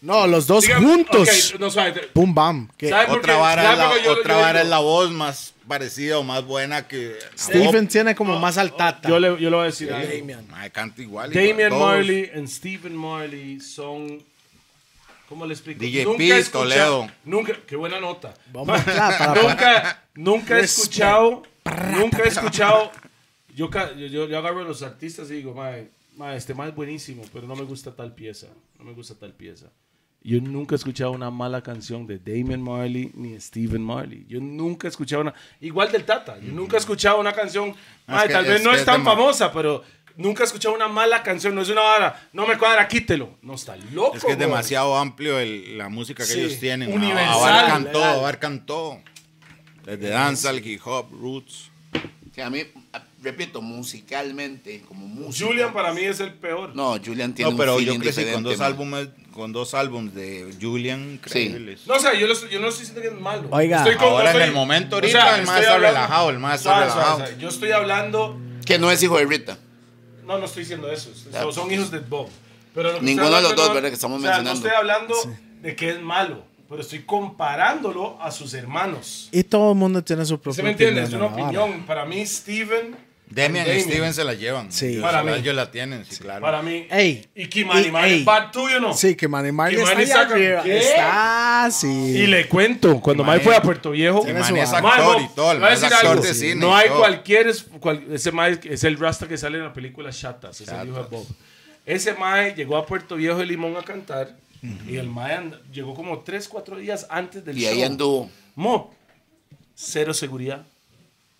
A: No, los dos
C: Diga-
A: juntos.
C: ok, no, suave, te-
A: Pum, bam. que-
C: ¿Sabe por
D: Otra
C: qué?
D: vara,
C: Ya,
D: es la,
C: porque yo-
D: otra
C: yo
D: vara
C: digo-
D: es la voz más parecida o más buena que... a
A: Steven
D: Bob.
A: tiene como más al tata.
C: Yo le, yo le voy a decir algo.
A: Damien.
D: Mae, canta igual. igual,
C: Damian
D: todos.
C: Marley and Stephen Marley son ¿Cómo le explico?
D: DJ
C: Nunca he
D: Piz,
C: escuchado-
D: Toledo.
C: Nunca, qué buena nota.
A: Vamos ya para-
C: [laughs] nunca, nunca he
A: Respeto.
C: escuchado, nunca he escuchado. Yo, ca- yo, yo- yo agarro a los artistas y digo, mae, mae, este mae es buenísimo, pero no me gusta tal pieza, no me gusta tal pieza. Yo nunca he escuchado una mala canción de Damon Marley ni Steven Marley. Yo nunca he escuchado una. Igual del Tata. Yo nunca he escuchado una canción. Mae,
D: que
C: tal vez
D: es-
C: no
D: es
C: es tan
D: de Mar-
C: famosa, pero nunca he escuchado una mala canción. No es una vara. No me cuadra, quítelo. No está loco.
D: Es que
C: weón.
D: es demasiado amplio el- la música que
C: Sí,
D: ellos tienen.
C: universal,
D: abarcan
C: legal.
D: todo, abarcan todo. Desde danza, el hip hop, roots.
B: Que a mí, a- repito, musicalmente, como músico.
C: Julian para mí es el peor.
B: No, Julian tiene
D: No, pero
B: un
D: yo
B: feeling
D: crecí con
B: diferente,
D: dos
B: man.
D: álbumes, con dos álbumes de Julian increíbles.
C: No, o sea, yo, lo- yo no estoy diciendo que es malo.
A: Oiga.
C: Estoy
D: Ahora en
C: estoy-
D: el momento ahorita, el man
C: estoy
D: está relajado, el man está
C: Suave, suave,
D: relajado.
C: suave. Yo estoy hablando.
B: Que no es hijo de Rita.
C: No, no estoy diciendo eso. Son, son hijos de Bob. Pero lo que
B: Ninguno
C: estoy
B: de los
C: hablando
B: dos,
C: no-
B: ¿verdad? Que estamos
C: o sea,
B: mencionando.
C: No estoy hablando de que es malo, pero estoy comparándolo a sus hermanos.
A: Y todo el mundo tiene su propia
C: ¿Se me entiende? Es
A: de
C: una
A: la vara.
C: opinión. Para mí, Steven.
D: Demian y
C: Damien.
D: Steven se la llevan.
A: Sí.
D: Ellos,
C: Para mí.
D: ellos la tienen, sí, claro.
C: Para mí.
A: Ey.
C: Y Kimani,
A: Y-
C: man,
A: ey.
C: ¿Bad tuyo no?
A: Sí, que Manny Miley
C: Que
A: está
C: Manny
A: ahí
C: saca-
A: arriba.
C: ¿Qué?
A: Está, sí.
C: Y le cuento, cuando
D: Mae.
C: Mae fue a Puerto Viejo,
D: Sí,
A: Tiene su
D: man es
A: vara.
D: actor
C: Mae,
D: y todo, el
C: voy a
D: man es
C: decir
D: actor
C: algo.
D: de cine.
C: No hay
D: y todo.
C: cualquier. es- cual- ese mae es el rasta que sale en la película Chatas. Es el hijo de Bob. Ese mae llegó a Puerto Viejo de Limón a cantar. Y el mae and- llegó como 3, 4 días antes del
B: Y
C: show.
B: ahí anduvo.
C: Mo, cero seguridad.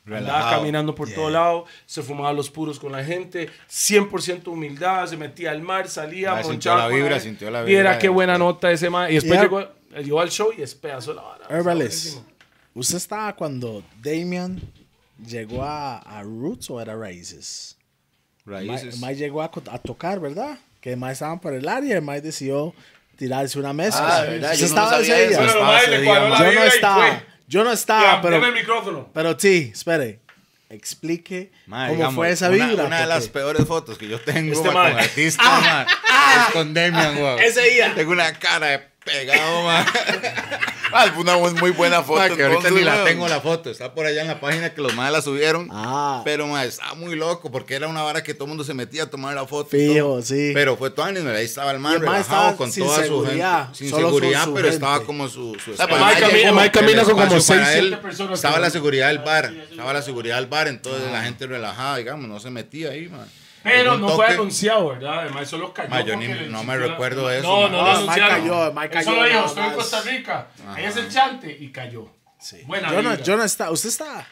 C: Andaba
D: Relajado.
C: caminando por todo lado, se fumaba los puros con la gente, 100% humildad, se metía al mar, salía,
D: Ah, sintió
C: ponchaba
D: la
C: con
D: vibra,
C: gente.
D: sintió la
C: Viera
D: vibra.
C: qué buena nota ese mae. Y después
A: Ya.
C: llegó, llegó al show y despedazó la vara.
A: Herbales, ¿usted estaba cuando Damian llegó a, a Roots o era Raíces?
D: Raíces.
A: Mike llegó a, co- a tocar, ¿verdad? Que Mike estaban por el área y Mike decidió tirarse una mezcla.
B: Ah, ¿verdad?
A: ¿Usted
B: Yo no
A: estaba
B: sabía
A: ese
B: eso.
A: día?
C: Bueno, lo mae le cuadró la
A: Yo no
C: vibra y
A: estaba.
C: fue.
A: Yo no
C: Ya,
A: estaba, pero,
C: deme el micrófono.
A: pero sí, espere. Explique
D: Ma,
A: cómo
D: digamos,
A: fue esa
D: una-
A: vibra.
D: Una, de las
A: porque-
D: peores fotos que yo tengo
C: Este
D: ma,
C: man.
D: con artista, ma, es con Demian, weón.
A: Ese día.
D: Tengo una cara de pegado, [laughs] ma.
B: Alguna bu- muy [laughs] buena foto.
D: Ma, que ahorita
B: entonces,
D: ni la
B: weón.
D: tengo la foto. Está por allá en la página que los más la subieron.
A: Ah.
D: Pero, ma, estaba muy loco porque era una vara que todo el mundo se metía a tomar la foto. y
A: Fijo,
D: todo.
A: sí.
D: Pero fue todo animal. Ahí estaba el
A: Y
D: man
A: el man
D: relajado
A: estaba
D: con
A: sin
D: toda
A: seguridad,
D: su gente. Sin
A: solo con
D: seguridad,
A: su
D: pero estaba
A: gente.
D: como su, su
B: sea, pero
D: espacio.
B: Mike camina-
D: Llegó,
C: pues, Mike camina
D: el
C: con como
D: espacio
C: seis,
D: para
C: siete
D: él.
C: personas. Ah,
D: Estaba la seguridad del bar. Estaba la seguridad del bar. Entonces la gente relajada, digamos, no se metía ahí, ma.
C: Pero
D: Algún
C: no fue
D: toque-
C: anunciado, ¿verdad? Además, solo cayó.
D: Ma, yo
C: porque
D: ni-
C: le
D: no me
C: existió la-
D: recuerdo de eso,
C: No,
D: ma.
C: no,
D: Ah,
C: no.
A: Mike cayó, Mike
C: Él
A: cayó
C: Solo dijo,
A: nada
C: estoy en
A: más.
C: Costa Rica. Ahí es el chante y cayó.
A: Sí.
C: Buena
A: yo, no,
C: vibra.
A: yo no estaba. ¿Usted estaba?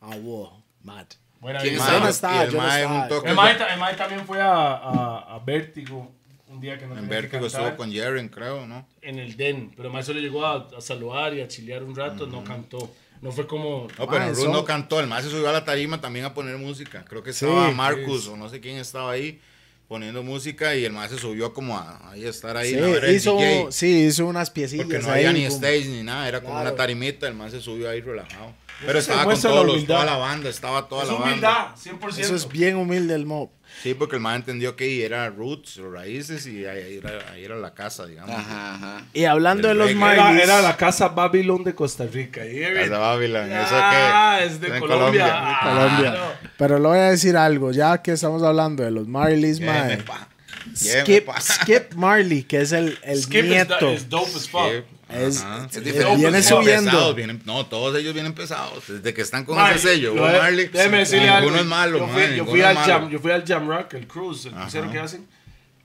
A: Ah, wow. Mad.
C: Buena
B: ¿Quién
C: vibra.
D: Ma,
A: Yo no
D: y
A: estaba,
D: el
A: yo no
D: ma en
A: estaba.
D: un toque-
C: El mae, ta- el mae también fue a, a, a Vértigo un día que no
D: En
C: tenía que
D: Vértigo
C: cantar,
D: estuvo con Jaren, creo, ¿no?
C: en el den, pero el mae solo llegó a, a saludar y a chilear un rato, no cantó. No fue como
D: No, pero
A: Ah,
D: en
A: eso.
D: Ruth no cantó. El más se subió a la tarima también a poner música. Creo que
A: Sí,
D: estaba Marcus o no sé quién estaba ahí poniendo música y el más se subió como a, ahí a estar ahí.
A: Sí,
D: la hora del
A: hizo,
D: DJ,
A: sí, hizo unas piecillas.
D: porque no
A: ahí,
D: había ni
A: boom.
D: stage ni nada. Era como
A: Claro.
D: una tarimita. El más se subió ahí relajado. Pero estaba con
C: muestra la
D: todos los,
C: humildad.
D: toda la banda. Estaba toda
C: es
D: la banda.
C: humildad, 100%.
A: Eso es bien humilde el mob.
D: Sí, porque el más entendió que era Roots o Raíces y ahí, ahí era, ahí era la casa, digamos.
B: Ajá, ajá.
A: Y hablando de
D: El
A: los
D: reggae.
A: Mileys,
C: casa Babylon de Costa Rica.
D: Casa Babylon, eso
C: Ah,
D: que-
C: es de
D: en
C: Colombia. Ah,
A: Colombia. Pero le voy a decir algo, ya que estamos hablando de los Marleys,
D: Lléveme,
A: mae.
D: pa. Lléveme,
A: Skip,
D: pa.
A: Skip Marley, que es el, el
C: Skip is,
A: nieto.
C: da- is dope as fuck.
D: Skip.
A: Es-
D: Ajá.
A: eh,
B: diferente.
A: viene
B: Vienen
D: No,
A: subiendo.
D: pesados, vienen- no, todos ellos vienen pesados. Desde que están con
C: Mae,
D: ese sello,
C: lo
D: Bob
C: de-
D: Marley,
C: déjeme decirle
D: ninguno
C: algo.
D: es malo.
C: Yo
D: mae,
C: fui, yo
D: ninguno
C: fui
D: es
C: al
D: malo.
C: jam, yo fui al Jam Rock, el cruise, el crucero que hacen.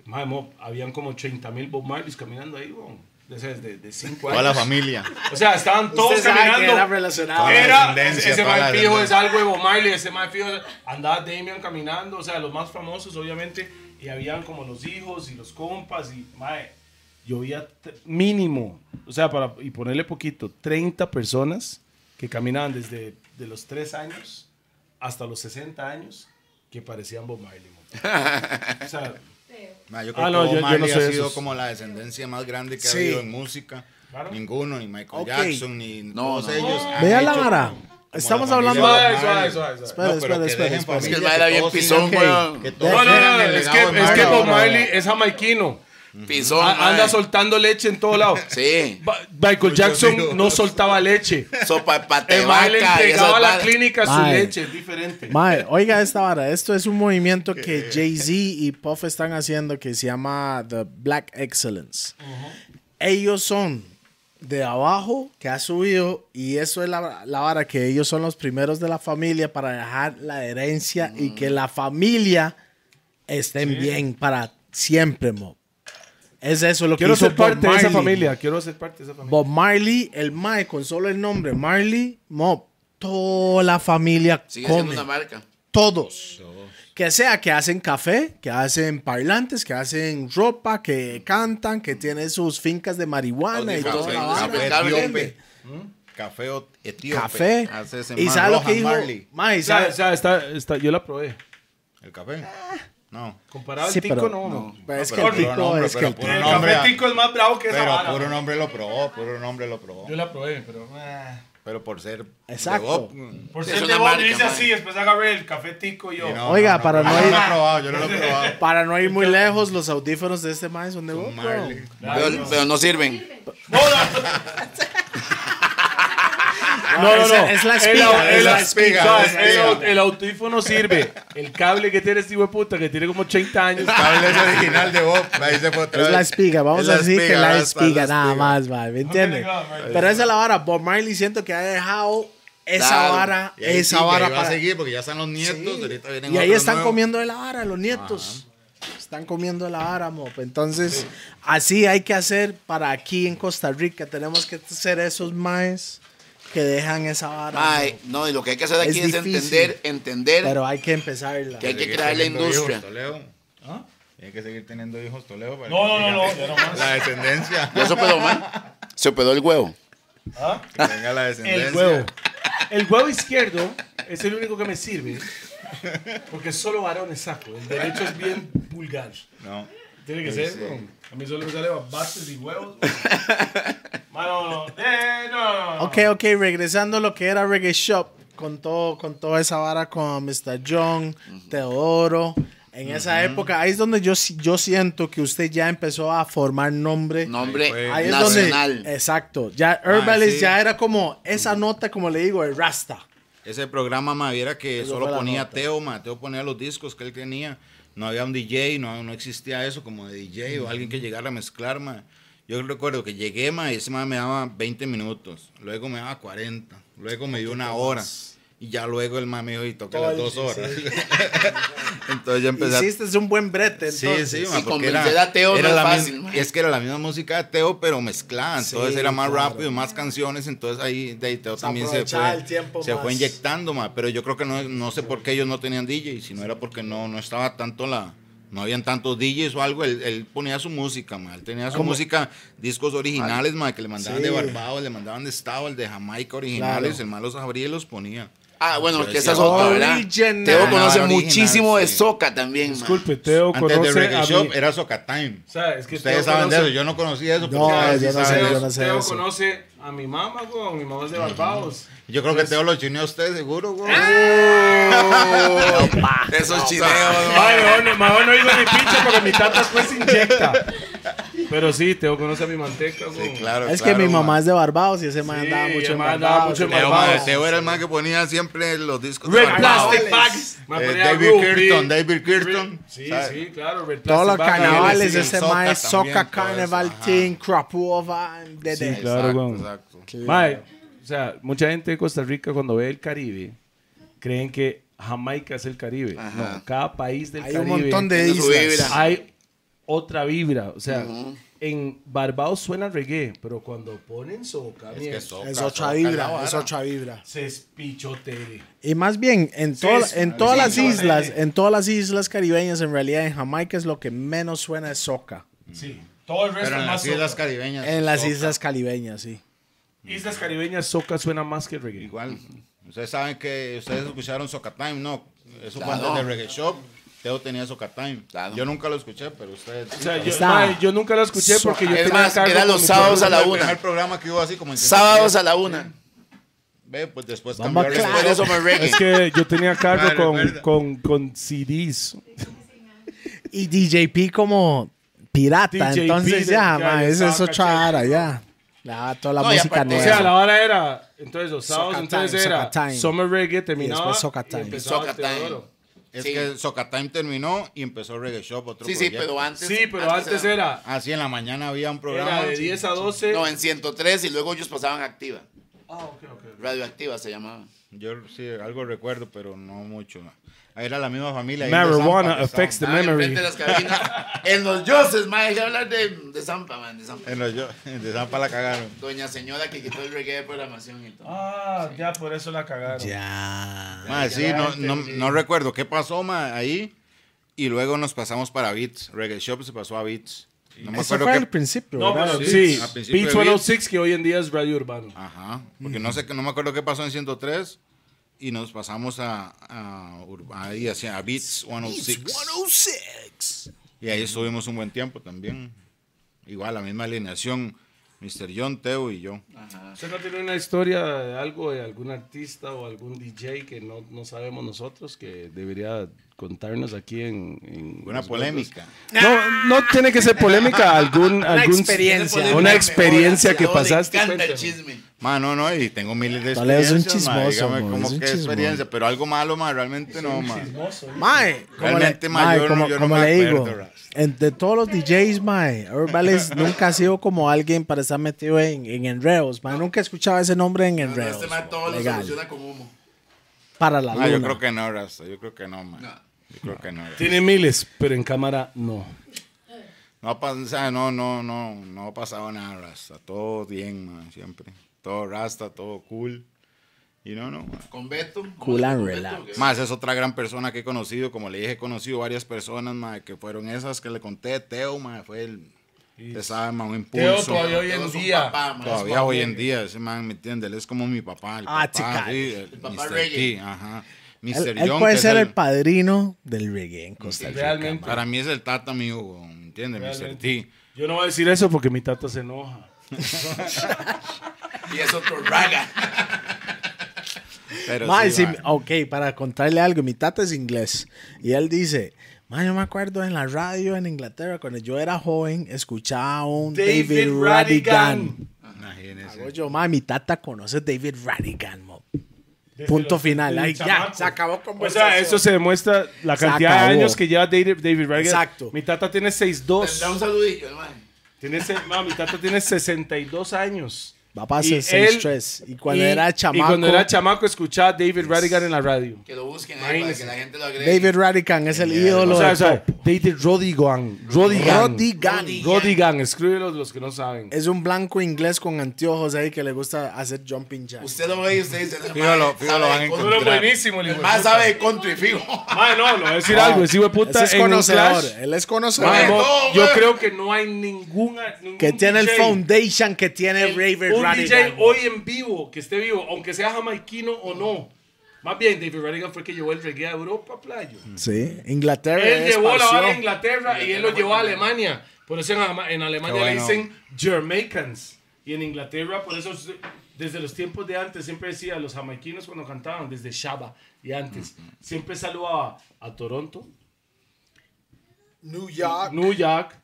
C: Mae, mo, habían como 80 mil Bob Marleys caminando ahí, weón. Desde de, de cinco
D: Toda la
C: años.
D: familia.
C: O sea, estaban todos
A: Usted sabe que
C: caminando.
A: era relacionado.
D: Toda la
C: Era,
D: descendencia,
C: ese
D: toda la
C: mal fijo es
D: descendencia.
C: algo de Bob Marley, ese mal fijo. Andaba Damian caminando, o sea, los más famosos, obviamente. Y habían como los hijos y los compas. Y, mae, yo veía t- mínimo, o sea, para, y ponerle poquito, 30 personas que caminaban desde de los 3 años hasta los 60 años que parecían Bob Marley. mo. O sea,
D: Mae, yo creo
C: Ah, no,
D: que
C: yo-
D: Bob
C: yo no
D: Marley
C: soy
D: ha
C: de
D: sido
C: esos.
D: como la descendencia más grande
A: Sí.
D: que ha habido en música.
C: Claro.
D: Ninguno, ni Michael
A: Ok.
D: Jackson, ni
B: No,
D: todos
B: no.
D: ellos. han
A: Vea la
D: hecho
A: vara.
D: como- como
A: Estamos
D: la
A: hablando.
D: familia
C: suave,
D: Bob
C: suave,
D: Marley.
C: suave, suave.
A: Espera,
D: No, pero
A: espera,
D: que
A: espera,
D: dejen
A: espera.
B: Es que
D: familia,
B: el mae era
D: que
B: bien
D: todos
B: pisón,
D: sigan-
B: weón.
D: que todos
C: No, no,
D: sigan
C: no,
D: el
C: es que,
D: legado de
C: es que
D: Marley.
C: Bob Marley es jamaiquino.
B: Mm. Pisón.
C: A- Ah, Anda
B: Oh, mae.
C: soltando leche en todo lado.
B: [laughs]
C: [laughs]
B: Sí. Pues
C: Ba- Michael
D: Dios.
C: Jackson no soltaba
B: [laughs]
C: leche.
B: Sopa de pate
C: El mae le
B: vaca. y esas
C: entregaba a la
B: varas.
C: clínica su
A: Mae.
C: leche, es diferente.
A: Mae, oiga esta vara. Esto es un movimiento que Jay-Z y Puff están haciendo que se llama The Black Excellence. ellos son de abajo que ha subido y eso es la, la vara que ellos son los primeros de la familia para dejar la herencia y que la familia estén bien para siempre, mo. Es eso lo
C: Quiero
A: que hizo
C: ser parte
A: Bob
C: de esa
A: Marley.
C: familia. Quiero ser parte de esa familia.
A: Bob Marley, el mae, con solo el nombre Marley, Mob, toda la familia
B: Sigue siendo
A: come.
B: una marca.
A: Todos. Que sea que hacen café, que hacen parlantes, que hacen ropa, que cantan, que tienen sus fincas de marihuana y
B: Audífonos,
A: toda la
B: sí,
A: vara.
B: café,
A: ¿me
B: cable,
A: entiende?
D: Café o- etíope.
A: Café.
D: Hace ese
A: ¿Y
D: man,
A: sabe lo
D: Rohan
A: que dijo?
D: Marley.
A: Mae,
C: O sea,
A: ¿sabe?
C: o sea, está, está, yo la probé.
D: El café. No.
C: Comparado
A: Sí,
C: al tico,
A: pero-
C: no.
A: Pero ah, es que el
D: No, pero puro
A: tico
D: nombre,
A: es que
D: pero
A: el
D: puro
A: tico-
C: El
D: nombre,
C: café tico es más bravo que esa
D: Pero
C: vara.
D: puro nombre lo probó, puro nombre lo probó.
E: Yo la probé, pero.
C: eh.
D: Pero por ser. de
A: Exacto.
D: Bob, mm,
E: Por
B: Es
E: ser
B: una
E: de Bob,
B: marca,
E: dice
B: man.
E: así, después agarré el cafetico y yo.
D: y
A: Oiga, para no
D: yo
A: ir-
D: lo he probado, yo no lo he probado.
A: Para no ir muy lejos, los audífonos de este mae son de Bob,
D: Marley.
A: bro.
B: Pero, pero no sirven.
A: [laughs] Ah, No, no, no. Es la espiga.
D: es
A: Es la
D: la espiga,
A: espiga.
D: es la espiga.
C: El, el autífono sirve. El cable que tiene este hijo de puta que tiene como 80 años.
D: Cable es original de Bob. Ahí se fue otra
A: Es la
D: vez.
A: espiga, vamos
D: Es
A: a decir que
D: espiga,
A: la
D: ahora está, es la
A: espiga, nada
D: espiga.
A: más, mae, ¿me entiendes?
E: God, man.
A: Pero esa es la vara. Bob Marley siento que ha dejado esa
B: Claro.
A: vara,
D: Y ahí
A: esa
D: sí que
A: vara
D: ahí va
A: para
D: a seguir porque ya están los nietos,
A: Sí.
D: ahorita vienen
A: Y ahí
D: otros
A: están
D: nuevos.
A: comiendo de la vara, los nietos. Están comiendo de la vara, mop. Entonces, así hay que hacer para aquí en Costa Rica. Tenemos que ser esos maes que dejan esa vara.
B: Ay,
A: mop.
B: no, y lo que hay que hacer
A: Es
B: aquí es,
A: difícil.
B: entender, entender.
A: Pero hay que empezarla.
B: ¿Qué? Hay que
D: Seguir
B: crear la
D: teniendo
B: industria.
D: hijos, Toledo. ¿Ah? Hay que seguir teniendo hijos, Toledo. para
E: No,
D: que
E: no,
D: siga
E: no, ya no más.
D: [laughs]
A: [laughs]
D: La descendencia.
B: Ya se operó, man. Se operó el huevo.
D: Que tenga la descendencia.
C: El huevo. El huevo izquierdo es el único que me sirve. Porque solo varones saco. El derecho es bien vulgar.
D: No.
C: Tiene que
D: Sí,
C: ser.
D: sí.
C: weón.
E: A mí solo me sale bastes y huevos. Mano, no. Eh, no, no, no.
A: Ok, ok, regresando a lo que era Reggae Shop, con, todo, con toda esa vara con Mr. John, Teodoro. En esa época, ahí es donde yo, si- yo siento que usted ya empezó a formar nombre.
B: Nombre
D: fue.
A: Ahí es
B: nacional.
A: donde. eh, Exacto. Ya Herbalist
D: Ah, sí.
A: ya era como esa nota, como le digo, el Rasta.
D: Ese programa, ma, viera que
A: Eso fue
D: solo
A: la
D: ponía
A: nota.
D: Teo, ma. Teo ponía los discos que él tenía. No había un DJ, no, no existía eso como de DJ o alguien que llegara a mezclar, ma. Yo recuerdo que llegué, ma, y ese ma me daba 20 minutos. Luego me daba 40. Luego me dio una hora. Y ya luego el ma me dijo, y toca las dos horas.
A: [laughs]
D: Entonces ya empecé a
A: Hiciste un buen brete,
D: Sí,
A: entonces.
D: sí, ma,
B: Y
D: porque
B: convencer a Teo no es
D: la
B: fácil,
D: misma-
B: ma.
D: es que era la misma música de Teo, pero mezclada. Entonces
A: Sí,
D: era más
A: claro.
D: rápido, más canciones. Entonces ahí de ahí Teo también se
A: aprovechaba
D: fue,
A: el tiempo
D: se
A: más.
D: fue inyectando, ma. Pero yo creo que no, no sé por qué ellos no tenían DJ, sino era porque no, no estaba tanto la. No habían tantos DJs o algo, él, él ponía su música, ma. Él tenía su música, discos originales, ma, que le mandaban de
A: Sí.
D: Barbados, le mandaban de Estado, el de Jamaica originales,
A: Claro.
D: el malo abría y los ponía.
B: Ah, bueno,
D: Yo
B: que esa es
D: decía,
B: otra, ¿verdad?
A: original.
B: Teo conoce
D: Ah, original,
B: muchísimo de
D: sí.
B: soca también, man.
C: Disculpe, Teo
D: Antes de
C: conoce
D: Reggae
C: a
D: Shop
C: mí.
D: era Soca Time.
C: O sea, es que
D: Ustedes
C: Teo
D: saben
C: conoce-
D: de eso, yo no conocía eso. pero
A: No,
D: ustedes
A: yo
D: sí
A: no sé,
D: saben
A: yo
D: eso.
A: no sé
C: Teo
A: eso.
C: conoce a mi mamá, weón. Mi mamá es de Barbados.
D: Yo creo que Teo lo chineó a usted, seguro, güey.
B: Esos chineos, man.
C: Ay, mejor, no- mejor no digo ni pinche porque mi tata después se inyecta. Pero sí, Teo conoce a mi manteca, weón.
D: claro,
A: Es que mi mamá es de Barbados y ese man
C: Sí,
A: andaba mucho
C: el
A: en
C: man andaba
A: Barbados.
C: mucho en
D: Teo,
C: Barbados.
D: madre, Teo era el más que ponía siempre los discos. de
C: Red
D: Barbados.
C: Plastic Bags. Me
D: Eh,
C: ponía
D: David
C: Ruby.
D: Kirton, David Kirton.
C: Sí,
D: ¿sabe?
C: sí, claro. Red
A: Todos
C: Plastic
A: los
C: Bags.
A: carnavales,
D: sí,
A: ese
D: Soca
A: mae, Soca
D: también, todo
A: Carnaval
D: eso, ajá.
A: Team, Crapova, Dede.
C: Sí,
D: Exacto,
C: Claro, güey.
D: exacto.
C: Mae, o sea, mucha gente de Costa Rica cuando ve el Caribe creen que Jamaica es el Caribe. No, cada país del
A: Hay un
C: Caribe
A: montón de
B: tiene su
A: islas.
B: vibra.
C: hay otra vibra. O sea, en Barbados suena reggae, pero cuando ponen soca,
D: Es que
C: mierda,
D: soca,
A: Ah, Es
D: soca,
A: otra
D: la
A: vibra,
D: vara.
A: es otra vibra.
C: se espichote.
A: Y más bien, en, to-
C: sí,
A: en todas las
C: sí, sí.
A: islas, en todas las islas caribeñas, en realidad en Jamaica es lo que menos suena es soca.
E: Sí. Todo el resto
D: Pero en
E: es más.
D: las islas
E: soca.
D: caribeñas.
A: En las
D: soca,
A: islas caribeñas, sí.
C: Islas caribeñas, soca suena más que reggae.
D: Igual. Ustedes saben que ustedes escucharon Soca Time, no. Eso fue antes de Reggae Shop. Teo tenía Soca Time.
B: Claro.
D: Yo nunca lo escuché, pero ustedes.
C: O sea, yo,
A: Está.
C: mae, yo nunca lo escuché porque yo
B: Es
C: tenía
B: más,
C: cargo
B: era
C: con
B: los
C: mi
B: sábados
C: carro.
B: a la
D: El
B: una.
D: primer programa que hubo así como en
B: Sábados a la una.
D: Ve, pues después
A: Vamos
D: cambió
A: a
D: Reggae
B: Después de eso me reggae.
C: Es que yo
A: [laughs]
C: tenía cargo
D: Mae,
C: con,
D: recuerda.
C: con, con CDs.
A: Y DJP como pirata,
C: DJP
A: entonces
C: de-
A: ya,
C: ya,
A: ma,
C: ya
A: esa es
C: estaba
A: otra
C: caché.
A: vara, ya. Ya, toda la
B: No, y
A: música
B: aparte,
C: O
A: nueva.
C: sea, la hora era. Entonces, los sábados,
A: Soca
C: entonces
A: time,
C: era
A: soca time.
C: Summer Reggae, terminaba.
A: después soca
C: y
A: time.
C: empezaba
B: Soca
C: Teodoro.
D: Shop. es
B: Sí.
D: que Soca Time terminó y empezó Reggae Shop, otro
B: Sí, sí,
D: proyecto.
B: pero antes.
C: Sí, pero antes
B: era-
C: era,
D: Así en la mañana había un programa.
C: era de 10 a 12.
B: No, en 103 y luego ellos pasaban activa.
C: Ah, ok, ok.
B: Radioactiva se llamaba.
D: Yo sí, algo recuerdo, pero no mucho. Era la misma familia. ahí en
C: Marijuana
D: Zampa, de
C: affects
D: Zampa.
B: Ah, enfrente de las cabinas. en los dioses, mae, que hablar de, de Zampa, man, de Zampa.
D: En los yo- [laughs] de Zampa la cagaron.
B: Doña señora que quitó el reggae de programación y todo.
C: Ah, ya por eso la cagaron.
D: Ma, sí, no, no, no recuerdo qué pasó ma, ahí. Y luego nos pasamos para Beats. Reggae Shop se pasó a Beats. No me
A: Eso
D: acuerdo
A: fue al
D: qué.
A: principio.
C: No,
A: ¿verdad?
C: pero sí,
D: al principio
C: Beach
D: de Ah. Beats.
C: 106, que hoy en día es Radio Urbano.
D: Ajá. Porque no sé qué- no me acuerdo qué pasó en 103. Y nos pasamos a, a, Ur- ahí hacia a Beats 106. Y ahí estuvimos un buen tiempo también. Igual, la misma alineación. Mr. John, Teo y yo.
C: ¿Usted no tiene una historia de algo, de algún artista o algún DJ que no, no sabemos nosotros que debería contarnos aquí en... en
D: Una
C: los
D: polémica.
C: No, no tiene que ser polémica, algún,
F: Una
C: algún-
F: experiencia.
C: Una experiencia que
B: Ahora le
C: pasaste.
B: encanta el
C: cuéntame.
B: chisme.
D: Ma, no, no, y tengo miles de
A: Tal vez es un
D: experiencias. ma,
A: chismoso,
D: dígame
A: mo,
D: cómo
A: es un
D: qué
A: chismoso.
D: experiencia, pero algo malo, ma, realmente no, ma.
A: Mae, como le,
D: Realmente, mae,
A: mae,
D: yo no-
A: como,
D: yo no
A: como
D: me
A: le digo,
D: acuerdo, Ras.
A: entre todos los DJs, mae,
D: [laughs]
A: Herbales nunca ha sido como alguien para estar metido en, en enredos, mae. Nunca escuchaba ese nombre en
B: No, no,
A: enredos.
B: Este man todo lo
A: legal.
B: soluciona con humo.
A: para la luna.
D: Ma, Ah, yo creo que no, Rasta, yo creo que no, ma.
B: No.
D: Yo creo que no. Rasta.
C: Tiene miles, pero en cámara no.
D: No ha pas- o sea, no, no, no, no ha pasado nada, Rasta. Todo bien, ma, siempre. Todo Rasta, todo cool. Y no, no, ma.
B: Con Beto.
A: Cool and
B: con Beto,
A: relax.
B: que-
D: Más, es otra gran persona que he conocido. Como le dije, he conocido varias personas, ma, que fueron esas que le conté. Teo, ma, fue el... Te sabe, ma, un
E: Teo
D: impulso.
E: todavía hoy
B: Todos
E: en
B: son
E: día.
B: papá, mae.
D: Todavía hoy en día, ese man, ¿me entiende Él es como mi papá. El
A: Ah,
D: papá,
A: chica.
D: sí, el
B: papá
D: Mr.
B: reggae.
D: T, ajá. Mr.
A: él, él
D: John,
A: puede
D: que es
A: ser
D: el-
A: el padrino del reggae en Costa Rica.
C: Realmente.
D: Para mí es el tata, mi Hugo, ¿me entiendes? Mr. T.
C: Yo no voy a decir eso porque mi tata se enoja.
B: Y es otro
D: [laughs]
B: raga.
D: Pero
A: Mae,
D: sí,
A: sí,
D: mae.
A: ok, para contarle algo, mi tata es inglés y él dice, "Mae, yo me acuerdo en la radio en Inglaterra cuando yo era joven escuchaba un David, Radigan.
D: Imagínese.
A: Hago yo, "Mae, mi tata conoce David Radigan, mo". Punto final. Ahí ya, se acabó con
C: O sea, eso se demuestra la
A: Se
C: cantidad de
A: acabó.
C: años que lleva David, David Reagan.
A: Exacto.
C: Mi tata tiene
B: Da un
C: 6'2.
B: saludillo, hermano.
C: Tiene se- no, mi tata tiene 62 años.
A: Va a pasar
C: Y él-
A: 6-3. Y cuando era
C: Y
A: chamaco,
C: cuando era chamaco escuchaba a David Radigan en la radio.
B: Que lo busquen ahí para que la gente lo agregue.
A: David Radigan es el ídolo.
C: O sea,
A: de
C: o sea,
A: pop.
C: David Rodigan. Rodigan.
A: Rodigan.
C: Rodigan. Escríbelo los que no saben.
A: Es un blanco inglés con anteojos ahí que le gusta hacer jumping jacks.
B: Usted lo ve y usted dice.
D: Fíjalo,
B: "Mae,
D: fíjalo,
B: sabe
D: van a
B: de country".
D: encontrar.
C: el
B: El más sabe de country, fijo. [laughs]
C: Mae, no, lo voy a decir algo. Ese hijo de puta
A: ah, Ese es
C: en un
A: conocedor.
C: Clash,
A: Él es
B: Mae,
C: mae,
A: conocedor.
C: mo-
B: no,
C: yo
B: mae.
C: creo que no hay ninguna. ningún
A: Que tiene el
C: DJ,
A: foundation que tiene
C: el-
A: Raver
C: Un DJ
A: Radigan.
C: hoy en vivo, que esté vivo, aunque sea jamaiquino o no. Más bien, David Radigan fue el que llevó el reggae a Europa, playo.
A: Sí, Inglaterra.
C: Él
A: es
C: llevó la vara a
A: pasión.
C: Inglaterra y él lo llevó a Alemania. Por eso en, Ama- en Alemania
D: Qué
C: le
D: bueno.
C: dicen Jamaicans. Y en Inglaterra, por eso se- desde los tiempos de antes siempre decía los jamaiquinos cuando cantaban, desde Shaba y antes, siempre saludaba a Toronto,
A: New York.
C: New York,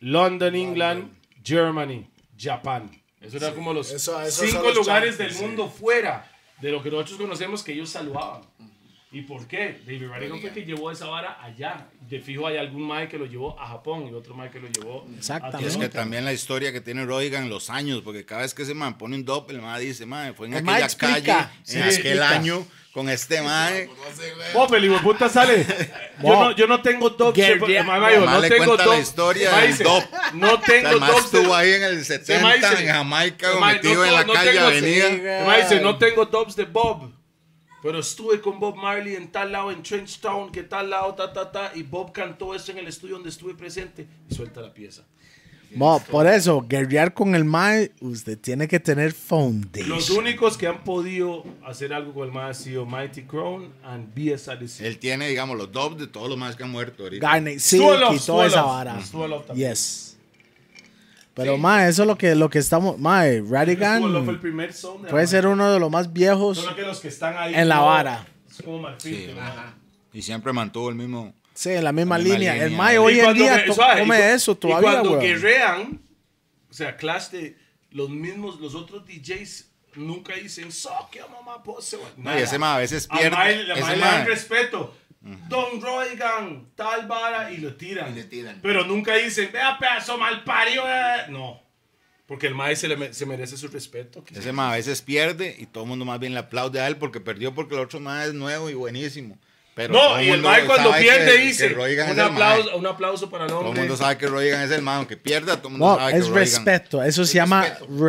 C: London, England, Germany, Japón. Eso era como los
A: eso- esos son
C: cinco
A: los
C: lugares
A: champions,
C: del
A: sí.
C: mundo fuera de lo que nosotros conocemos que ellos saludaban. ¿Y por qué? David Radigan fue que llevó esa vara allá. De fijo hay algún mae que lo llevó a Japón y otro mae que lo llevó
A: Exactamente.
D: Y es
C: a
D: que
C: Toronto.
D: también la historia que tiene Rodigan, los años, porque cada vez que ese man pone un doble, el man dice, man, fue en
A: El man
D: aquella
A: explica,
D: calle,
A: sí,
D: en aquel
A: explica.
D: año, con este man.
C: pues, Pope, el puta sale. Yo
A: Wow.
C: no, yo no tengo top.
A: Guerrilla.
C: se- el mae dijo,
D: Mamá
C: No
D: le
C: tengo
D: cuenta la
C: top.
D: historia
C: El mae
D: del
C: dice,
D: top.
C: No
D: O sea, el
C: tengo
D: man
C: top.
D: estuvo ahí en
C: Ese
D: el
C: man
D: 70,
C: dice-
D: en Jamaica,
C: el mae, no
D: metido en la
C: tengo- no
D: calle,
C: tengo-
D: avenida.
C: El mae dice, no tengo dubs de Bob, pero estuve con Bob Marley en tal lado, en Trenchtown, que tal lado, ta, ta, ta, y Bob cantó eso en el estudio donde estuve presente, y suelta la pieza.
A: Mo, por eso, guerrear con el mae, usted tiene que tener
C: Los
A: foundation.
C: únicos que han podido hacer algo con el mae han sido Mighty Crown and BSRC.
D: Él tiene, digamos, los dubs de todos los más que han muerto ahorita.
A: Garnet, sí,
C: Stu Alof, Stu
A: quitó esa
C: Alof.
A: vara.
C: Stu Alof también.
A: Yes. Pero, mae, eso es lo que, lo que estamos. Mae, Radigan
C: Stu Alof fue el primer son de
A: puede
C: la-
A: ser uno de los más viejos.
C: Solo que los que están ahí.
A: en la
C: no,
A: vara.
C: Es como marfil.
D: Sí,
C: ¿no?
D: Y siempre mantuvo el mismo.
A: Sí, en la misma,
D: misma
A: línea. El
D: línea.
A: mae
D: Y
A: hoy en
C: cuando
A: día
C: que-
A: to-
C: suave, y cu-
A: come eso
C: Y
A: todavía,
C: cuando
A: güey.
C: guerrean, o sea, Clash de los mismos, los otros DJs nunca dicen, soque a mamá pose.
D: No, y ese man a veces
C: A
D: pierde.
C: Mae- a
D: ese
C: Mae le
D: man-
C: dan respeto. Don Roigan, tal vara, y lo tiran.
B: Y le tiran.
C: Pero nunca dicen, vea, pedazo mal pario. No. Porque el mae se, le me- se merece su respeto. que-
D: Ese más a veces pierde y todo el mundo más bien le aplaude a él porque perdió porque el otro más es nuevo y buenísimo. Pero todo
C: no, y el
D: mundo
C: mae cuando
D: sabe
C: pierde
D: que-
C: dice,
D: que Roigan
C: un
D: es el mae.
C: aplauso, un aplauso para el
D: Todo el
C: hombre.
D: mundo sabe que Roigan es el más, aunque pierda, todo el mundo
A: No,
D: sabe que
A: es
D: Roigan-
A: respeto. Eso se llama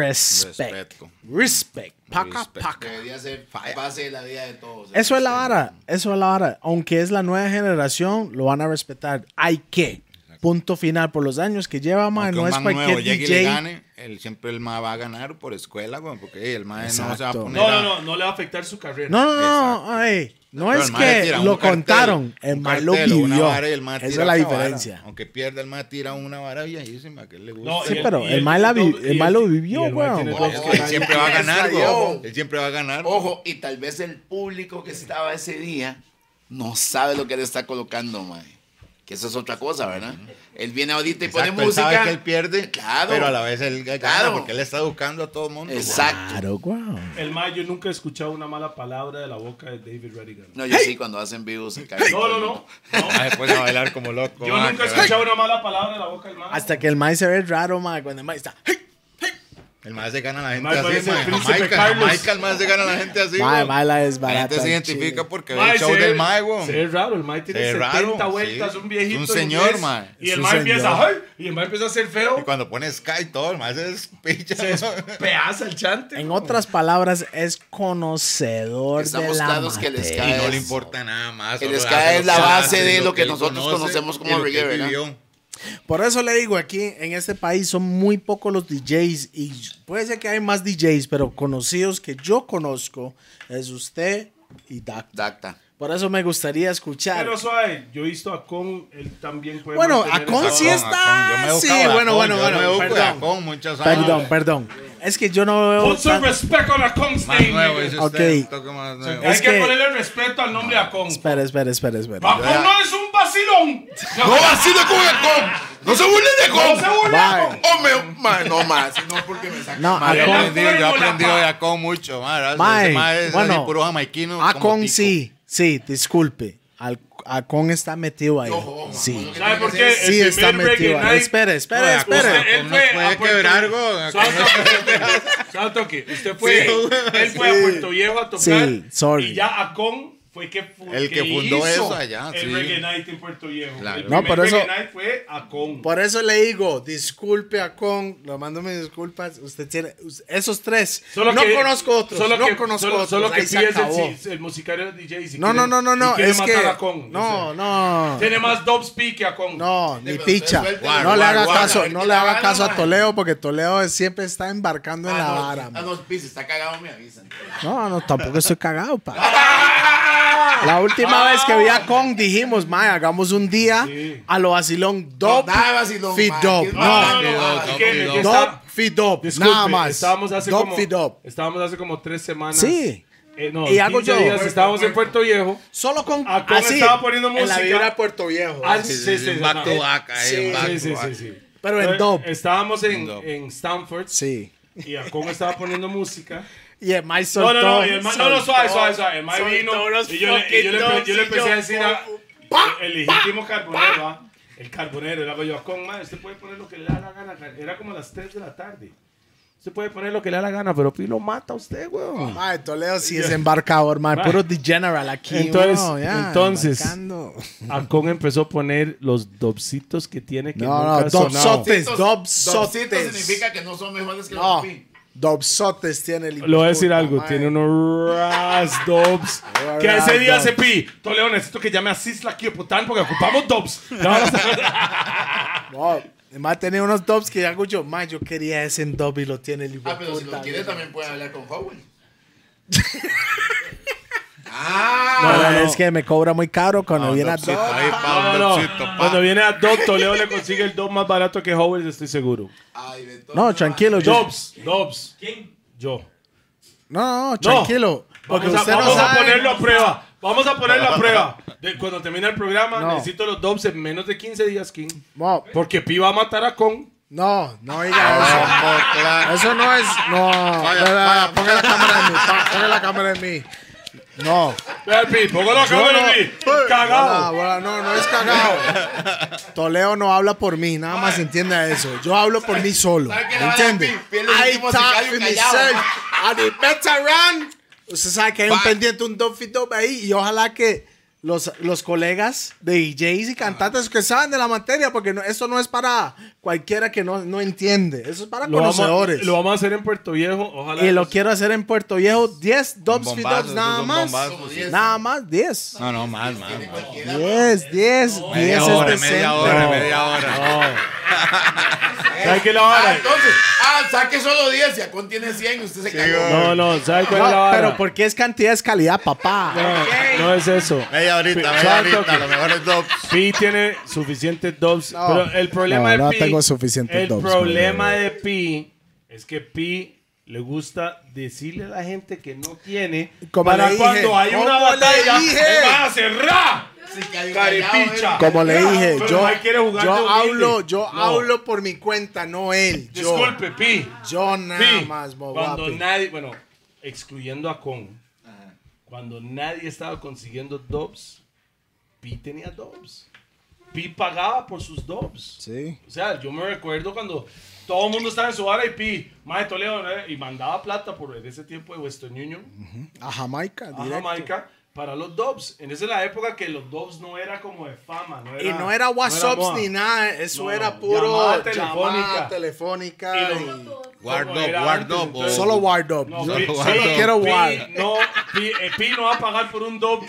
A: respect.
D: Respeto.
A: Respect. Paca,
D: Respect.
A: paca.
B: Debería ser base de la vida de todos.
A: Eso es la vara. Eso es la vara. Aunque es la nueva generación, lo van a respetar. Hay que. Punto final por los años que lleva, man.
D: Aunque
A: No
D: un
A: es
D: man nuevo
A: cualquier
D: llegue y le
A: DJ.
D: gane, él, siempre el más va a ganar por escuela, güey, porque ey, el más no se va a
A: Exacto.
D: poner
C: No,
D: a-
C: no, no, no le va a afectar su carrera.
A: No, no, no, no. ay, no
D: Pero
A: es
D: el mae
A: que
D: tira un
A: lo
D: cartel,
A: contaron. El
D: un
A: mal lo
D: cartel o una
A: pidió.
D: vara y el mae
A: Esa
D: tira
A: es la
D: otra vara.
A: diferencia.
D: Aunque pierda, el más tira una vara viejísima que le gusta.
C: No,
A: Sí,
C: y
A: pero
C: y
A: el mae la vi-
C: y
A: el mae lo vivió,
C: y el mae
A: weón.
C: tiene
D: No,
C: dos
D: es que
C: cosas.
D: él siempre va a ganar, güey.
B: Ojo.
D: Él siempre va a ganar.
B: Ojo, y tal vez el público que estaba ese día no sabe lo que le está colocando, mae. Que eso es otra cosa, ¿verdad? Él viene ahorita y
D: Exacto,
B: pone
D: él
B: pues música.
D: sabe que él pierde,
B: Claro.
D: pero a la vez él gana
B: Claro.
D: porque él está educando a todo el mundo. güey.
B: Exacto.
A: Claro, wow.
C: El mae, yo nunca he escuchado una mala palabra de la boca de David Redigan.
B: No, yo sí, cuando hacen vivos se cae.
C: No, no, no. no.
D: Ah, después a bailar como loco.
C: Yo
D: ah,
C: nunca he
D: que
C: escuchado una mala palabra de la boca del mae.
A: Hasta que el mae se ve raro, mae, cuando el mae está.
D: El más se gana a la gente
C: Mae,
D: así,
C: parece
D: mae.
C: el príncipe
D: Jamaica,
C: Carlos.
D: Jamaica, el más se gana a la gente así.
A: Mae,
D: güey.
A: mae la
D: La gente
A: desbarata.
D: se
A: en
D: identifica
A: Chile.
D: porque ve
C: Mae,
D: el show
C: se ve-
D: del mae,
C: Se ve
D: güey.
C: raro, el mae tiene
D: Se
C: 70
D: ve raro,
C: vueltas,
D: sí.
C: un viejito.
D: Un
C: inglés,
D: señor, mae.
C: Y
A: Es
C: el
A: un
C: mae empieza,
A: señor.
C: ay, y el mae empieza a ser
D: Y
C: feo.
D: cuando pone Sky todo, el más es picha.
C: [laughs] Pedaza el chante.
A: En
C: weón.
A: otras palabras, es conocedor
B: Estamos
A: de la
B: claros que les
A: materia.
D: Y
B: cae.
D: no le importa nada más.
B: El
D: solo
B: ska
D: hace
B: es la
D: que
B: base
D: hace,
B: de
D: y
B: lo que
D: él
B: nosotros
D: conoce,
B: conocemos como
D: y lo que
B: reggae,
D: él
B: ¿verdad?
D: vivió.
A: Por eso le digo, aquí en este país son muy pocos los DJs y puede ser que hay más DJs, pero conocidos que yo conozco es usted y Dak.
B: Exacta.
A: Por eso me gustaría escuchar.
C: Pero suave, yo he visto a Con, él también puede.
A: Bueno,
C: mantener
A: a Con
C: esa
A: sí
C: vara.
A: es- está- sí, bueno, bueno, bueno, perdón.
D: Con muchas
A: perdón, perdón. Es que yo no veo...
C: Put some
A: tan-
C: respect on a Con's
D: Más
C: name.
D: nuevo,
C: nigga.
D: ese Ah.
A: Ok.
D: usted, un toque más nuevo.
C: Hay
A: Es
C: que,
A: que-
C: ponerle respeto al nombre a Con.
A: Espera, espera, espera, espera.
C: A Con no es un vacilón.
B: No vacile con el con. No se burlen de
C: No se burlen de
A: Bye.
C: Con.
B: Hombre, mae, no más. No, porque me sacan.
A: No, a
D: Yo he
C: Con-
D: aprendido, yo he
C: Fórmula,
D: aprendido
C: pa.
D: de Acon mucho, man. Ese
A: Mae,
D: mae es así,
A: bueno,
D: puro jamaiquino.
A: A
D: como
A: con
D: tico.
A: sí, sí, disculpe. Al, a con está metido ahí.
B: Ojo, ojo,
A: sí.
C: ¿Sabe por qué?
A: Sí,
C: El
A: está
C: primer Reggae
A: metido ahí.
C: Night,
A: Espere,
D: No,
A: espere,
D: de Acon,
A: espere.
C: Usted- él
D: Acon
C: fue
D: nos
C: a
D: puede
C: Puerto-
D: quebrar algo. Acon
C: Suave
D: no-
C: toque. Suave toque. Usted fue.
D: Sí, güey.
C: él fue a Puerto Viejo a tocar.
A: Sí, sorry.
C: Y ya a Con fue que fu-
D: El que fundó
C: hizo
D: eso allá,
C: El
D: sí.
C: Reggae Night en Puerto Viejo.
D: Claro.
C: El
A: No,
C: primer
A: por eso-
C: Reggae Night fue a Con.
A: Por eso le digo, disculpe a Con, le mando mis disculpas. Usted tiene us- esos tres.
C: Solo
A: no
C: que-
A: conozco otros.
C: solo
A: no
C: que-
A: conozco
C: solo,
A: otros.
C: Solo que
A: ahí se
C: pides
A: acabó.
C: el, si- el musicario del DJ. Si
A: No, no, no, no, no.
C: quiere
A: Es que.
C: matar a Con.
A: no,
C: o sea.
A: no.
C: Tiene más dubstep que a Con.
A: No, ni
B: pero
A: picha.
B: suéltelo.
A: no
D: Guarda,
A: le haga
D: guarda,
A: caso,
B: guarda.
A: no le haga caso a
B: Guarda,
A: Toleo porque Toleo es- siempre está embarcando en la
B: Ah,
A: vara.
B: no,
A: man.
B: ah, no, pis, está cagado, me avisan.
A: No, no, tampoco estoy cagado,
B: [laughs]
A: pa. La última
B: Ah.
A: vez que vi a Kong dijimos, mae, hagamos un día a lo vacilón
B: No,
A: dop,
B: nada de vacilón,
A: fit
B: mae.
A: dop.
B: No,
A: No,
C: no, no, no,
D: no,
C: es que-
D: no,
C: es que
D: no.
C: está-
A: dop, fit dop,
C: Disculpe,
A: nada más.
C: Estábamos hace
A: Dop,
C: como
A: fit dop.
C: estábamos hace como tres semanas.
A: Sí.
C: Eh, no,
A: Y hago
C: 15
A: yo.
C: días, estábamos en Puerto Viejo.
A: Solo con
C: A Kong Ah, estaba poniendo
A: en la
C: música.
A: vibra Puerto Viejo.
C: Ah,
D: Sí,
C: Sí,
D: sí,
C: sí,
D: sí,
C: sí,
D: back
C: no.
D: to back, ahí,
A: Sí,
D: back
C: Sí,
D: to
C: sí,
D: back.
C: sí, sí.
A: Pero en
C: Entonces,
A: dub.
C: Estábamos en,
D: En dub.
C: en Stanford
A: Sí.
C: y a Kong estaba poniendo música.
A: Y el mae
C: No,
A: soltó.
C: no, no, y el ma- no, no,
A: soltó,
C: suave, suave, suave. El mae
A: soltó
C: vino
A: unos
C: y yo le, y yo le,
A: fucking
C: empe- yo le empecé a
A: doms y
C: decir
A: yo,
C: a- el legítimo carbonero, ah, el carbonero, le hago yo a Kong, mae, usted puede poner lo que le da la gana. car-". Era como las 3 de la tarde. Usted puede poner lo que le da la gana, pero Pi lo mata a usted, weón.
A: Mae, Toleo sí es embarcador, mae. Puro The General aquí.
C: Entonces,
A: weón, ya,
C: entonces.
A: embarcando.
C: Acon empezó a poner los dobsitos que tiene que
A: No, no,
C: nunca no,
A: dobsotes,
B: Dobsito
A: dobsotes.
B: significa que no son mejores que
A: No,
B: los pi.
A: dobsotes tiene el
C: Le voy a decir
A: puta,
C: algo,
A: mae.
C: tiene unos ras
A: [laughs]
C: dobs. que
A: Ras
C: ese día
A: dobs.
C: se pi. Toledo, necesito que llame a Sisla Kiopután porque ocupamos dobs. No,
A: No, además tenía unos dobs que ya yo, más yo quería ese en dob y lo tiene el hijo
B: Ah,
A: de
B: pero si lo
A: puta,
B: quiere
A: güey".
B: también puede hablar con Howell.
A: No,
B: ah,
A: Es que me cobra muy caro cuando viene a
D: Dobcito
A: dob.
D: ahí, pa,
C: no, Ah,
D: un
C: no.
D: dobcito, pa.
C: Cuando viene a dob, Toledo le consigue el dob más barato que Howard, estoy seguro.
B: Ay, de todo.
A: No, tranquilo, yo.
C: Dobs, dobs. ¿Quién? Yo.
A: No, no, tranquilo. Porque
C: Vamos,
A: usted
C: a,
A: no
C: vamos a
A: sabe.
C: ponerlo a prueba. Vamos a ponerlo a prueba. De- cuando termine el programa,
A: No.
C: necesito los dobs en menos de 15 días, King.
A: No,
C: Porque Pi va a matar a Con.
A: no, no
D: Ah,
A: diga eso.
D: Como claro.
A: Eso no es. No,
D: Vaya,
A: no, no,
D: vaya,
A: ponga la cámara en mí. pa- Ponga la cámara en mí. No.
C: Pi, póngalo acá,
A: Yo no.
C: Pi.
A: Hola,
C: Cagado.
A: hola, no, no es cagado. Toleo no habla por mí, nada más entienda eso. Yo hablo por mí solo.
B: ¿Sabe qué le van a dar,
A: ¿Entiende?
B: Pi? Pierde el
A: I
B: último
A: talk
B: sicario
A: for
B: callado.
A: myself. I did better run. Usted sabe que hay un
B: Va.
A: pendiente, un dopey dop ahí. Y ojalá que los, los colegas de DJs y cantantes que saben de la materia, porque no, esto no es para cualquiera que no, no entiende. Eso es para
C: Lo vamos,
A: conocedores.
C: lo vamos a hacer en Puerto Viejo. Ojalá.
A: y lo
C: los-
A: quiero hacer en Puerto Viejo. 10 dopes y
D: bombazo,
A: dopes
D: eso es
A: nada
D: un
A: más.
D: bombazo,
B: Como
D: sí.
B: diez.
A: Nada más, 10.
D: No, no, mal, mal. mal.
A: 10, 10, 10
D: Media hora,
A: es decente.
D: media hora,
C: No.
D: media hora.
C: ¿Sabe qué es la
B: Ah,
C: vara?
B: entonces, ah, saque solo 10, ya contiene 100 y usted se cagó.
C: No, no, ¿sabe cuál es la
A: No,
C: vara?
A: pero porque es cantidad, es calidad, papá.
C: No, no es eso.
H: Media horita, media
C: Exacto,
H: horita,
C: que-
H: los mejores dos.
C: Pi tiene suficientes dubs.
A: No.
C: pero el problema
A: No, no
C: de Pi.
A: tengo suficientes
C: el
A: dubs,
C: problema de Pi es que Pi le gusta decirle a la gente que no tiene.
A: Como
C: para
A: le dije,
C: cuando hay
A: como
C: una
A: le
C: batalla,
A: dije.
C: él va a cerrar.
B: Se cayó
C: Carepicha.
B: callado, eh.
A: Como le
C: Claro,
A: dije,
C: pero
A: yo,
C: Mike quiere jugar de
A: yo
C: humilde.
A: hablo, yo
C: No.
A: hablo por mi cuenta, no él. Yo,
C: Disculpe, Pi.
A: yo nada
C: Pi,
A: más, bo
C: cuando
A: guapi.
C: nadie, bueno, excluyendo a Con, cuando nadie estaba consiguiendo dobs, Pi tenía dobs. Pi pagaba por sus dobs.
A: Sí.
C: O sea, yo me recuerdo cuando todo el mundo estaba en su área y Pi, más de Toledo, ¿no? y mandaba plata por en ese tiempo de Western Union
A: A Jamaica,
C: a
A: directo.
C: Jamaica para los dobs. En esa es la época que los dobs no era como de fama. No era,
A: Y no era WhatsApp
C: moda.
A: ni nada, eso
C: No,
A: era
C: no,
A: puro llamada
C: llamada
A: telefónica.
C: telefónica.
A: telefónica
C: Y
A: y-
C: lo-
D: Guard
C: como
D: up,
C: era
D: guard
C: antes,
D: up,
C: entonces-
D: o-
A: Solo wired up.
C: No,
A: Yo
C: Pi-
A: solo
C: Pi-
A: quiero
C: Pi-
A: wired.
C: No, Pi, eh, Pi no va a pagar por un dob.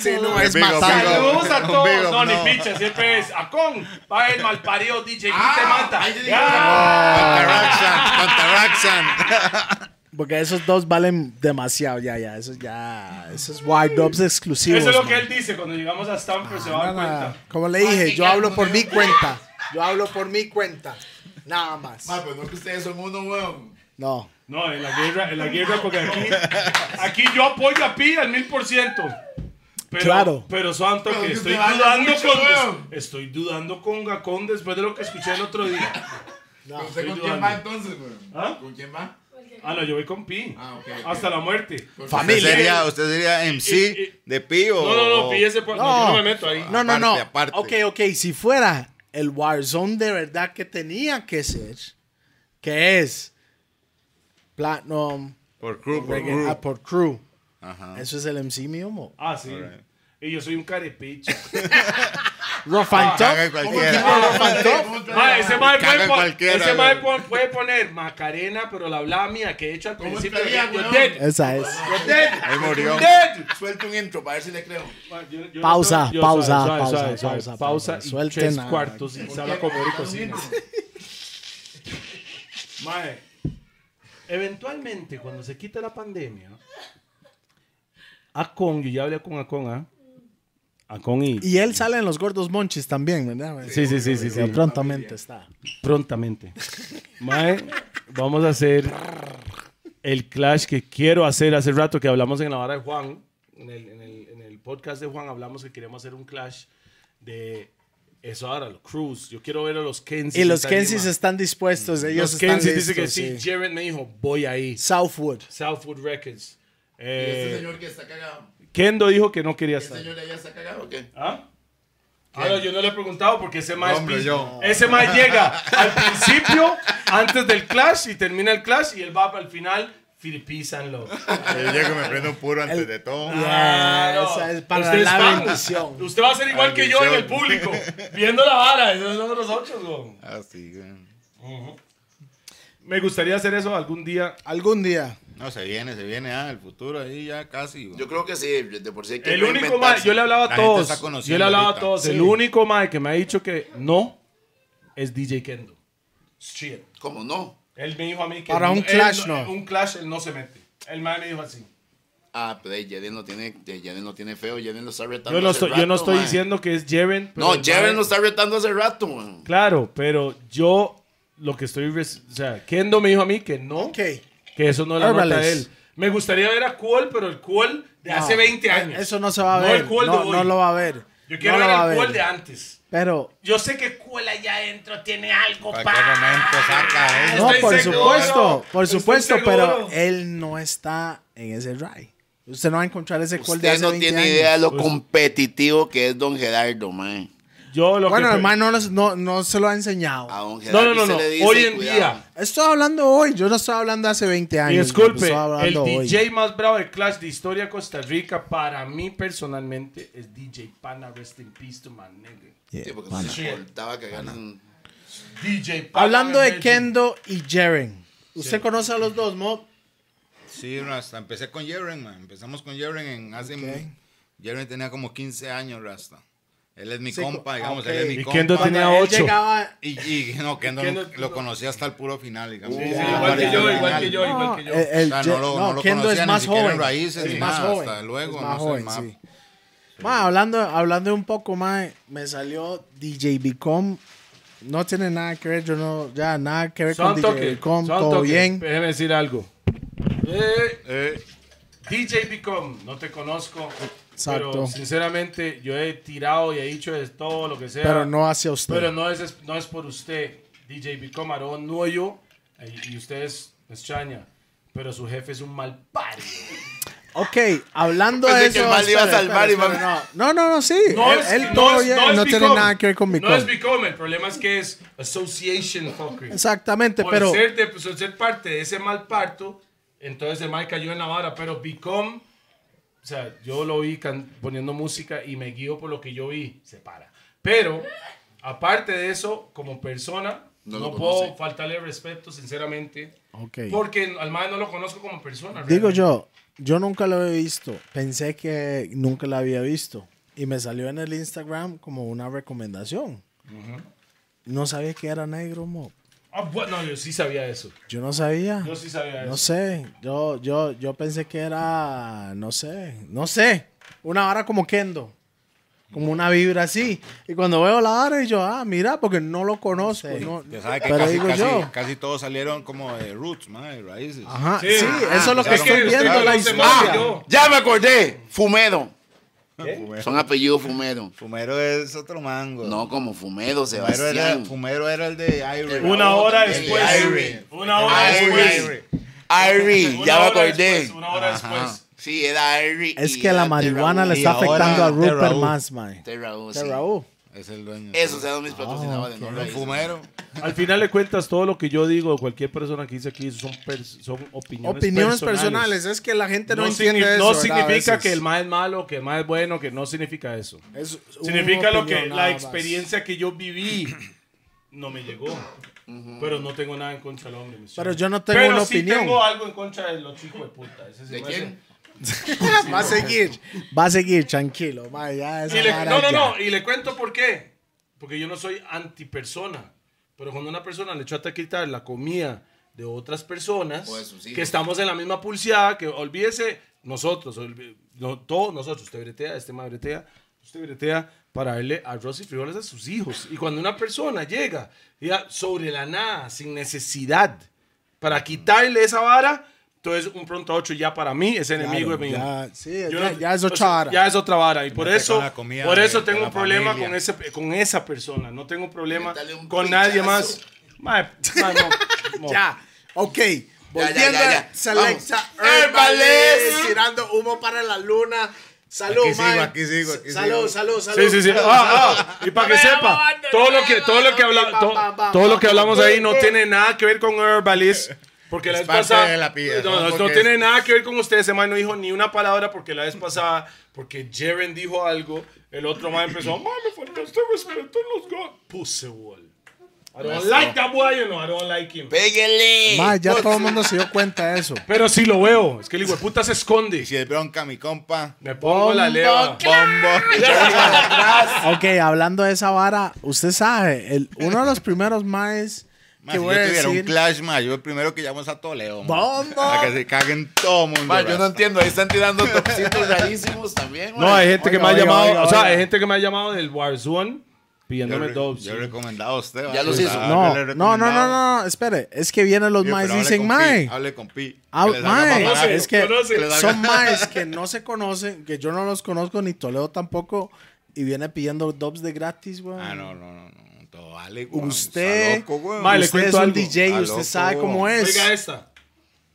A: Sí, no, es
H: Amigo,
A: matar.
H: amigo.
C: Saludos a todos.
H: Conmigo,
C: no,
H: no.
C: ni picha, siempre es. A con, va el malparido DJ,
B: Ah,
C: ¿quién te mata?
B: ahí te digo.
C: Ya.
H: Contra Raxan, contra Raxan.
C: [laughs]
A: Porque esos dos valen demasiado, ya, ya. Esos ya. Esos wired ups exclusivos.
C: Eso es lo que
A: man.
C: él dice. Cuando llegamos a Stanford
B: Ah,
C: se va a dar
A: Nada.
C: cuenta.
A: Como le dije,
B: Ay,
A: yo
B: ya,
A: hablo
B: no
A: por
B: me
A: mi
B: lo-
A: cuenta. Yo hablo por mi cuenta. Nada más.
B: Ma, pues no que ustedes son uno, weón.
A: No.
C: No, en la guerra, en la guerra, porque aquí, aquí yo apoyo a Pi al mil por ciento. Pero,
A: Claro.
C: Pero santo
B: Pero
C: que
B: que
C: estoy
B: te vaya
C: dudando
B: mucho, weón.
C: con estoy dudando con Gacón después de lo que escuché el otro día.
B: Pero ¿Usted con
C: estoy
B: quién
C: dudando.
B: va entonces, weón?
C: ¿Ah?
B: ¿Con quién va?
C: Ah, no, yo voy con Pi.
B: Ah, ok, ok.
C: Hasta la muerte.
H: Usted sería, usted sería
C: Y-
H: MC
C: y-
H: de Pi o.
C: No, no, no, Pi ese por- no, yo no me meto ahí.
A: No, no, no.
H: Aparte, aparte.
A: Ok, ok. Si fuera el Warzone de verdad que tenía que ser, que es Platinum
H: Por crew, por
A: Reggae-
H: crew.
A: ah, por Crew.
H: Ajá.
A: Eso es el MC mío, mo.
C: Ah, sí. Y yo soy un carepicha.
A: Rough and
H: Caga en
A: Tough.
H: cualquiera.
C: Ma, Ah, ese mae
H: Ah, Caga
C: puede,
H: en
C: pon-
H: cualquiera,
C: ese mae
H: güey.
C: pon- puede poner Macarena, pero la hablaba mía que he hecho al
B: ¿Cómo
C: principio.
B: estaría,
C: yo
B: weón?
C: dead,
A: Esa es.
C: yo dead,
H: Ahí murió.
C: yo dead.
B: Suelta un intro para ver si le creo.
C: Ma, yo- yo no
A: Pausa,
C: tengo- yo
A: pausa,
C: suave,
A: pausa,
C: suave, suave,
A: pausa,
C: pausa.
A: pausa.
C: y
A: Suelten
C: tres
A: a-
C: cuartos y sala a comer y cocina. [laughs] Mae, eventualmente cuando se quita la pandemia, Acon, yo ya hablé con Acon, ¿ah? Acon y...
A: Y él sale en los gordos monchis también, ¿verdad?
C: Sí, sí, sí, sí, sí.
A: Pero prontamente está.
C: prontamente. Mae, vamos a hacer el clash que quiero hacer hace rato que hablamos en la vara de Juan, en el, en el- en el podcast de Juan hablamos que queremos hacer un clash de eso ahora, los Cruz. Yo quiero ver a los Kensis.
A: Y los
C: en tarima.
A: Kensis están dispuestos. Ellos
C: Los
A: están
C: Kensis dicen que
A: listos,
C: sí.
A: sí.
C: Jared me dijo, voy ahí.
A: Southwood.
C: Southwood Records.
B: ¿Y este
C: Eh,
B: señor que está cagado?
C: Kendo dijo que no quería
B: ¿Este
C: estar.
B: señor de allá está cagado o qué?
C: ¿Ah? Ahora yo no le he preguntado porque ese mae es
H: Hombre,
C: pis-
H: yo.
C: ese mae llega al principio antes del clash y termina el clash y él va al final filipízanlo.
H: Yo llego y me prendo un puro antes de todo.
A: Ah, esa es para la
C: van.
A: bendición.
C: Usted va a ser igual que yo en el público, viendo la vara, esos son nosotros. güey.
H: Así, Ah, güey.
C: Me gustaría hacer eso algún día.
A: Algún día.
D: No, se viene, se viene, ah, el futuro ahí ya casi. güey.
B: Yo creo que sí, de por sí hay que
C: el único mae,
B: reinventarse.
C: yo le hablaba a
D: La gente está
C: todos.
D: conociendo
C: Yo le hablaba
D: ahorita.
C: a todos, el
A: Sí.
C: único mae que me ha dicho que no es DJ Kendo. Shit.
B: ¿Cómo no?
C: Él me dijo a mí que
A: Para un
C: él
A: clash, no.
C: Un clash él no se mete. El mae me dijo así.
B: Ah, pero ahí Jaden no tiene, de Jaden no tiene feo, Jaden lo está retando
C: Yo no,
B: hace
C: estoy, yo
B: rato,
C: no estoy
B: mae.
C: diciendo que es Jaren. pero
B: No,
C: el mae-
B: Jaden lo está retando hace rato, weón.
C: Claro, pero yo lo que estoy... res- O sea, Kendo me dijo a mí que no.
A: Ok.
C: Que eso no la nota
A: Herbalife.
C: él. Me gustaría ver a Cole, pero el Cole de hace 20 años.
A: e-, Eso no se va a ver.
C: No el Cole
A: no,
C: de hoy.
A: no lo va a ver.
C: Yo
A: No
C: quiero
A: lo va a
C: ver el Cole
A: ver.
C: de antes.
A: Pero,
C: Yo sé que Cole allá adentro tiene algo para...
D: En cualquier momento saca eso.
A: no,
C: Estoy
A: por
C: seguro,
A: supuesto, eh, por
C: estoy
A: supuesto,
C: seguro.
A: pero él no está en ese ride. Usted no va a encontrar ese col de
B: Usted
A: hace
B: no
A: 20
B: tiene
A: años.
B: idea de
C: Pues-
B: lo competitivo que es don Gerardo, mae.
C: Yo lo
A: Bueno,
C: que...
A: hermano, no, no, no se lo ha enseñado.
B: A don
C: No,
B: Gerardo
C: no, no,
B: se
C: no.
B: le dice,
C: Hoy en
B: cuidado.
C: día.
A: Estoy hablando hoy, yo no estoy hablando hace 20
C: y
A: años.
C: disculpe,
A: estoy
C: el
A: hablando hoy.
C: DJ más bravo de Clash de historia de Costa Rica, para mí personalmente, es DJ Pana. Rest in peace to my nigga.
B: Sí, porque se soltaba que ganan.
C: DJ Pana.
A: Hablando de
C: Virgin.
A: Kendo y Jaren. ¿Usted conoce a los dos, Mob?
D: Sí, Rasta. Empecé con Jeren, man. Empezamos con Jeren en hace. Jeren tenía como 15 años, Rasta. Él es mi
A: Sí,
D: compa, digamos.
A: ok.
D: Él es mi
C: Y
D: compa.
C: Kendo tenía-
A: Cuando él
C: ocho.
A: llegaba-
D: Y, y no, Kendo
C: Kendo-
D: lo- lo conocí hasta el puro final, digamos.
C: Sí, sí, igual que yo, igual que yo, igual que yo.
A: el- Eh, el
D: O sea,
A: Je-
D: no lo-
A: no,
D: no lo
A: Kendo
D: conocía
A: es
D: ni
A: más
D: siquiera en
A: joven.
D: raíces
A: es
D: ni
A: más
D: nada,
A: joven.
D: hasta luego,
A: es más
D: no sé,
A: joven,
D: ma.
A: sí. Ma, hablando, hablando un poco más, me salió DJ Bicom. No tiene nada que ver, yo no, ya nada que ver
C: Son
A: con
C: toque,
A: DJ Bicom,
C: son
A: todo
C: toque.
A: bien.
C: Déjeme decir algo. Eh, DJ Bicom, no te conozco.
A: Exacto.
C: Pero sinceramente, yo he tirado y he dicho de todo lo que sea.
A: Pero no hacia usted.
C: Pero no es, es- no es por usted. DJ Bicom, Aarón, no yo. eh, Y, y usted es, es chaña. Pero su jefe es un mal parido.
A: Ok, hablando
B: Pensé
A: de
B: que
A: eso.
B: el mal le iba a
A: espera,
B: salvar y
A: espera,
B: va-
A: espera, no. no, no, no, sí. él, él
C: es-
A: todo
C: es-
A: bien,
C: es
A: no tiene
C: Bicom.
A: nada que ver con Bicom.
C: No es Bicom, el problema es que es association fuckery.
A: Exactamente,
C: por
A: pero.
C: ser, de- por ser parte de ese mal parto, entonces el mal cayó en la vara, pero Bicom, o sea, yo lo vi can- poniendo música y me guío por lo que yo vi, se para. Pero, aparte de eso, como persona,
B: No
C: no,
B: lo
C: puedo
B: conoce.
C: faltarle respeto, sinceramente,
A: Ok.
C: porque al mal no lo conozco como persona.
A: Digo
C: realmente.
A: yo, yo nunca lo había visto. Pensé que nunca lo había visto. Y me salió en el Instagram como una recomendación. No sabía que era negro, mo.
C: Ah, bueno, yo sí sabía eso.
A: Yo no sabía.
C: Yo sí sabía
A: No
C: eso.
A: sé. Yo, yo, yo pensé que era. No sé. No sé. Una vara como Kendo. Como una vibra así. Y cuando veo la vara, y yo, ah, mira, porque no lo conozco. no-
D: Ya sabe que
A: pero
D: casi,
A: digo
D: casi,
A: yo.
D: casi todos salieron como de roots, ma, de raíces.
A: Ajá, sí,
C: Sí.
A: eso es lo que
D: Es que
A: estoy
D: Ah, usted
A: viendo, la
C: conoce más
A: historia.
C: que yo.
B: Ah, Ya me acordé. Fumedo.
C: ¿Eh?
D: Fumero.
B: Son apellidos Fumedo.
D: Fumero es otro mango.
B: No como Fumedo,
D: Fumero era,
B: Sebastián.
D: Fumero era el de Irie.
C: Una hora
B: El de
C: después.
B: Irie.
C: Una hora
B: Irie.
C: después.
B: Irie,
C: Una
B: ya me
C: hora
B: acordé.
C: después, Una hora después.
B: Sí, era Irie.
A: Es
B: y
A: que
B: era
A: la marihuana le
D: y
A: está
D: ahora
A: afectando a Rupert
D: Terraú.
A: más, man.
B: Terraú, sí.
A: Terraú.
D: Es el dueño.
B: Esos eran mis
A: Ah,
B: patrocinadores. no
D: Don
B: raíces.
D: Fumero.
C: Al final de cuentas, todo lo que yo digo, cualquier persona que dice aquí, son, pers- son opiniones,
A: Opiniones personales. es que la gente no,
C: No,
A: entiende
C: signi-
A: eso.
C: no
A: ¿verdad? A
C: significa
A: veces.
C: que el más es malo, que el más es bueno, que no significa eso.
A: Es una
C: significa lo
A: opinión
C: que
A: nada
C: la
A: más.
C: experiencia que
A: [clears throat]
C: yo viví no me llegó. Pero no tengo nada en contra del hombre. mis
A: Pero
C: chicos.
A: yo no tengo
C: Pero
A: una
C: sí
A: opinión.
C: tengo algo en contra de los chicos de puta. Ese sí
B: ¿De
C: me hace-
B: quién?
A: [laughs] Va a seguir. Va a seguir, tranquilo. ma, ya Ah, esa
C: Y le-
A: vara
C: no, no,
A: ya.
C: no. Y le cuento por qué. Porque yo no soy antipersona. Pero cuando una persona le trata de quitar la comida de otras personas,
B: O de sus hijos.
C: que estamos en la misma pulseada, que olvídese nosotros, olvi- no, todos nosotros, usted bretea, este madre bretea, usted bretea para darle arroz y frijoles a sus hijos. Y cuando una persona llega ya sobre la nada, sin necesidad, para quitarle esa vara, entonces un pronto 8 ya para mí es enemigo de mi
A: ya, sí,
C: yo
A: ya-
C: no-
A: ya es
C: o
A: ocho
C: sea,
A: horas.
C: Ya es otra vara. Y por
D: mete
C: eso,
D: con la comida
C: por
D: de-
C: eso
D: con
C: tengo
D: la
C: un problema
D: familia.
C: con, ese, con esa persona. No tengo problema
B: Métale un
C: con nadie
B: pinchazo.
C: más. Mae, mae,
A: [laughs]
C: no, no.
A: Ya. Ok.
B: Ya, ya,
A: Volviendo
B: ya, ya.
A: a Selecta
B: Vamos.
A: Herbales.
B: Herbales.
A: Tirando humo para la luna. Salud,
H: Aquí sigo,
A: man.
H: aquí sigo, aquí
A: salud,
H: sigo.
A: salud, salud.
C: Sí, sí, sí.
A: salud,
C: Ah, ah, Y para que sepa, todo lo que, todo lo que, habla-
A: Pam,
C: to-
A: pam, pam,
C: todo lo
A: pam,
C: que
A: pam.
C: hablamos ahí no tiene nada que ver con Herbalist. Porque la
H: Es
C: vez
H: parte
C: pasada.
H: de la pilla, ¿no?
C: no, no, no
H: Porque
C: tiene
H: es-
C: nada que ver con ustedes. Ese man no dijo ni una palabra porque la vez pasada, porque Jaren dijo algo, el otro man empezó. "Man, me faltaste respeto en los go-". Puse wall. I don't like that boy, you know. I don't like him.
B: Pégale.
A: Ma, ya
B: Por
A: todo el
B: su-
A: mundo se dio cuenta de eso.
C: Pero sí lo veo. Es que el hijo de puta se esconde.
D: Y si es bronca, mi compa.
C: Me pongo la leva.
D: Bombo.
A: Ok, hablando de esa vara, usted sabe, el, uno de los primeros maes
D: Ma,
A: que
D: si yo
A: voy a
D: tuviera un
A: decir...
D: clash, ma, yo el primero que llamo es a Toledo. ma.
A: Bombo.
D: Para que se caguen todo mundo.
B: Ma, yo no
D: rasta.
B: entiendo, ahí están tirando topsitos rarísimos también.
C: No, hay gente que me ha
A: oiga,
C: llamado.
A: oiga,
C: o sea,
A: oiga.
C: hay gente que me ha llamado del Warzone
D: Yo,
C: pidiéndome
D: re-
C: dubs.
D: yo he recomendado a usted. Ah,
B: Ya los
D: hizo.
B: hizo.
A: No, no, no, no, no, no, espere. Es que vienen los maes y dicen, mae,
D: Hable con Pi.
A: ah,
D: que les haga
A: mae,
D: mamar.
C: Conoce,
A: es que
C: conoce.
D: Que les haga-
A: son maes que no se conocen, que yo no los conozco, ni Toledo tampoco, y viene pidiendo dubs de gratis, güey.
D: Ah, no, no, no. no, Todo vale, weón.
A: Usted,
D: Está loco, weón.
C: Mae, le
A: usted es
C: cuento
A: un
C: algo. eh.
A: DJ,
D: Está
A: usted
D: loco.
A: sabe cómo es.
C: Oiga esta.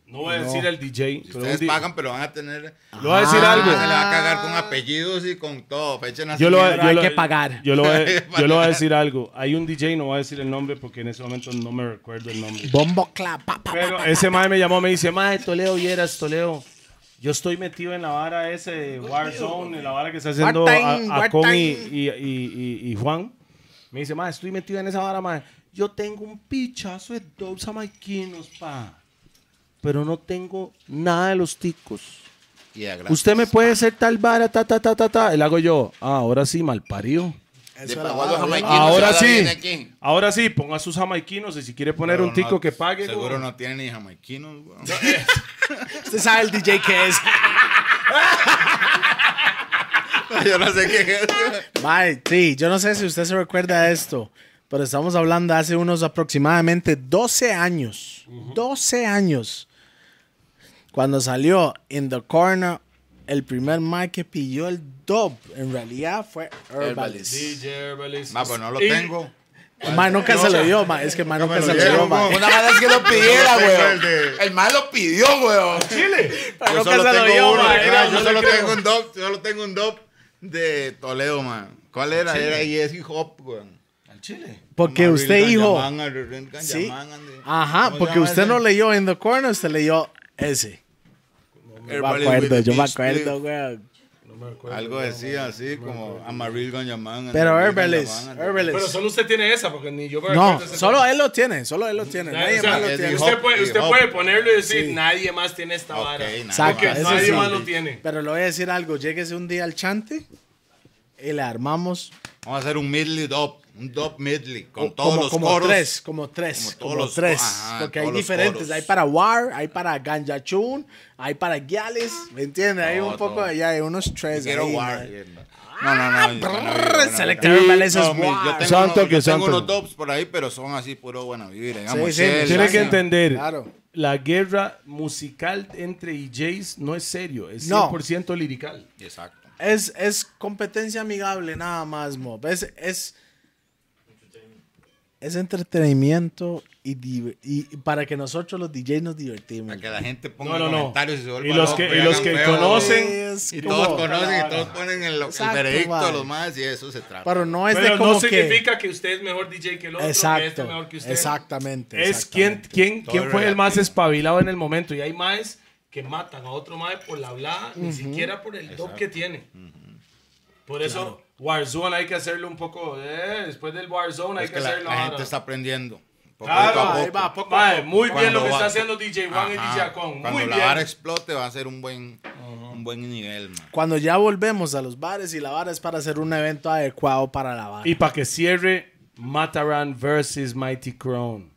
C: No voy a decir el DJ, pero un
D: Ustedes
C: di-
D: pagan, pero van a tener.
C: Le voy a decir
D: Ah,
C: algo.
D: Se le va a cagar con apellidos y con todo. Fecha de
C: Yo lo,
D: nacimiento.
C: yo
F: hay
C: lo-
F: que pagar.
C: Yo lo, voy- yo lo voy a decir algo. Hay un DJ, no voy a decir el nombre porque en ese momento no me recuerdo el nombre.
A: Bombo clap. pa, pa, pa.
C: Pero ese mae me llamó, me dice, mae, Toledo, vieras, Toledo. Yo estoy metido en la vara ese de Warzone, en la vara que está haciendo
A: Wartime,
C: a, a Con y,
A: wartime.
C: y- y- y- y Juan. Me dice, mae, estoy metido en esa vara, mae. Yo tengo un pichazo de dos jamaiquinos, pa. Pero no tengo nada de los ticos.
D: Y a gratis.
C: Usted me puede hacer tal vara, ta, ta, ta, ta, ta. Y le hago yo, ah, ahora sí, mal parido.
B: De
A: Eso era
B: pagó a los
A: bala,
B: jamaiquinos.
C: Ahora
B: ahora
C: sí.
B: viene aquí.
C: Ahora sí, ponga sus jamaiquinos y si quiere poner
D: Pero
C: un tico
D: no-
C: que pague.
D: Seguro
C: güey.
D: no tiene ni
C: [laughs]
D: jamaiquinos, güey. [laughs]
A: ¿verdad? Usted sabe el DJ que es.
D: Yo no sé qué es.
A: Mae, sí, yo no sé si usted se recuerda de esto, pero estamos hablando hace unos aproximadamente 12 años. 12 años. Cuando salió In the Corner, el primer Mike que pilló el dub, en realidad fue Herbalist.
E: DJ Herbalist.
D: Ma, pues no lo tengo.
A: Mae, nunca se lo dio, mae. Es que mae, nunca
H: me
A: se
H: lo
A: lo dio,
H: dieron,
A: mae.
H: güey.
B: Una mala es que lo pidiera,
H: Yo no tengo
B: weón.
H: el de-
B: El mal lo pidió, weón.
H: Yo
A: Nunca se
H: solo
A: lo
H: tengo
A: dio,
H: uno,
A: ma,
H: ¿verdad?
A: era,
H: Yo
A: no
H: solo tengo un dop, yo solo tengo un dop de Toledo, man. ¿Cuál era? Era Yes Hip Hop, weón.
A: Porque
D: Llamaban
A: usted,
D: Rilgan,
A: hijo.
D: llamaban a Rilgan,
A: Sí.
D: llamaban de-
A: Ajá,
D: ¿cómo se
A: porque
D: llama
A: usted
D: ese?
A: no leyó In the Corner, usted leyó ese. Yo me
D: Everybody
A: acuerdo,
D: with
A: yo
D: a
A: me
D: beach
A: acuerdo,
D: clip.
A: güey.
D: Algo decía así como Amaril Gonyaman.
A: Pero Herbalist,
E: Pero
A: Herbalist.
E: solo usted tiene esa, porque ni yo me
A: No,
E: recuerdo ese
A: solo
E: tema.
A: él lo tiene, solo él lo tiene.
E: Ya,
A: Nadie
E: o sea,
A: más lo
D: es
A: tiene.
D: el
E: Usted,
D: hop,
E: puede,
D: el
E: usted
D: hop.
E: puede ponerlo y decir, nadie más tiene esta
D: Ok,
E: vara.
D: nada. pues.
A: Saca,
E: Porque
A: eso
E: nadie
A: sí.
E: más lo tiene.
A: Pero le voy a decir algo, lléguese un día al chante y le armamos
D: Vamos a hacer un medley dub, un dub medley con
A: co-
D: todos
A: como,
D: los
A: como
D: coros.
A: tres, como tres,
D: Como
A: como,
D: todos los-
A: tres.
D: ajá,
A: porque hay
D: todos los
A: diferentes,
D: coros.
A: hay para War, hay para Ganja Chun, hay para Giales, ¿me entiendes? Hay
D: Todo,
A: un poco
D: todo.
A: allá, hay unos tres.
D: Quiero
A: ahí,
D: war.
A: man.
D: No, no, no. yo- bueno, yo- bueno,
A: Selector
D: yo-
A: Herbalist es
D: no, mi-
A: war.
D: Yo tengo,
C: Santo
D: unos,
C: que
D: yo tengo
C: santo.
D: unos dubs por ahí, pero son así puro buena vibra. Digamos,
A: Sí, sí,
D: Shell,
A: tiene
C: Tiene que
D: así.
C: entender,
A: Claro.
C: la guerra musical entre DJs no es serio, es
A: No.
C: 100% lirical.
D: Exacto.
A: Es, es competencia amigable, nada más, Mo. Es, es, es entretenimiento y, div- y- y para que nosotros los DJs nos divertimos.
D: Para que la gente ponga
C: No, no, no.
D: comentarios y se vuelva
C: Y los
D: loco
C: que, y
D: hagan
C: los que
D: huevos.
C: conocen,
A: Es
D: Y
A: como-
D: todos conocen y todos ponen el, el
A: Exacto,
D: veredicto
A: madre.
D: a los más y de eso se trata.
A: Pero no es de
E: Pero
A: como
E: no
A: que...
E: significa que usted es mejor DJ que el otro, que este
A: Exacto,
E: es mejor que usted.
A: exactamente.
C: es quien,
A: exactamente.
C: quien,
D: Todo
C: quien
D: es
C: fue el más
D: relativo.
C: espabilado en el momento. Y hay maes que matan a otro mae por la hablada, ni siquiera por el top que tiene. Por eso, Warzone hay que hacerlo un poco. eh, después del Warzone hay
D: es
C: que,
D: que la,
C: hacerlo
D: la
C: ahora.
D: gente está aprendiendo. Poco
C: Claro,
D: a
C: ahí
D: poco.
C: va, poco a poco. Muy bien
D: Cuando
C: lo que
D: va-
C: está haciendo DJ Juan y DJ
D: Ajá.
C: Acon.
D: Cuando
C: Muy
D: la
C: bien.
D: vara explote va a ser un buen, un buen nivel, man.
A: Cuando ya volvemos a los bares y la vara es para hacer un evento adecuado para la vara.
C: Y para que cierre, Mataran versus Mighty Crown.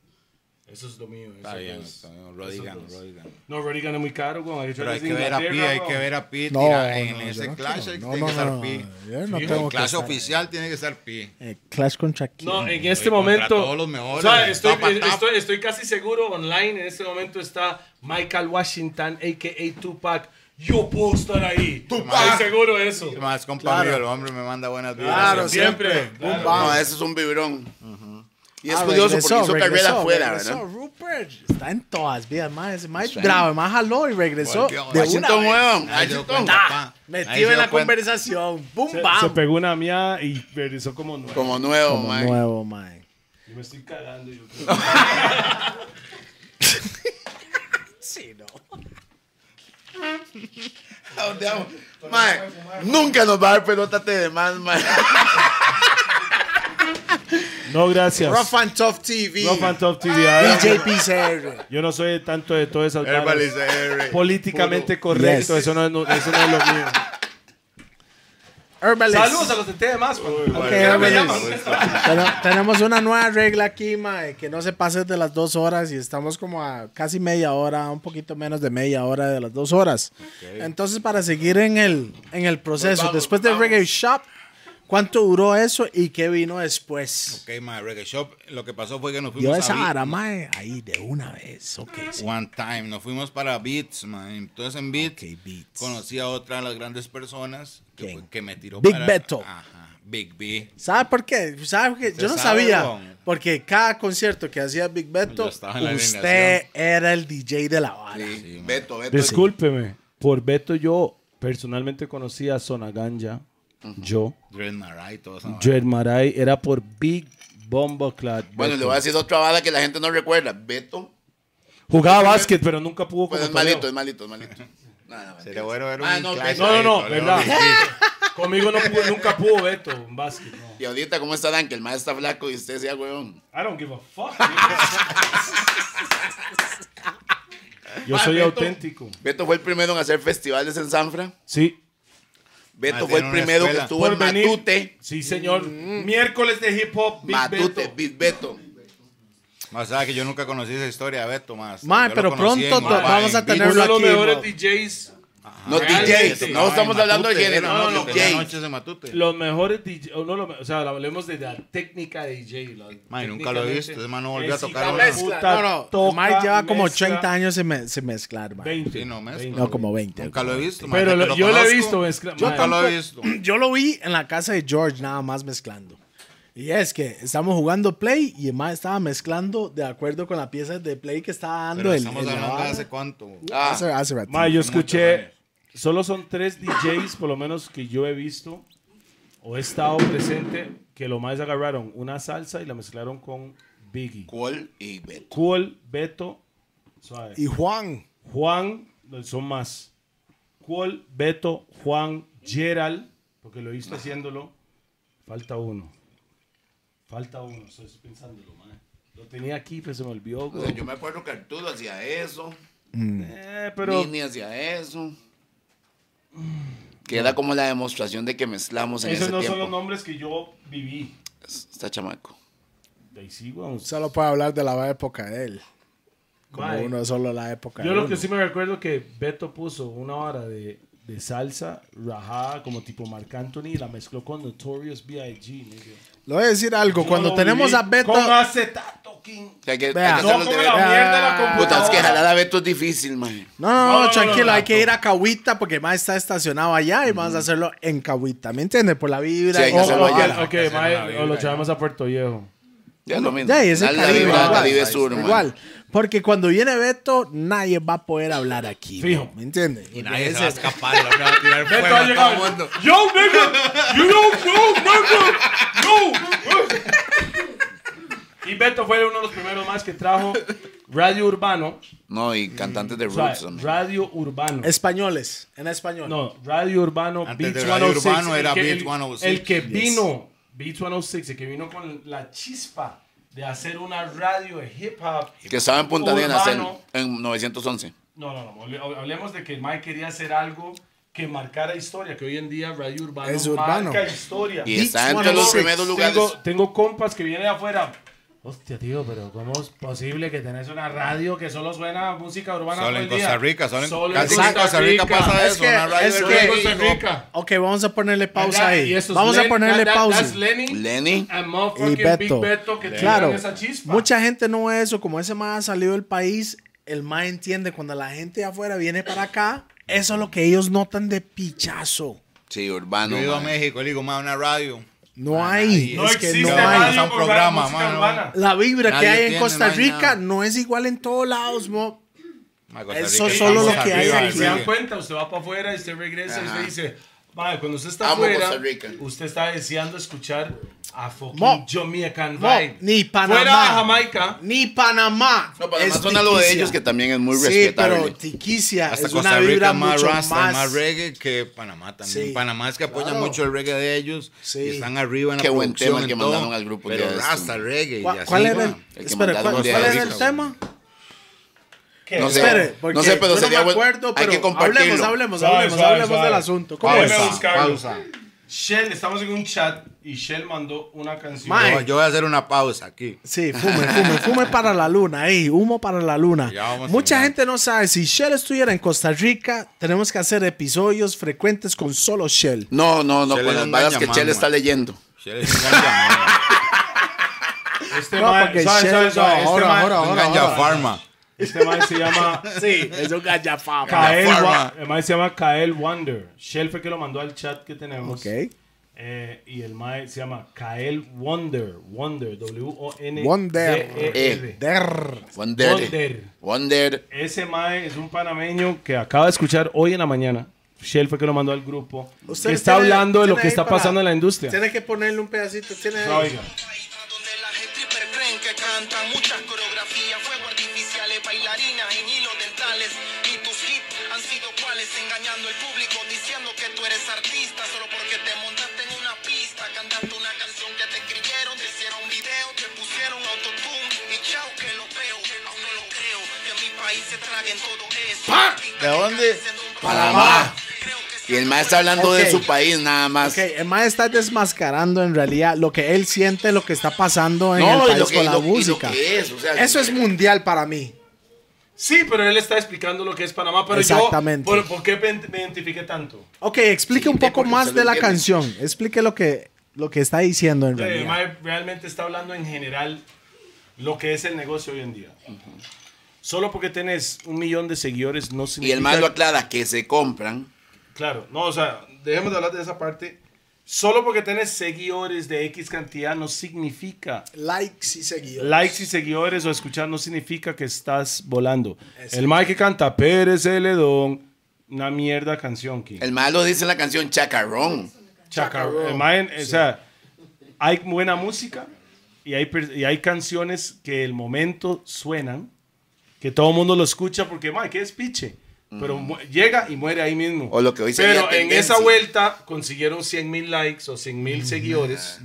C: Eso es lo mío. pues, eso pues.
D: Está bien,
C: es.
D: está bien. Rodigan, Rodigan.
C: No, Rodigan es muy caro, güey.
D: Pero hay que ver a Pi, hay que ver a Pi.
A: No,
D: tira- en
A: no, yo
D: ese
A: no
D: clash
A: quiero. No,
D: tiene
A: no,
D: que
A: no,
D: estar Pi.
A: yo no
D: Fijo,
A: tengo que
D: en clase
A: estar.
D: oficial tiene que estar Pi.
A: Eh, Clash con Shakira.
C: No, en este
D: contra
C: momento.
D: todos los mejores,
C: o sea, estoy,
D: tapa, tapa.
C: estoy- estoy casi seguro online. En este momento está Michael Washington, a.k.a. Tupac. Yo puedo estar ahí. Estoy seguro de eso.
D: Más compa mío, el hombre me manda buenas vibras.
A: Claro,
D: siempre.
A: siempre.
C: Claro.
B: No, ese es un vibrón. Y es
A: Ah,
B: curioso
A: regresó,
B: porque hizo carrera
A: regresó,
B: afuera,
A: regresó.
B: ¿verdad?
A: Rupert está en todas vías, más. Ese más bravo, más jaló y regresó.
D: Volvió,
A: de una
B: Washington,
A: vez.
B: weón.
D: Ahí se dio
B: Washington.
D: cuenta, pa. Ahí
A: Ah, Metido
D: se
A: en la
D: dio cuenta.
A: conversación. ¡Bum,
C: Se,
A: bam!
C: se pegó una mía y regresó como nueve.
B: Como nuevo,
A: Como
B: man.
A: nuevo, mae.
C: Yo me estoy cagando. Yo creo.
A: Sí, no.
B: Ah, te amo. Man, nunca nos va a dar pelótate de más,
C: [laughs]
B: man.
C: No, gracias.
A: Rough and Tough TV.
C: Rough and Tough TV. ah,
A: DJ PCR.
C: Yo no soy tanto de todas esas varas.
H: Herbalist, R.
C: Políticamente correcto.
A: Yes.
C: Eso, no, es- no- eso no es lo mío.
A: Herbalist.
C: Saludos a los de TDM. más.
A: Ok, Herbalist. Pero tenemos una nueva regla aquí, mae, que no se pase de las dos horas y estamos como a casi media hora, un poquito menos de media hora de las dos horas. Entonces, para seguir en el, en el proceso,
B: vamos,
A: después del
B: vamos.
A: Reggae Shop, ¿cuánto duró eso y qué vino después?
D: Ok, ma, Reggae Shop, lo que pasó fue que nos
A: Yo
D: fuimos
A: esa
D: a
A: vara,
D: Beat-
A: mae, ahí de una vez. Ok, sí.
D: One Time, nos fuimos para Beats, man. Entonces en Beats
A: Ok, Beats.
D: conocí a otra de las grandes personas que,
A: ¿Quién?
D: fue- que me tiró
A: Big
D: para...
A: Beto.
D: Ajá, Big B.
A: ¿Sabe por qué? ¿Sabe por qué? Yo no
D: sabe,
A: sabía.
D: weón.
A: Porque cada concierto que hacía Big Beto,
H: Yo estaba en la
A: usted
H: alineación.
A: era el DJ de la vara.
B: Sí, Beto, Beto.
C: Discúlpeme, por Beto yo personalmente conocí a Zona Ganja, yo,
H: Dread Marai, todo eso.
C: Dread Marai, era por Big Bombo Clad.
B: Bueno, le voy a decir otra bala que la gente no recuerda. Beto.
C: Jugaba básquet, pero nunca pudo
B: Pues
C: como
B: es malito, es malito, es
C: [laughs]
B: malito. No, no,
H: Sería
B: mentira.
H: bueno ver un
B: Ah, no,
H: clásico
C: No, no, no,
H: ahí,
C: verdad.
H: Toledo.
C: Conmigo no pudo- nunca pudo Beto en básquet. No.
B: Y ahorita, ¿cómo está Dan? Que el maestro está flaco y usted sea huevón.
C: I don't give a fuck. dude. yo soy auténtico.
B: Beto fue el primero en hacer festivales en Sanfra.
C: Sí,
B: Beto
H: Ah,
B: fue el
H: tiene una
B: primero que
H: escuela.
B: estuvo
C: por
B: en
C: venir.
B: Matute. Mm.
C: Sí, señor. Miércoles de hip hop, Big
B: Matute,
C: Beto.
B: Big Beto.
D: O sea, que yo nunca conocí esa historia de Beto, más.
A: Mae,
D: Yo lo
A: pero
D: conocí en
A: pronto
D: Mapa,
A: te- vamos
D: en
A: a
D: Beat-
A: tenerlo
C: Ah, Uno de los
A: aquí,
C: mejores
A: bro.
C: DJs Ah,
B: No DJs,
E: sí,
B: no estamos
D: Ay,
B: hablando de
D: Matute,
B: género,
D: era,
B: no,
D: no, que tenía
B: DJs.
D: noches de Matute.
C: Los mejores DJ, uno de los me- o sea, hablemos de la técnica de DJ. la-
D: Mae, nunca lo he visto, ese man no volvió a
C: Es
D: tocar
C: una
D: una.
C: puta
A: No, no,
C: toca,
A: Mike lleva como
C: mezcla,
A: 80 años sin, me- sin mezclar, mae.
C: 20.
D: Sí, no, mezcla.
C: 20.
A: No, como 20.
D: Nunca lo he visto. mae,
C: Pero
D: de que
C: lo- yo lo he
D: conozco,
C: visto mezcla-
D: Yo
C: mae.
D: nunca lo he visto.
A: [clears throat] Yo lo vi en la casa de George nada más mezclando. Y es que estamos jugando Play y el mae estaba mezclando de acuerdo con la pieza de Play que estaba dando
D: Pero
A: el,
D: estamos
A: el-
D: hablando de
A: la-
D: hace cuánto.
B: Ah,
A: hace, hace rato.
C: Ma, yo escuché, solo son tres DJs, por lo menos que yo he visto o he estado presente, que lo más agarraron una salsa y la mezclaron con Biggie.
B: Cole y Beto.
C: Cool, Beto, suave.
A: Y Juan,
C: Juan, no, son más. Cool, Beto, Juan, Gerald, porque lo he visto haciéndolo. Falta uno. Falta uno, estoy pensándolo, man. Lo tenía aquí, pero se me olvidó.
B: O sea, yo me acuerdo que Arturo hacía eso,
C: Eh, pero
B: Nini hacía eso. Que era como la demostración de que mezclamos en
C: esos
B: ese
C: no son los
B: tiempo.
C: nombres que yo viví.
B: Está chamaco.
C: De ahí sí, weón.
A: solo puede hablar de la época de él. Como
C: Mae,
A: uno solo la época
C: Yo
A: de
C: lo
A: uno.
C: que sí me recuerdo que Beto puso una hora de, de salsa rajada como tipo Marc Anthony y la mezcló con Notorious B.I.G. nigga.
A: Le voy a decir algo. Cuando
C: Yo lo
A: tenemos
C: viví
A: a Beto...
C: Con acetato, King.
B: O sea, hay que, hay que
A: Vea.
B: hacer
C: No
B: los
C: como
B: deberes.
C: la mierda la
A: Ah,
B: Puta, es que
C: computadora.
B: jalar a Beto es difícil, man.
A: No, no, no,
C: no, no,
A: tranquilo,
C: no,
A: hay
C: no.
A: que ir a Cahuita porque más está estacionado allá y vamos a hacerlo en Cahuita, ¿me entiendes? Por la vibra.
B: Sí, hay que
A: y-
B: hacerlo
A: Oh,
B: allá.
A: oh,
C: Ok, ok,
D: que se
C: mae,
D: la vibra
C: o lo
D: ya.
C: llevamos a Puerto Viejo.
B: Ya es lo mismo.
A: Ya, y es el
B: Dale la
A: Caribe,
B: vibra al
A: igual,
B: Caribe Sur, man.
A: igual. Porque cuando viene Beto, nadie va a poder hablar aquí.
C: Fijo.
A: ¿no? ¿Me entiendes?
H: Y nadie se va a escapar, la verdad, va a tirar fuego
C: Beto ha
H: a todo el
C: llegado.
H: mundo.
C: Yo, nigga, you don't know, nigga, no. Y Beto fue uno de los primeros más que trajo Radio Urbano.
B: No, y cantantes de
C: o sea,
B: roots también.
C: Radio Urbano.
A: Españoles, en español.
C: No, Radio Urbano,
D: Antes
C: Beats
D: de Radio
C: 106.
D: Urbano
C: el
D: era
C: que-
D: Beats
C: el-
D: 106,
C: El que
D: yes.
C: vino, Beats 106, el que vino con la chispa de hacer una radio de hip hop.
B: Que estaba en Punta Arenas en,
C: Urbano.
B: en 911.
C: No, no, no. hable- Hablemos de que el Mike quería hacer algo que marcara historia, que hoy en día Radio Urbano
A: Es urbano.
C: marca historia.
B: Y
A: Beats
B: está entre los
A: 106.
B: primeros lugares.
C: Tengo, tengo compas que vienen de afuera. Hostia, tío, pero ¿cómo es posible que tenés una radio que solo suena música urbana?
D: Solo
C: todo el
D: en
C: día?
D: Costa Rica, solo en,
C: Solo
D: casi en Costa Rica, pasa eso.
A: que-
D: una radio
A: es
D: de
A: que-
D: reggae.
C: Costa Rica.
A: Ok, vamos a ponerle pausa
C: Allá,
A: ahí.
C: y eso es
A: Vamos a
C: Len-
A: ponerle
C: that- that-
A: pausa.
C: that's Lenny
B: Lenny.
C: and motherfucking
A: y Beto.
C: Big Beto que
A: claro,
C: claro. esa chispa.
A: mucha gente no ve eso. Como ese más ha salido del país, el más entiende. Cuando la gente de afuera viene para acá, eso es lo que ellos notan de pichazo.
B: Sí, urbano.
D: Yo he ido a
B: man.
D: México, le digo, más una radio.
A: No
D: Ah,
A: hay.
C: no
A: es que
C: existe
A: no
D: radio.
A: hay.
C: más
D: Es un programa, mano.
A: La vibra
D: Nadie
A: que hay en
D: tiene,
A: Costa
D: no hay
A: Rica
D: nada.
A: no es igual en todos lados, mo.
D: Mae, Costa
A: Eso
D: Rica
A: solo
D: estamos
A: lo que hay
D: arriba,
A: aquí.
C: Y
D: el
C: se dan
D: reggae.
C: cuenta, usted va para afuera y usted regresa
B: Ajá.
C: y usted dice, "Mae, cuando usted está
B: Amo
C: afuera,
B: Costa Rica.
C: usted está deseando escuchar a fucking
A: Mo.
C: Jamaican
A: Mo,
C: vibe.
A: ni Panamá.
C: Fuera de Jamaica,
A: Ni Panamá.
B: No, para
A: es
B: además suena lo de
A: tiquicia.
B: ellos que también es muy
A: Sí, pero
B: respetable.
A: Tiquicia
D: Hasta
A: es
D: Costa
A: una
D: Rica
A: vibra
D: es más
A: mucho
D: rasta,
A: más.
D: más, reggae que Panamá también.
A: Sí.
D: Panamá es que apoya
A: Claro.
D: mucho el reggae de ellos.
A: Sí.
D: Y están arriba en la
B: Qué buen
D: producción.
B: tema el que
D: en todo,
B: mandaron al grupo el día
D: Pero
B: de
D: rasta,
B: esto.
D: reggae. y
A: ¿Cuál,
D: así,
A: cuál era el,
D: bueno.
B: El que
A: espera,
B: mandaron
A: ¿cuál,
B: de
A: cuál
B: ahí,
A: era el
B: cabrón.
A: tema?
B: No sé,
A: Espere, porque
B: no sé, pero
A: yo
B: sería
A: no me
B: bueno.
A: acuerdo,
B: Hay
A: pero
B: que compartirlo.
A: Hablemos, hablemos,
C: Suave,
A: hablemos,
C: suave,
A: hablemos
C: suave.
A: del asunto. ¿Cómo
C: Déjeme
A: es?
C: buscarlo.
D: pausa.
C: Shell, estamos en un chat y Shell mandó una canción.
A: Mae.
D: Yo, yo voy a hacer una pausa aquí.
A: Sí, fume, fume, fume para la luna, ahí, humo para la luna.
D: Ya vamos
A: Mucha
D: terminando.
A: gente no sabe, si Shell estuviera en Costa Rica, tenemos que hacer episodios frecuentes con solo Shell.
B: No, no, no,
D: Chele
B: con
D: no
B: las balas
D: engaña,
B: que
D: man,
B: Chele
D: man.
B: está leyendo.
D: Sí, es un ganja,
C: Este
A: No,
C: mae-
A: porque
C: suave,
A: Shell-
C: suave, suave,
A: no,
C: este
A: ahora,
C: mae-
A: ahora,
D: man.
A: ahora.
D: Un ganja farma.
C: Este man se llama
A: [laughs] Sí, es un gallafama.
C: Kael,
D: Farma.
C: Wa- el man se llama Kael Wonder. Shell fue que lo mandó al chat que tenemos.
A: Ok.
C: Eh, y el mae se llama Kael Wonder. Wonder. W-O-N.
A: Wonder.
C: D-E-R.
A: Der.
B: Wonder.
C: Wonder.
B: Wonder.
C: Eh, Ese mae es un panameño que acaba de escuchar hoy en la mañana. Shell fue que lo mandó al grupo. Que está
A: tiene-
C: hablando de lo
A: tiene
C: que
A: ahí
C: está
A: para-
C: pasando en la industria.
A: Tiene que ponerle un pedacito. Tiene ahí.
C: Oiga.
I: Caída donde la gente hipercreen que cantan muchas coreografías, fuego artificiales, bailarinas en hilos dentales. Y tus hits han sido cuales, engañando al público, diciendo que tú eres artista, solo porque te montaste en una pista, cantando una canción que te escribieron, te hicieron video, te pusieron autotune. Y chao que lo veo, aún no lo creo, que en mi país se traguen todo eso.
H: ¿De dónde?
B: Panamá. Y el mae está hablando
A: Ok.
B: de su país nada más.
A: Ok, el mae está desmascarando en realidad lo que él siente, lo que está pasando en
B: No,
A: el
B: y
A: país
B: lo que-
A: con
B: y
A: la
B: lo- y lo
A: música.
B: que es, o sea,
A: Eso es mundial para mí.
C: Sí, pero él está explicando lo que es Panamá. Pero
A: Exactamente.
C: yo. ¿por, por qué me, me identifiqué tanto?
A: Ok, explique
B: Sí,
A: un poco
B: porque
A: más
B: usted
A: de
B: lo
A: la
B: entiende.
A: canción. Explique lo que, lo que está diciendo en
C: El
A: realidad.
C: mae realmente está hablando en general lo que es el negocio hoy en día. Solo porque tenés un millón de seguidores no
B: Y
C: significa.
B: el mae lo aclara que se compran.
C: Claro, no, o sea, dejemos de hablar de esa parte. Solo porque tenés seguidores de X cantidad no significa
A: Likes y seguidores.
C: likes y seguidores o escuchar no significa que estás volando. El Mike que canta Pérez Celedón, una mierda canción, King.
B: El mae lo dice en la canción Chacarrón.
C: Chacarrón. El eh, mae, O sea, hay buena música y hay, per- y hay canciones que el momento suenan, que todo el mundo lo escucha porque, Mike, ¿qué es piche? Pero mu- llega y muere ahí mismo.
B: O lo que hoy sería
C: Pero en
B: tendencia.
C: esa vuelta consiguieron 100 mil likes o 100 mil seguidores.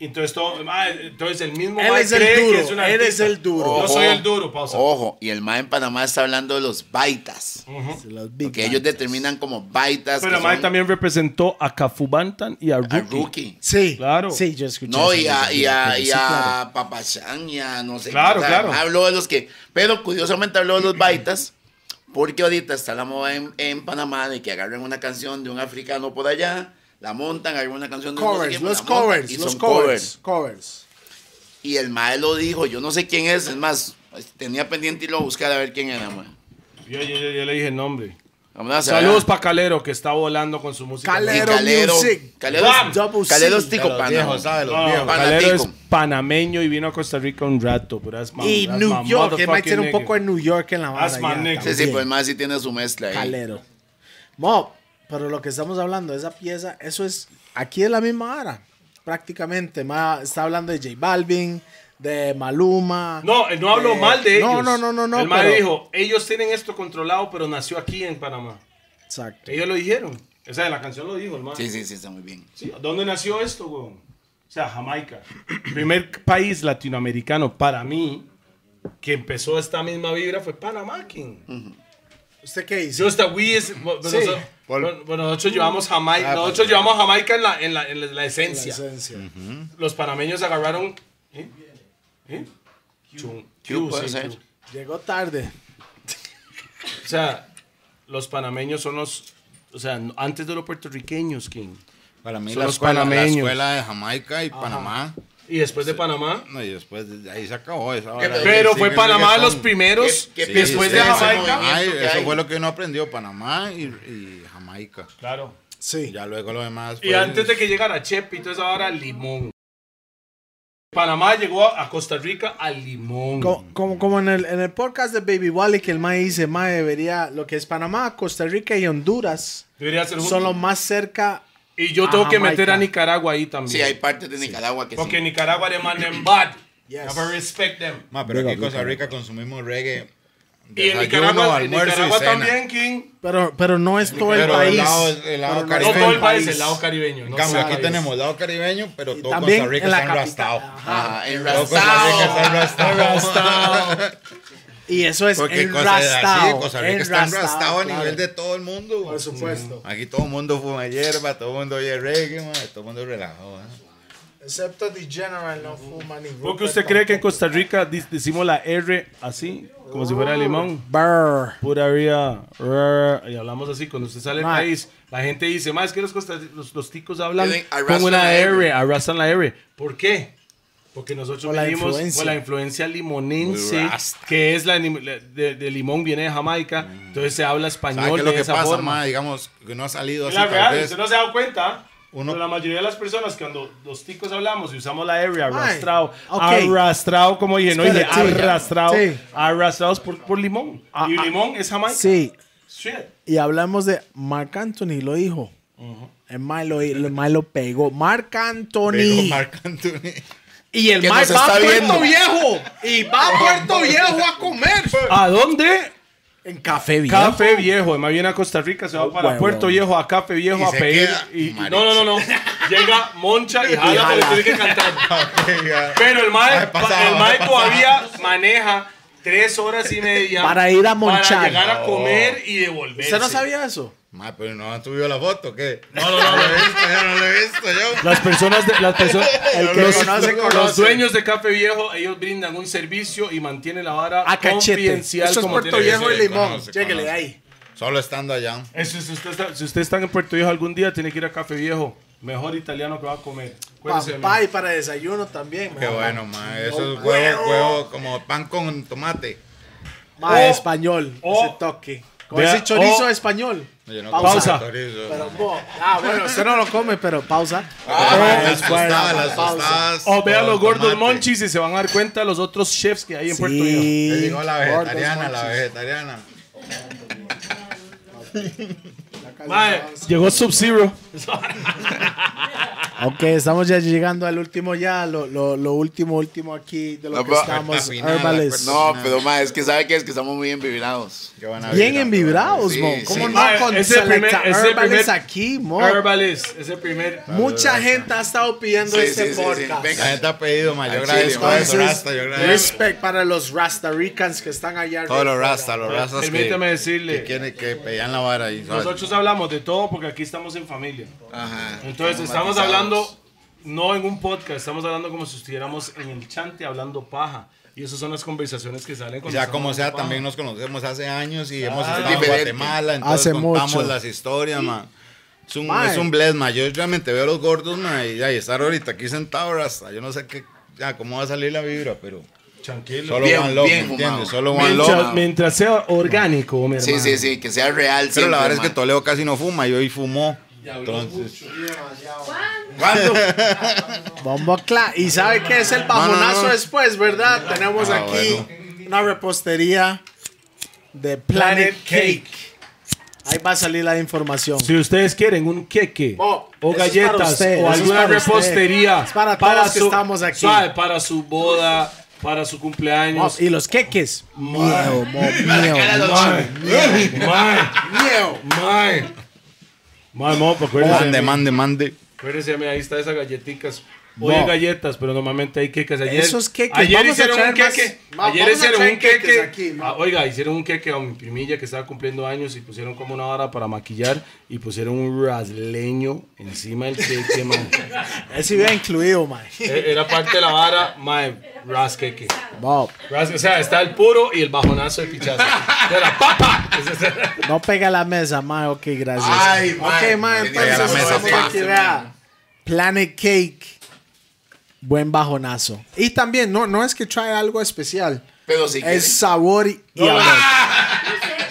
C: Entonces, todo, mae, entonces el mismo
A: Él
C: mae
A: es el
C: cree
A: duro,
C: que es un
A: él es
C: artista.
A: el duro.
C: Yo soy el duro, pausa.
B: Ojo, y el mae en Panamá está hablando de los baitas.
A: Los big
B: Que ellos
A: likes.
B: determinan como baitas.
C: Pero
B: que
C: Mae
B: son
C: también representó a Cafubantan y a Rookie.
B: a Rookie.
A: Sí,
C: Claro.
A: Sí, yo escuché.
B: No,
A: esa
B: y a, y a,
A: canción,
B: y
A: sí, claro.
B: a Papachán y a no sé
C: Claro,
B: qué.
C: claro.
B: Habló de los que. Pero curiosamente habló de los baitas. Porque ahorita está la moda en, en Panamá de que agarran una canción de un africano por allá, la montan, agarran una canción de un no sé
A: Covers,
B: quién,
A: los
B: la montan,
A: covers,
B: y
A: los
B: son
A: covers, covers.
B: Y el mae lo dijo, yo no sé quién es, es más, pues, tenía pendiente irlo a buscar a ver quién era, mae.
C: Yo, yo- yo- yo le dije el nombre.
B: Vamos a saber.
C: Saludos para Calero, que está volando con su música.
A: Calero.
B: Y Calero,
A: Music.
B: Calero,
A: Bam. Double C.
B: Calero es tico
H: Los
B: pana.
H: viejos, ¿sabes? Los
C: No,
H: viejos.
C: Calero es
B: Fanático.
C: panameño y vino a Costa Rica un rato. Pero that's my-
A: Y
C: that's
A: New
C: my
A: York, que mae
C: motherfucking
A: tiene un
C: nigga.
A: poco de New York en la
C: That's my
A: mano.
C: nigga.
B: Sí, sí, pues el mae sí tiene su mezcla ahí.
A: Calero. Mo, pero lo que estamos hablando, esa pieza, eso es. Aquí es la misma vara, prácticamente. Ma, está hablando de J Balvin, de Maluma.
C: No, él no habló
A: Eh,
C: mal de
A: no,
C: ellos.
A: no, no, no, no,
C: El mae
A: pero-
C: dijo, ellos tienen esto controlado, pero nació aquí en Panamá.
A: Exacto.
C: Ellos lo dijeron. O sea, en la canción lo dijo el mae.
B: Sí, sí, sí, está muy bien.
C: Sí, ¿Dónde nació esto, weón? O sea, Jamaica. [clears throat] Primer país latinoamericano para mí que empezó esta misma vibra fue Panamá, King.
A: ¿Usted qué dice?
C: Yo hasta we is- bueno,
A: Sí.
C: nosotros- bueno, bueno, nosotros llevamos Jamaica, nosotros llevamos Jamaica en la, en la, en la- la
A: La
C: esencia.
A: esencia.
C: Los panameños agarraron. ¿eh? ¿Eh? Chun- Q,
B: puede
C: sí,
B: ser.
C: Q.
A: Llegó tarde.
C: O sea, los panameños son los. O sea, antes de los puertorriqueños, King.
D: Para mí
C: Son
D: la
C: los
D: escuela, la
C: panameños.
D: escuela de Jamaica y Panamá.
C: Y después de Panamá.
D: No, y después de ahí se acabó esa
B: Pero
D: vara.
C: Pero
D: Sí,
C: fue
D: el
C: Panamá
D: reggaetón.
C: los primeros.
B: ¿Qué-
D: Sí,
C: después
D: sí,
C: de
D: sí,
C: Jamaica.
D: Ay,
B: movimiento que
D: eso
B: hay.
D: fue lo que uno aprendió, Panamá y, y Jamaica.
C: Claro.
A: Sí.
D: Ya luego lo demás.
C: Y
D: fue-
C: antes de que llegara Chepe, entonces ahora Limón. Panamá llegó a Costa Rica a Limón.
A: Co- Como, como en, el, en el podcast de Baby Wally, que el Mae dice: Mae debería. Lo que es Panamá, Costa Rica y Honduras
C: Debería ser junto.
A: son los más cerca.
C: Y yo tengo
A: a
C: que meter
A: Jamaica.
C: a Nicaragua ahí también.
B: Sí, hay partes de Nicaragua que
C: Porque
B: sí.
C: Nicaragua le mandan bad.
A: Yes.
C: Never respect them.
D: Ma, pero aquí en Costa Rica consumimos reggae.
C: Y en
D: desayuno,
C: Nicaragua, en
D: almuerzo y
C: Nicaragua
D: cena.
C: también, King.
A: Pero, pero no es todo el
D: Pero el
A: país.
D: lado- el lado
A: Pero no es
C: No
D: caribeño.
C: todo el país, el lado caribeño.
D: En
C: no
D: cambio,
C: todo el
D: aquí
C: país.
D: tenemos lado caribeño, pero
A: Y
D: todo
A: también
D: Costa Rica
A: en la
D: está
A: capital.
D: enrastado.
B: Ajá, el
D: Todo Costa Rica está
B: rastao.
D: enrastado.
A: Y eso es
D: [laughs] Porque Costa,
A: enrastado.
D: sí, Costa Rica está
A: enrastado,
D: enrastado a
A: claro.
D: nivel de todo el mundo.
A: Por supuesto.
D: Aquí todo el mundo fuma hierba, todo el mundo oye reggae, ma, todo el mundo ¿eh? relajó. ma.
A: Excepto The General no fuma ni
C: ¿Por qué usted cree que en Costa Rica dic- decimos la R así, como si fuera limón?
A: Brr.
C: Pura vida, rrr, y hablamos así. Cuando usted sale del
A: Ma.
C: país, la gente dice, más que los, costa- los, los ticos hablan
B: Tienen-
C: con
B: arrastran
C: una
B: la
C: R,
B: R".
C: arrastran la R. ¿Por qué? Porque nosotros
A: Por la
C: venimos
A: influencia.
C: por la influencia limonense,
D: Muy rasta.
C: que es la lim- la- de, de limón, viene de Jamaica, entonces se habla
D: ¿Sabes
C: español
D: Mm. qué es lo
C: de
D: que
C: esa
D: pasa,
C: forma.
D: ma? Digamos, que no ha salido así
C: La
D: tal
C: real,
D: vez.
C: usted no se ha dado cuenta. ¿ah?
D: Uno-
C: Pero la mayoría de las personas, cuando los ticos hablamos y usamos la R,
A: Ay,
C: arrastrado,
A: ok.
C: arrastrado, como dije, no dije
A: Espérate, sí.
C: arrastrado,
A: Sí.
C: arrastrados por, por limón.
A: Ah,
C: y
A: ah.
C: limón es Jamaica.
A: Sí,
C: Shit.
A: y hablamos de Marc Anthony, lo dijo. El mal lo, el mae lo pegó. Marc
D: Pero
A: Anthony.
D: Marc Anthony.
A: y el
B: Que
A: mae
B: nos
A: va a
B: está
A: Puerto
B: viendo.
A: Viejo. Y va a Puerto Viejo a
D: [laughs]
A: comer.
C: ¿A dónde?
A: En Café Viejo.
C: Café Viejo. Más viene a Costa Rica, se va para
A: huevón.
C: Puerto Viejo, a Café Viejo
D: Y
C: a
D: se
C: pedir.
D: queda,
C: y- y-
D: marica.
C: no, no, no, no. Llega Moncha y jala
A: jala.
C: porque tiene que cantar.
D: Oiga.
C: Pero el
D: Ay,
C: mae,
D: pasaba,
C: el mae
D: pasaba.
C: todavía maneja tres horas y media
A: Para ir a monchar.
C: Para llegar a comer y devolverse.
A: ¿Usted no sabía eso?
D: Ma, pero no han subido la foto, ¿qué?
C: No, no, no,
D: No
C: no.
D: lo he visto, [laughs] yo no lo he visto, yo.
C: Las personas, de- las personas,
A: El que
C: los,
A: conoce,
C: los
A: conoce.
C: dueños de Café Viejo, ellos brindan un servicio y mantienen la vara
A: A cachete.
C: confidencial.
A: Eso es
C: como
A: Puerto
C: tiene que
A: Viejo
C: ser.
A: y Limón.
D: conoce,
A: Chéquele
D: conoce.
A: ahí.
D: Solo estando allá.
C: Eso, Eh, si, usted está, si usted está en Puerto Viejo algún día, tiene que ir a Café Viejo. Mejor italiano que va a comer. Acuérdese de mí.
A: Papá y para desayuno también.
D: Qué
A: mae.
D: bueno, ma. Eso es
A: huevo.
D: huevo, huevo, como pan con tomate.
A: Mae,
C: O-
A: español.
C: o-
A: ese toque. Con
C: Vea,
A: ese chorizo
C: o-
A: español.
D: Yo no
A: Pausa.
D: como chorizo,
A: Pero,
D: ma.
A: mo- ah, bueno, usted no lo come, pero pausa.
D: Ah, las
A: Pausa,
D: tostadas, las
A: pausa.
D: tostadas.
C: O vean
D: con
C: Oh, los gordos
D: tomate.
C: monchis y se van a dar cuenta los otros chefs que hay en Puerto Viejo.
D: Ya llegó la
A: gordos,
D: vegetariana, la
A: monchis.
D: vegetariana.
C: Mae, llegó Sub-Zero.
A: Ok, estamos ya llegando al último ya, lo, lo, lo último, último aquí de lo
B: No,
A: que
B: pero-
A: estamos,
D: La final, la
A: Herbalist.
D: cuerda-
B: No, pero ma, es que sabe que es que estamos muy bien vibrados.
D: Qué buena
A: Bien
D: vibra,
A: envibrados,
B: Sí,
A: mo.
B: sí.
A: ¿Cómo
C: Ah,
A: no con
C: ese primer-
A: Selecta
C: ese
A: Herbalist
C: primer-
A: aquí, mo?
C: Herbalist, ese primer.
A: Mucha gente ha estado pidiendo
B: Sí,
A: este
B: sí, sí,
A: podcast.
B: sí.
D: La gente ha pedido, ma. Yo
B: Al
D: agradezco
B: chile, ma.
D: eso, Rasta. Yo agradezco.
A: Respect para los Rastaricans que están allá.
D: Todos los
A: arriba.
D: Rasta, los Rastas que,
C: Permítame
D: que,
C: decirle.
D: quieren- que pedían la vara ahí. ¿sabes?
C: Nosotros hablamos de todo porque aquí estamos en familia.
B: Ajá.
C: Entonces estamos hablando no en un podcast, estamos hablando como si estuviéramos en el chante hablando paja. Y esas son las conversaciones que salen con
D: Ya como sea, también nos conocemos hace años y hemos estado en
B: diferente.
D: Guatemala, entonces
A: Hace
D: contamos
A: mucho.
D: las historias, ma. Es un,
A: Mae.
D: es un bless, ma. Yo realmente veo a los gordos, ma, y, ya, y estar ahorita aquí sentado, hasta yo no sé qué, ya, cómo va a salir la vibra, pero
C: Tranquilo.
D: solo
B: Bien,
D: one love,
B: bien
D: ¿me
B: fumado.
D: entiendes? Solo one
C: Mientras,
D: love.
C: mientras sea orgánico, mi
B: Sí,
C: hermano.
B: sí, sí, que sea real.
D: Pero
B: siempre,
D: la verdad es
B: ma.
D: que Toledo casi no fuma y hoy fumó. Entonces,
B: ¿Cuándo?
A: Bombo Cla- Y sabe qué es el bajonazo
D: no, no.
A: después, ¿verdad? Tenemos
D: Ah,
A: aquí una repostería de Planet,
C: Planet
A: Cake.
C: Cake.
A: Ahí va a salir la información.
C: Si ustedes quieren un queque
A: Oh,
C: o
A: eso es para
C: galletas
A: usted, eso
C: o
A: es
C: alguna
A: para usted.
C: repostería
A: Es para todos que estamos aquí.
C: suave, para su boda, para su cumpleaños.
A: Mop, y los queques. Miedo, mop, miedo.
C: Mae, mae,
A: Miedo.
C: mae. Mae, mop, acuérdese de
D: mande,
C: mí.
D: mande, mande.
C: Acuérdense, mira, ahí está esas galletitas. Hoy hay
A: No.
C: galletas, pero normalmente hay queques. Ayer,
A: Esos queques,
C: Ayer
A: vamos a
C: hicieron
A: traer
C: un queque.
A: más- ma-
C: ayer
A: vamos a
C: hicieron
A: traer
C: un queque.
A: queques aquí, ma.
C: Ah, oiga, hicieron un queque a mi primilla que estaba cumpliendo años y pusieron como una vara para maquillar y pusieron un rasleño encima del queque, man. [laughs]
A: Ese iba incluido, man.
C: E- Era parte de la vara, mae, ras queque.
A: Mop,
C: Ras- o sea, está el puro y el bajonazo de pichazo. De la papa. Ese es el-
A: no pega la mesa, man. Ok, gracias.
B: Ay,
A: Ok,
B: mae.
A: man,
B: Pega la
A: entonces
B: mesa,
A: estamos
B: pa.
A: aquí, vea. Planet Cake. Buen bajonazo. Y también, no, no es que trae algo especial.
B: Pero si
A: Es
B: quieres.
A: sabor y y amor. Ya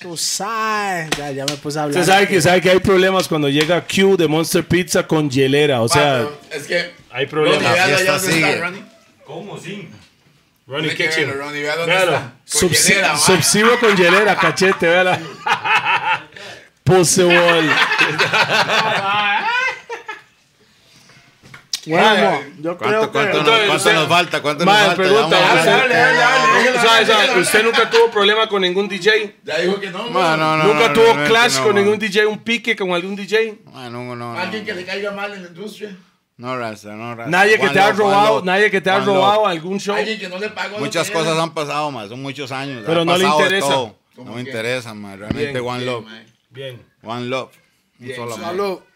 A: tú sabes. Ya, ya me puse a hablar.
C: Usted sabe que, sabe que hay problemas cuando llega Q de Monster Pizza con hielera. O sea,
B: Es que.
C: hay problemas.
B: Ronnie, véalo allá
D: fiesta
B: donde
D: sigue.
B: está, Ronnie.
C: Ronnie
B: Tiene que
C: Kitchen.
B: verlo, Ronnie, vea dónde
C: Claro.
B: está. Con hielera, va.
C: Subsivo con hielera, cachete, véala. Pose wall.
A: Bueno,
C: Ay,
A: mo, yo creo
D: ¿Cuánto,
A: que.
D: cuánto,
C: Entonces,
D: nos, cuánto
C: usted-
D: nos falta? ¿Cuánto nos
C: Madre,
D: falta?
C: pregunta.
D: Vamos a
C: ¿usted-
D: hablar.
C: ¿Sabe, sabe? ¿Usted nunca tuvo problema con ningún DJ?
B: Ya dijo que no,
D: Ma, no, no,
C: ¿Nunca
D: no,
C: tuvo
D: realmente
C: clash
D: no,
C: con
D: ma.
C: ningún DJ? ¿Un pique con algún DJ?
D: Ma, no, no, no.
B: que le caiga mal en la industria.
D: No, Rasta, no, Rasta.
C: Nadie que
D: One
C: te ha
D: love, one
C: robado,
D: love,
C: nadie que te ha
D: one love.
C: robado algún show.
B: que no le pagó.
D: Muchas cosas han pasado, más son muchos años.
C: Pero
D: ha
C: no le
D: pasado de
C: interesa.
D: todo.
B: ¿Cómo
D: No me
B: qué?
D: interesa, man. Realmente
C: Bien,
D: One Love.
C: Bien.
D: One Love. Un solo, man.
A: Hablo-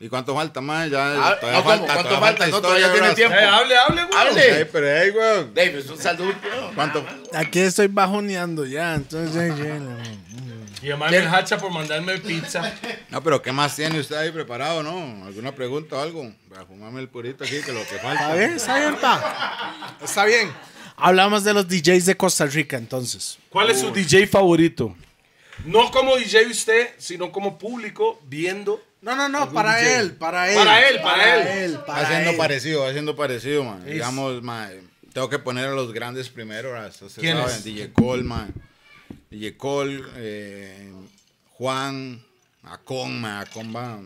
D: ¿Y cuánto falta, más? Ya,
B: Ah,
D: todavía
B: no, ¿cómo?
D: falta.
B: ¿Cuánto
D: todavía
B: falta? No, todavía
D: historia,
B: tiene
D: Rasta.
C: Eh, hable, hable, güey.
D: Ay, pero hey, weón.
B: Dave, es un saludo. bro.
D: ¿Cuánto?
A: Aquí estoy bajoneando ya, entonces. ya, ya, mo.
C: Y además el hacha por mandarme pizza.
D: No, pero ¿qué más tiene usted ahí preparado, no? ¿Alguna pregunta o algo? Para fumarme el purito aquí, que lo que falta.
A: Está bien, está bien, pa. Está bien. Hablamos de los DJs de Costa Rica, entonces.
C: ¿Cuál es su DJ favorito? No como DJ usted, sino como público viendo
A: No, no, no, para él, para él.
J: Para él, para él.
A: para
D: haciendo
A: él.
D: parecido, haciendo parecido, man.
A: Es-
D: Digamos, man, tengo que poner a los grandes primero, ah, ¿verdad? Ustedes
A: ¿Quiénes?
D: saben, DJ Cole, man. DJ Cole, eh, Juan, Acon, man. Acon va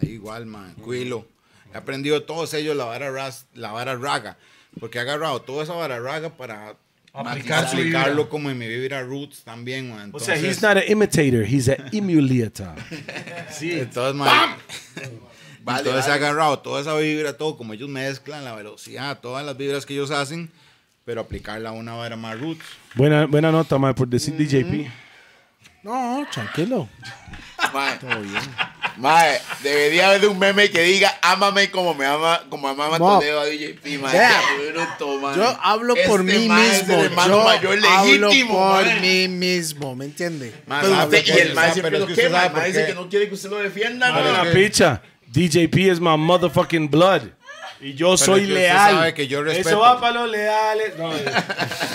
D: ahí igual, man. Quilo. He aprendido todos ellos la vara, ras- la vara raga, porque he agarrado toda esa vara raga para
J: Aplicar su
D: aplicarlo
J: vibra.
D: como en mi vibra roots también, man.
C: O sea,
D: Entonces-
C: he's not an imitator, he's an emulator.
D: Entonces, man,
B: [laughs] Vale,
D: entonces se ha
B: vale.
D: agarrado toda esa vibra, todo, como ellos mezclan la velocidad, todas las vibras que ellos hacen, pero aplicarla a una vara más roots.
C: buena, buena nota, mae, por decir DJP.
A: Mm-hmm. No,
C: Tranquilo.
B: Mae. Mae, debería haber un meme que diga ámame como me ama, como amaba
A: No.
B: Toledo a DJP, mae.
A: Vea,
B: Qué bruto, mae.
A: yo hablo por
B: Este
A: mí
B: mae es
A: mismo.
B: el hermano
A: Yo
B: mayor
A: hablo
B: legítimo,
A: por
B: mae.
A: mí mismo, ¿me entiende?
D: Man,
B: Pero
D: hablo
B: usted-
D: por
B: y el
D: esa,
B: mae
D: pero
B: siempre
D: es
B: lo
D: que usted
B: quema,
D: sabe
B: el mae
D: por
B: dice
D: qué.
B: que no quiere que usted lo defienda,
C: Madre
B: mae.
C: la picha. DJP es my motherfucking blood. Y yo
D: es
C: soy
D: que usted
C: leal.
D: sabe que yo respeto.
C: Eso va para los leales.
D: [laughs]
C: No, eh.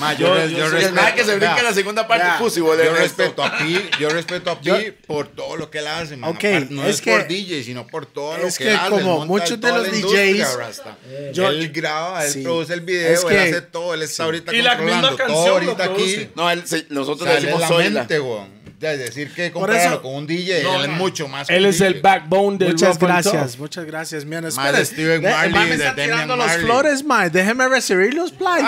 D: Man, yo,
C: Yo-
D: yo
C: yo soy
B: El mae
D: respeto,
B: que se brinca
D: vea,
B: en la segunda parte, pussy, boludo,
D: yo
B: Ernesto.
D: respeto a Pi, yo respeto a Pi por todo lo que él hace, man.
A: Ok,
D: Aparte, no
A: es
D: es,
A: que-
D: por DJ, sino por todo lo
A: es
D: que,
A: que
D: él hace.
A: como
D: él monta
A: muchos de
D: toda
A: los
D: la industria,
A: DJs,
D: Rasta.
A: yo-
D: él graba, él
A: sí.
D: produce el
A: Es
D: video,
A: que-
D: él hace todo, él está ahorita
J: Y la misma
D: controlando todo
J: canción lo
D: ahorita aquí.
J: produce.
B: No, él se- nosotros le
D: Sale
B: decimos
D: la
B: Zoila.
D: mente, weón. Ya, es decir que
A: Por
D: compararlo
A: eso-
D: con un DJ, él es mucho más. que
C: Él
D: un
C: es el
D: DJ.
C: backbone del
A: Muchas
C: rock and
A: gracias,
C: tough.
A: muchas gracias. Mira,
D: Mae, de
A: espere.
D: Steven
A: De- el
D: Marley,
A: mae me
D: de
A: está
D: Damian
A: tirando
D: Marley.
A: los flores, mae. Déjeme recibir los playos.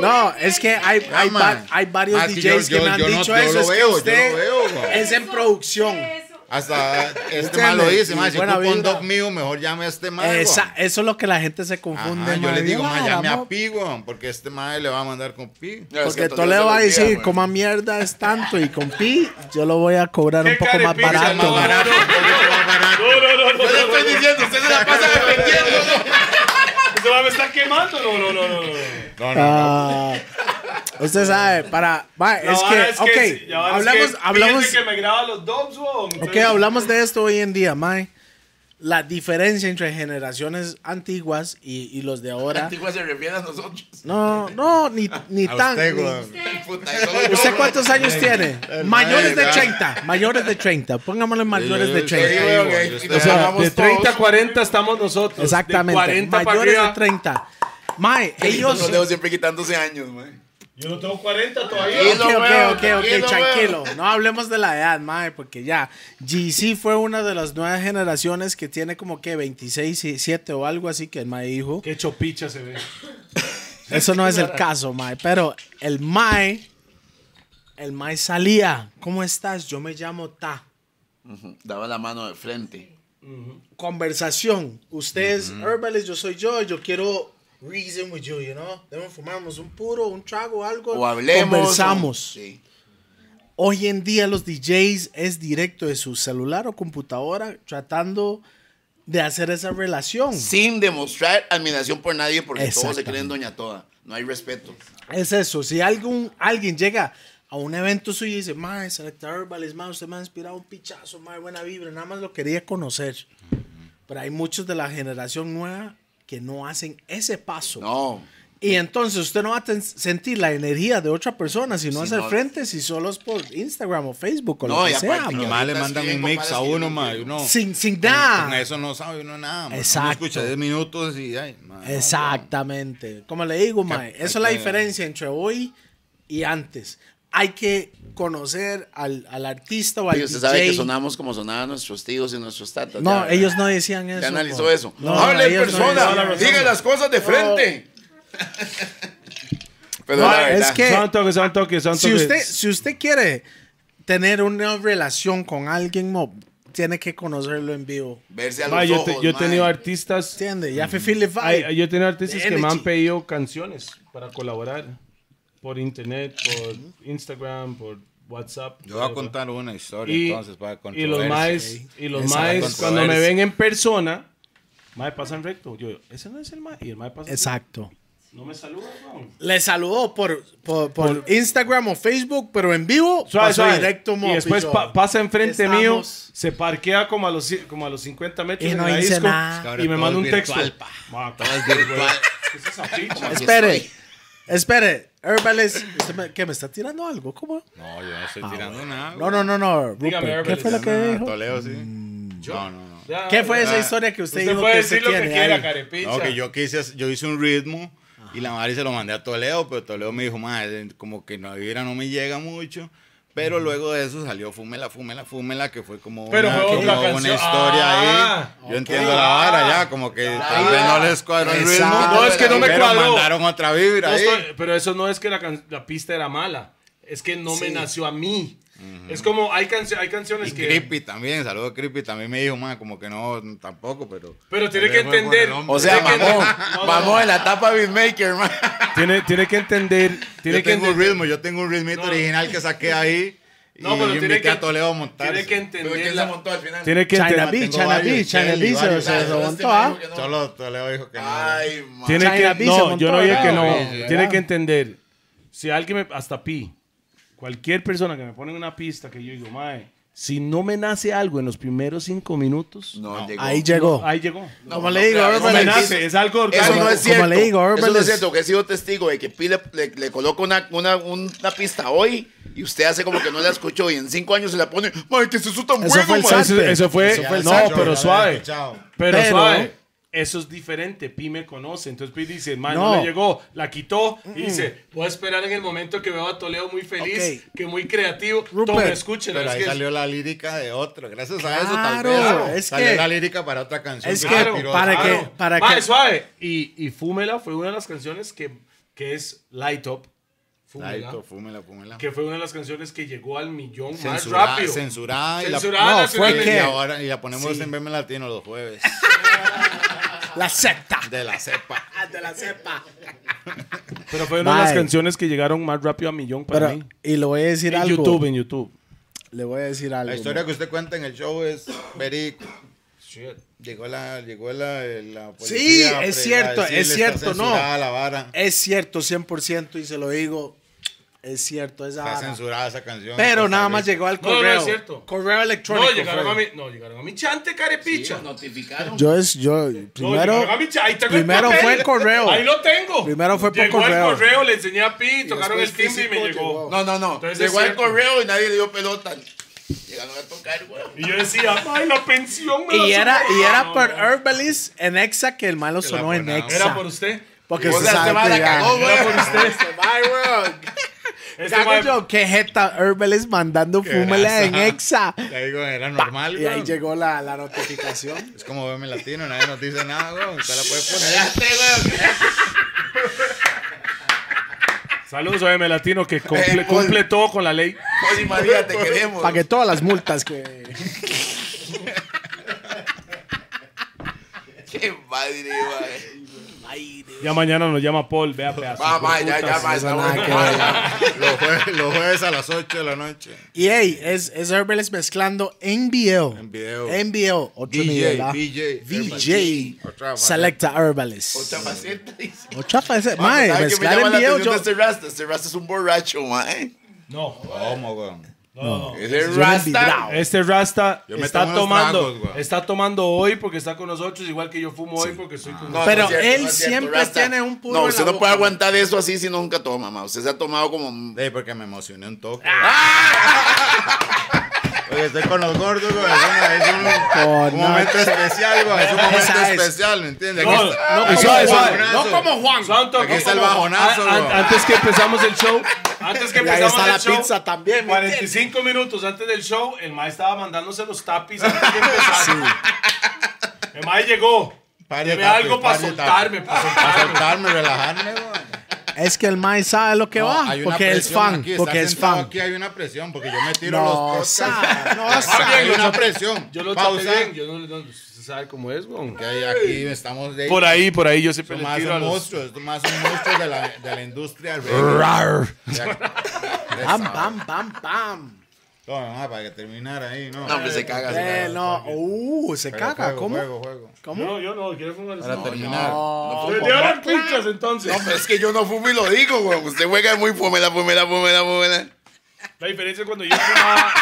A: No, es que hay,
D: Ah,
A: hay, va-
D: mae.
A: hay varios
D: Mae, es que
A: DJs
D: yo-
A: que me han
D: yo- yo no-
A: dicho
D: yo
A: eso.
D: lo
A: es que
D: veo, yo lo
A: usted
D: veo, mae.
A: Es en producción.
D: Hasta este
A: Entiende,
D: mal lo dice,
A: y
D: man. Si
A: buena
D: ocupa un
A: vibra.
D: dog mío, mejor llame a este mal.
A: Esa- eso es lo que la gente se confunde.
D: Ajá, yo
A: mae.
D: le
A: Digo,
D: digo, man,
A: "Ah,
D: llame a
A: vamos".
D: Pi, weón, porque este mal le va a mandar con Pi.
B: No, es que
A: Porque
B: Toledo se
A: Toledo va a
B: lo olvida,
A: decir,
B: mae.
A: como mierda es tanto y con pi, yo lo voy a cobrar un poco más
J: carepicha,
A: barato.
J: más
A: mae.
J: barato. No, no, no, no,
B: Yo le
J: no, no,
B: estoy
J: no.
B: diciendo, usted se la pasa defendiendo.
J: Ese va me está quemando. No, no, no, no. no.
D: No, no,
A: Ah, usted sabe, para. mae,
J: La
A: es,
J: vara
A: que, ok,
J: si- la vara es
A: hablamos,
J: que
A: hablamos,
J: fíjate que me graba los dubs, weón.
A: ok, hablamos de esto hoy en día, Mae. La diferencia entre generaciones antiguas y, y los de ahora.
B: Antigua se refiere a nosotros. [laughs]
A: No, no, ni, ni
D: a
A: tan.
D: usted,
A: ni-
D: weón.
B: Puta, eso lo-
A: ¿Usted cuántos años tiene? Mayores de
D: mae,
A: 30. Mayores de 30. Póngamosle mayores de
D: yo- yo- yo-
A: 30.
D: yo-
B: Ok,
D: yo- yo-
B: y
D: yo-
B: nos
D: yo-
B: amamos
C: De 30 a
B: todos.
C: 40 estamos nosotros.
A: Exactamente.
C: De 40 para
A: mayores de
C: arriba.
A: 30. Mae, ellos.
B: Los dedos siempre quitándose años, mae.
J: Yo no tengo 40
A: Ok,
J: todavía.
B: Tranquilo,
A: ok,
B: weón,
A: ok,
B: tranquilo,
A: ok, tranquilo. No hablemos de la edad, mae, porque ya. GC fue una de las nuevas generaciones que tiene como que 26, y 7 o algo así que el mae dijo.
C: Qué chopicha se ve.
A: Eso no es el caso, mae. Pero el mae. El mae salía. ¿Cómo estás? Yo me llamo Ta.
B: Ujú, Daba la mano de frente.
A: Conversación. Usted es herbalist, yo soy yo. Yo quiero reason with you, you know. Debemos fumarnos un puro, un trago, algo.
B: O hablemos.
A: Conversamos.
B: o- Sí.
A: Hoy en día los DJs es directo de su celular o computadora tratando de hacer esa relación.
B: sin demostrar admiración por nadie porque todos se
A: Exactamente.
B: creen doña toda. No hay respeto.
A: Es eso. Si algún, alguien llega a un evento suyo y dice, Mae, Selecta Herbalist, mae, usted me ha inspirado un pichazo, mae, buena vibra, nada más lo quería conocer. Pero hay muchos de la generación nueva que no hacen ese paso.
B: No.
A: Y entonces usted no va a ten- sentir la energía de otra persona si no
B: Si
A: hace
B: no-
A: frente, si solo es por Instagram o Facebook o
B: No,
A: lo que
B: y
A: sea.
B: aparte que-
A: mae.
D: Los males mandan un mix a uno, man. y uno-
A: Sin, sin
D: con-
A: nada.
D: Con eso no sabe uno nada, man.
A: Exacto.
D: Uno escucha 10 minutos y ay, man, no,
A: Exactamente. Como le digo, Mae,
D: hay
A: eso es la
D: que-
A: diferencia entre hoy y antes. Hay que conocer al, al artista o al
B: Y usted
A: DJ.
B: sabe que sonamos como sonaban nuestros tíos y nuestros tatas.
A: No,
B: ya,
A: ellos no decían eso.
B: Ya analizó
A: po.
B: eso.
A: No,
B: Habla en
A: ellos no
B: persona.
A: decían eso.
B: diga las cosas de frente. Pero
A: No,
B: la verdad,
A: es que-
C: Son toques, son toques, son
A: Si
C: toques.
A: usted, si usted quiere tener una relación con alguien, mo, tiene que conocerlo en vivo.
B: verse a los
C: Ma, yo,
B: ojos,
C: te- yo he
B: ma.
C: tenido artistas.
A: ¿Entiende? Ya fe feel the vibe.
C: Ay, yo he tenido artistas
A: The
C: que me han
A: energy.
C: pedido canciones para colaborar por internet, por Instagram, por WhatsApp.
D: Yo voy a
C: whatever.
D: contar una historia
C: Y,
D: entonces para
C: y los
D: controversia.
C: maes, y los
A: Esa
C: maes
D: controversia.
C: cuando me ven en persona, mae pasan recto. Yo, ese no es el mae. Y el mae pasa.
A: Exacto.
C: No me saluda, weón.
A: Le saludó por, por, por Instagram o Facebook, pero en vivo
C: Suave,
A: pasó
C: suave.
A: directo. mo,
C: y después
A: piso.
C: pa- pasa enfrente
A: Estamos-
C: mío, se parquea como a los, ci- como a los 50 metros
A: Y
C: en
A: no
C: la
A: hice
C: disco,
A: nada.
D: Es que ahora
C: y me
D: todo
C: manda un
D: es virtual,
C: texto.
D: pa.
C: Ma,
D: Todo es virtual.
A: [laughs]
C: ¿qué es esa picha?
A: Espere. Espere, Herbalist. usted me- ¿Qué me está tirando algo? ¿Cómo?
D: [laughs] No, yo no
A: [laughs]
D: estoy tirando nada.
A: No, no, no, Ah, no. Rupert,
K: Dígame,
A: ¿Qué
K: Herbalist.
A: fue lo que dijo?
D: Toleo, sí. Mm, No, no, no.
K: Ya,
A: ¿Qué fue
K: ya.
A: esa historia que usted,
K: Usted
A: dijo
K: puede
A: que
K: decir
A: se
K: lo que
A: tiene?
K: quiera,
A: Ay,
K: carepicha.
D: No, que yo quise, hacer- yo hice un ritmo y la madre se lo mandé a Toledo, pero Toledo me dijo, madre, como que no, vibra no me llega mucho. Pero luego de eso salió Fúmela, Fúmela, Fúmela, que fue como
K: Pero
D: una,
K: fue otra
D: como una
K: canción.
D: historia
K: Ah,
D: ahí. Yo entiendo la vara ya, como que tal vez no les cuadró el ritmo.
A: Exacto.
K: No, es que no me
D: pero
K: cuadró.
D: mandaron otra vibra
K: No
D: ahí.
K: estoy- pero eso no es que la, can- la pista era mala. Es que no me nació a mí. Es como, hay, cancio- hay canciones
D: Y
K: que... [laughs]
D: Creepy también, saludo a Creepy, también me dijo, más como que no, tampoco, pero...
K: Pero tiene que
D: Tal vez fue por
K: entender.
D: el hombre.
B: O
C: [laughs]
B: sea,
K: tiene que-
B: mamón,
K: No, no,
B: mamón
K: no.
B: en la tapa Beatmaker, man.
C: Tiene, tiene que entender. Tiene
D: Yo
C: que
D: tengo un
C: entender.
D: ritmo, yo tengo un ritmito
K: No.
D: original que saqué ahí.
K: [laughs]
D: Y
K: No, pero
D: yo
K: tiene
D: invité
K: que-
D: a Toledo a montar.
K: Tiene que entender
B: la
K: la...
B: montó al final?
C: Tiene que
A: China
C: entender.
A: B,
D: Tengo
A: China B,
D: varios,
A: China
D: Kelly,
A: B se-
D: varios,
A: se
D: varios.
A: montó, ¿ah?
D: Solo Toledo dijo que no.
B: Ay, man.
C: Tiene
A: China B
C: que,
A: se
C: no,
A: montó
C: yo no dije
A: acá,
C: que no.
A: güey,
C: Tiene
A: ¿verdad?
C: que entender. Si alguien me. Hasta Pi. Cualquier persona que me pone en una pista que yo digo, mae, si no me nace algo en los primeros cinco minutos,
B: No, llegó.
A: Ahí llegó.
C: ahí llegó.
A: Como le digo,
B: no,
C: No me
A: Herbalist.
C: nace, es algo
B: Eso
A: Como-
B: no es
C: orgánico.
A: como
B: cierto.
A: le digo,
B: Eso no
A: Herbalist.
B: es cierto, que he sido testigo de que Pi le, le, le coloca una, una, una pista hoy y usted hace como que no la escuchó y en cinco años se la pone. ¡Ay, que es eso tan
A: Eso
B: bueno,
A: fue el
B: man!
A: salto.
C: Eso, eso fue.
A: Eso fue el
C: no,
A: Sancho,
C: pero suave.
D: Chao.
C: Pero,
A: Pero-
C: suave. Eso es diferente. Pi me conoce. Entonces Pi dice, man, no.
A: No.
C: le llegó. La quitó. Y dice, voy a esperar en el momento que veo a Toledo muy feliz,
A: Ok.
C: que muy creativo.
A: Rupert.
C: Tome, escúchelo.
D: Pero
C: Es
D: ahí
C: que es-
D: salió la lírica de otro. Gracias a eso, tal
A: Claro,
D: vez.
A: es
D: salió
A: que-
D: la lírica para otra canción.
A: es
D: de
A: que
D: Piroz.
A: para que- para
C: Mae,
A: que-
C: suave. Y, y Fúmela fue una de las canciones que, que es Light Up. Fúmela.
D: Laito, fúmela, fúmela.
C: Que fue una de las canciones que llegó al millón más
D: Censurada,
C: rápido.
D: censurada. y la-
C: Censurada
D: No,
C: nacional.
D: fue
A: ¿Qué?
D: que- Y ahora y la ponemos en BM Latino los jueves.
A: La secta.
D: De la cepa.
A: [laughs] De la cepa.
C: Pero fue una de las
A: Mae.
C: canciones que llegaron más rápido a millón para
A: Pero,
C: mí.
A: y le voy a decir
C: En
A: algo.
C: YouTube, en YouTube.
A: Le voy a decir algo.
D: La historia que usted cuenta en el show es verídico. Llegó la, llegó la, la policía.
A: Sí, es
D: a pre- a
A: cierto, es
D: decirle, está
A: cierto, no.
D: censurada La vara.
A: Es cierto, 1100%, y se lo digo. Es cierto, esa
D: Está
A: vara.
D: censurada esa canción.
A: Pero
D: Costa
A: nada más
D: Rica.
A: llegó al
K: No, no, no,
A: correo.
K: es cierto.
A: Correo electrónico.
K: No, llegaron
A: fue.
K: a mi... No, llegaron a mi chante, carepicha.
B: Notificaron.
A: Yo es, yo,
K: No,
A: primero,
K: llegaron a mi cha- ahí tengo el
A: primero
K: papel.
A: fue el correo.
K: Ahí lo tengo.
A: Primero fue por
K: Llegó
A: correo.
K: el correo, le enseñé a Pi, tocaron el
A: después
K: timbre y me
A: físico
K: llegó.
A: llegó.
B: No, no, no.
K: Entonces
B: Llegó
K: es
B: al
K: cierto.
B: correo y nadie le dio pelota. Llegaron a tocar, güey.
K: Y yo decía, ay, la pensión me la
A: Y era,
K: subo".
A: y
B: Ah,
A: era
K: No,
A: por
K: no,
A: Herbalist en Exa que el malo sonó en
D: buena.
A: Exa.
K: Era por usted.
A: Porque
B: O
A: se
B: sea, este
A: sabe
B: mae
A: que
B: la
A: ya.
B: cagó, güey.
A: Era por usted. Este
B: [laughs]
A: mae, güey.
K: Este
A: Cago
K: mae-
A: yo, qué jeta Herbalist mandando fúmela
D: grasa.
A: en
D: [laughs]
A: Exa.
D: Le digo, era normal.
A: Y ahí
D: weón.
A: llegó la, la notificación.
D: Es como BM Latino, nadie nos dice nada, weón. Usted la puede poner.
C: Saludos a M Latino que comple-
B: Eh, Paul.
C: cumple todo con la ley.
B: Oye, María, te queremos.
A: Pagué todas las multas que.
B: Qué madre, güey.
C: Ya mañana nos llama Paul, vea, vea.
B: Va, va, ya, ya, va.
A: eso
B: está
A: nada que
B: bueno.
D: Los jueves, los jueves a las 8 de la noche.
A: Y hey, es, es Herbalist mezclando en video.
D: En video.
A: En video. Otro nivel,
D: DJ,
A: ¿ah?
D: DJ.
A: VJ.
D: Otra
A: Selecta Herbalist.
B: Otra faceta, dice.
A: Otra faceta.
B: Vamos,
A: eh. Mae,
B: ¿sabe qué me
A: mezclar
B: llama
A: en
B: la
A: video.
B: atención
A: Yo,
B: de Este rasta, este rasta es un borracho, mae.
C: No,
D: ¿Cómo, weón?
B: Ese
A: yo me
B: rasta.
A: envidrao.
C: este Rasta
D: Yo me
C: está
D: tomo unos
C: tomando,
D: tragos, güey.
C: está tomando hoy porque está con nosotros, igual que yo fumo hoy porque estoy con
B: No,
A: Pero
B: es cierto,
A: él
B: no es cierto,
A: siempre tiene un puro
B: No,
A: en
B: usted
A: la
B: no puede
A: boca.
B: aguantar eso así si nunca toma, ma. Usted se ha tomado como.
D: Ey, porque me emocioné un toque.
A: Ah.
D: [laughs] Oye, estoy con los gordos, güey. Es un, es un-
A: Oh,
D: un
A: no.
D: momento especial, güey. Es un momento
A: Esa es.
D: especial, ¿me entiendes?
C: No,
D: Aquí está-
C: no
D: aquí
C: como
D: está el
C: Juan,
D: bajonazo.
C: no como Juan. Santo,
D: Aquí está el
C: ¿cómo?
D: bajonazo,
C: A- a-
D: bro.
C: antes que empezamos el show, antes que
A: y ahí
C: empezamos
A: está
C: el
A: la
C: show,
A: pizza también. ¿me entiendes?
C: 45 minutos antes del show, el mae estaba mandándose los tapis antes de empezar. El mae llegó.
D: Par de
C: Deme
D: tapis,
C: algo
D: par
C: para
D: de
C: soltarme,
D: tapis.
C: para
D: Para
C: soltarme.
D: soltarme, relajarme, güey.
A: Es que el Mae sabe lo que
D: No,
A: va.
D: hay una
A: Porque es
D: presión
A: fan.
D: aquí, estar
A: Porque es
D: sentado
A: fan.
D: Aquí hay una presión, porque yo me tiro los
A: No,
D: podcasts. Ah,
A: sa,
D: [laughs]
A: no, sa.
D: Hay
C: Yo
D: una
C: lo-
D: presión.
C: Yo lo traté
D: Pausa.
C: bien, yo no, no usted sabe cómo es, weón.
D: Que hay aquí estamos de
C: Por ahí, por ahí yo siempre
D: Esto
C: le
D: más
C: tiro a
D: un
C: los...
D: monstruo, esto más un monstruo de la, de la industria. Rar.
A: Pam, pam, pam, pam.
D: Toma, para que terminar ahí, ¿no?
B: No, hombre, se caga. se
A: Eh,
B: caga.
A: no. Uh, se caga.
D: Pero juego,
A: ¿Cómo?
D: Juego, juego.
A: ¿Cómo?
C: No, yo no, quiero fumar
B: Para
C: eso.
B: terminar. No,
C: Le
B: fue
C: dio
B: como-
C: las pinchas entonces.
B: No, pero es que yo no fumo y lo digo, güey. Usted juega muy fumela, fumela, fumela, fumela.
C: La diferencia es cuando yo fumaba.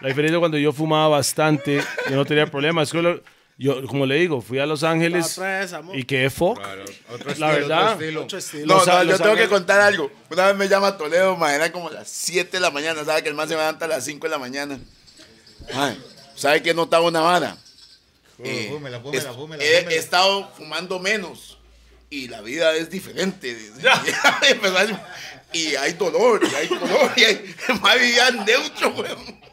C: La diferencia es cuando yo fumaba bastante, yo no tenía problemas. Es que lo- Yo, como le digo, fui a Los Ángeles
A: otra vez, amor.
C: y quedé fuck.
D: Claro, otro
C: La verdad.
D: otro estilo.
A: Mucho estilo.
B: No,
C: Los
B: no,
C: Ángeles-
B: yo tengo que
C: Ángeles.
B: contar algo. Una vez me llama Toledo, ma, era como las 7 de la mañana, sabe que el man se levanta a las 5 de la mañana. Ay, ¿sabe que he notado una vara? Eh,
D: fúmela,
B: es- eh,
D: fúmela, fúmela,
B: he,
D: fúmela.
B: he estado fumando menos y la vida es
D: [laughs]
B: diferente. dice. Y empezó a- y hay dolor, y hay dolor, y hay [laughs] más vida neutro, weón.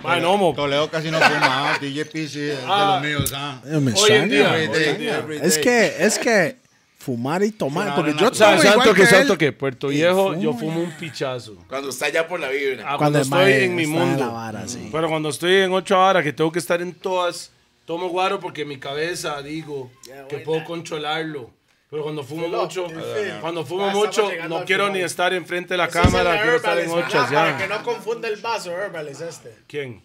C: Mae, no, mo.
D: Toledo casi
B: [laughs]
D: no fumaba, DJ PC es
C: Ah.
D: de los míos, ah.
A: Eh, me
C: Hoy en
A: extraña.
C: día,
D: Every day, every
A: Es
D: day.
A: que, es que fumar y tomar.
D: Fumar
A: Porque
D: en
A: yo
D: la-
C: O sea,
A: tomo igual
C: santo que,
A: que él.
C: santo que Puerto Viejo,
A: fumo,
C: yo fumo un pichazo.
B: Cuando está ya por la vibra.
A: Cuando
C: Ah, cuando
A: el
C: estoy
A: mae
C: en mi
A: está en
C: mundo. Mm.
A: la vara, sí.
C: Pero cuando estoy en ocho horas, que tengo que estar en todas, tomo guaro porque en mi cabeza digo que puedo controlarlo. Pero cuando fumo mucho, cuando fumo
A: estamos
C: mucho,
A: llegando
C: no
A: al
C: quiero
A: final.
C: ni estar enfrente de la cámara, quiero estar en ocho ya.
A: no confunda el vaso, Herbal es este.
C: ¿Quién?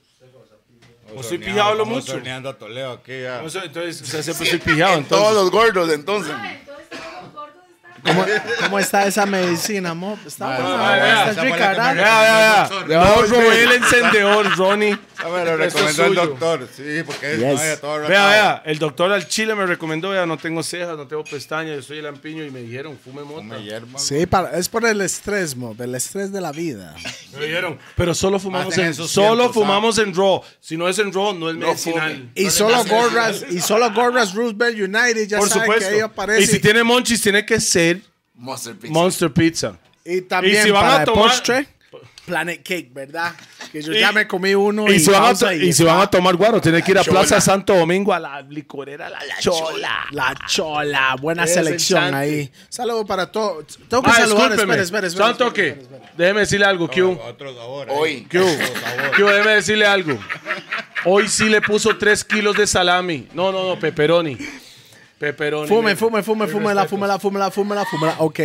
D: O
C: estoy
D: sorneando,
C: pillado, hablo
D: como
C: mucho.
D: sorneando a Toledo aquí, ah.
C: No sé, Entonces, o sea, siempre estoy pillado,
B: Todos
C: entonces.
B: los gordos, entonces.
L: Entonces todos los gordos están.
A: ¿Cómo, cómo está esa medicina, amor? Está buena,
C: ah,
A: está rica,
C: ah,
D: esa fue la que me
A: ¿verdad?
C: Ya, ya, ya. Le vamos a robar el encendedor, Ronnie.
D: Ah, me
C: Esto
D: lo
C: es
D: recomendó el
C: suyo.
D: doctor. Sí, porque es
A: Yes.
D: no, ya todo
C: Vea,
D: arrancado.
C: vea, el doctor al chile me recomendó, vea, no tengo cejas, no tengo pestañas, yo soy el lampiño y me dijeron, fume mota.
D: Come hierba.
A: Sí, para- es por el estrés, mo, del estrés de la vida.
C: Me dijeron, pero solo fumamos
D: Más en
C: en,
D: esos
C: solo
D: tiempos,
C: fumamos en raw. Si no es en raw, no es medicinal.
A: Y solo gorras, y solo gorras Roosevelt United, ya
C: Por
A: sabe
C: supuesto.
A: que ahí aparece.
C: Y si tiene monchis, tiene que ser
B: Monster Pizza.
C: Monster Pizza.
A: Y también
C: Y si van a
A: para el
C: tomar-
A: postre, Planet Cake, ¿verdad? Que yo
C: Y-
A: ya me comí uno.
C: Y, si, van a,
A: pausa
C: to-
A: y
C: y si van a
A: está
C: tomar guaro, tiene que ir a
B: chola.
C: Plaza Santo Domingo a la licorera La, Chola.
A: La chola, buena
C: Es
A: selección
C: enchante.
A: ahí. Saludo para todos. Tengo que
C: Ah,
A: saludar,
C: discúlpeme.
A: espera, espera, espera.
C: Santo
A: espera,
C: que,
A: espera, espera.
C: déjeme decirle algo, Q.
D: Otro sabor. eh.
B: Hoy.
C: Q. Q, déjeme decirle algo. Hoy sí le puso 3 kilos de salami. No, no, no, pepperoni. Pepperoni.
A: Fume,
C: men.
A: fume, fume,
C: Mis
A: fúmela,
C: respetos.
A: fúmela, fúmela, fúmela, fúmela. Ok.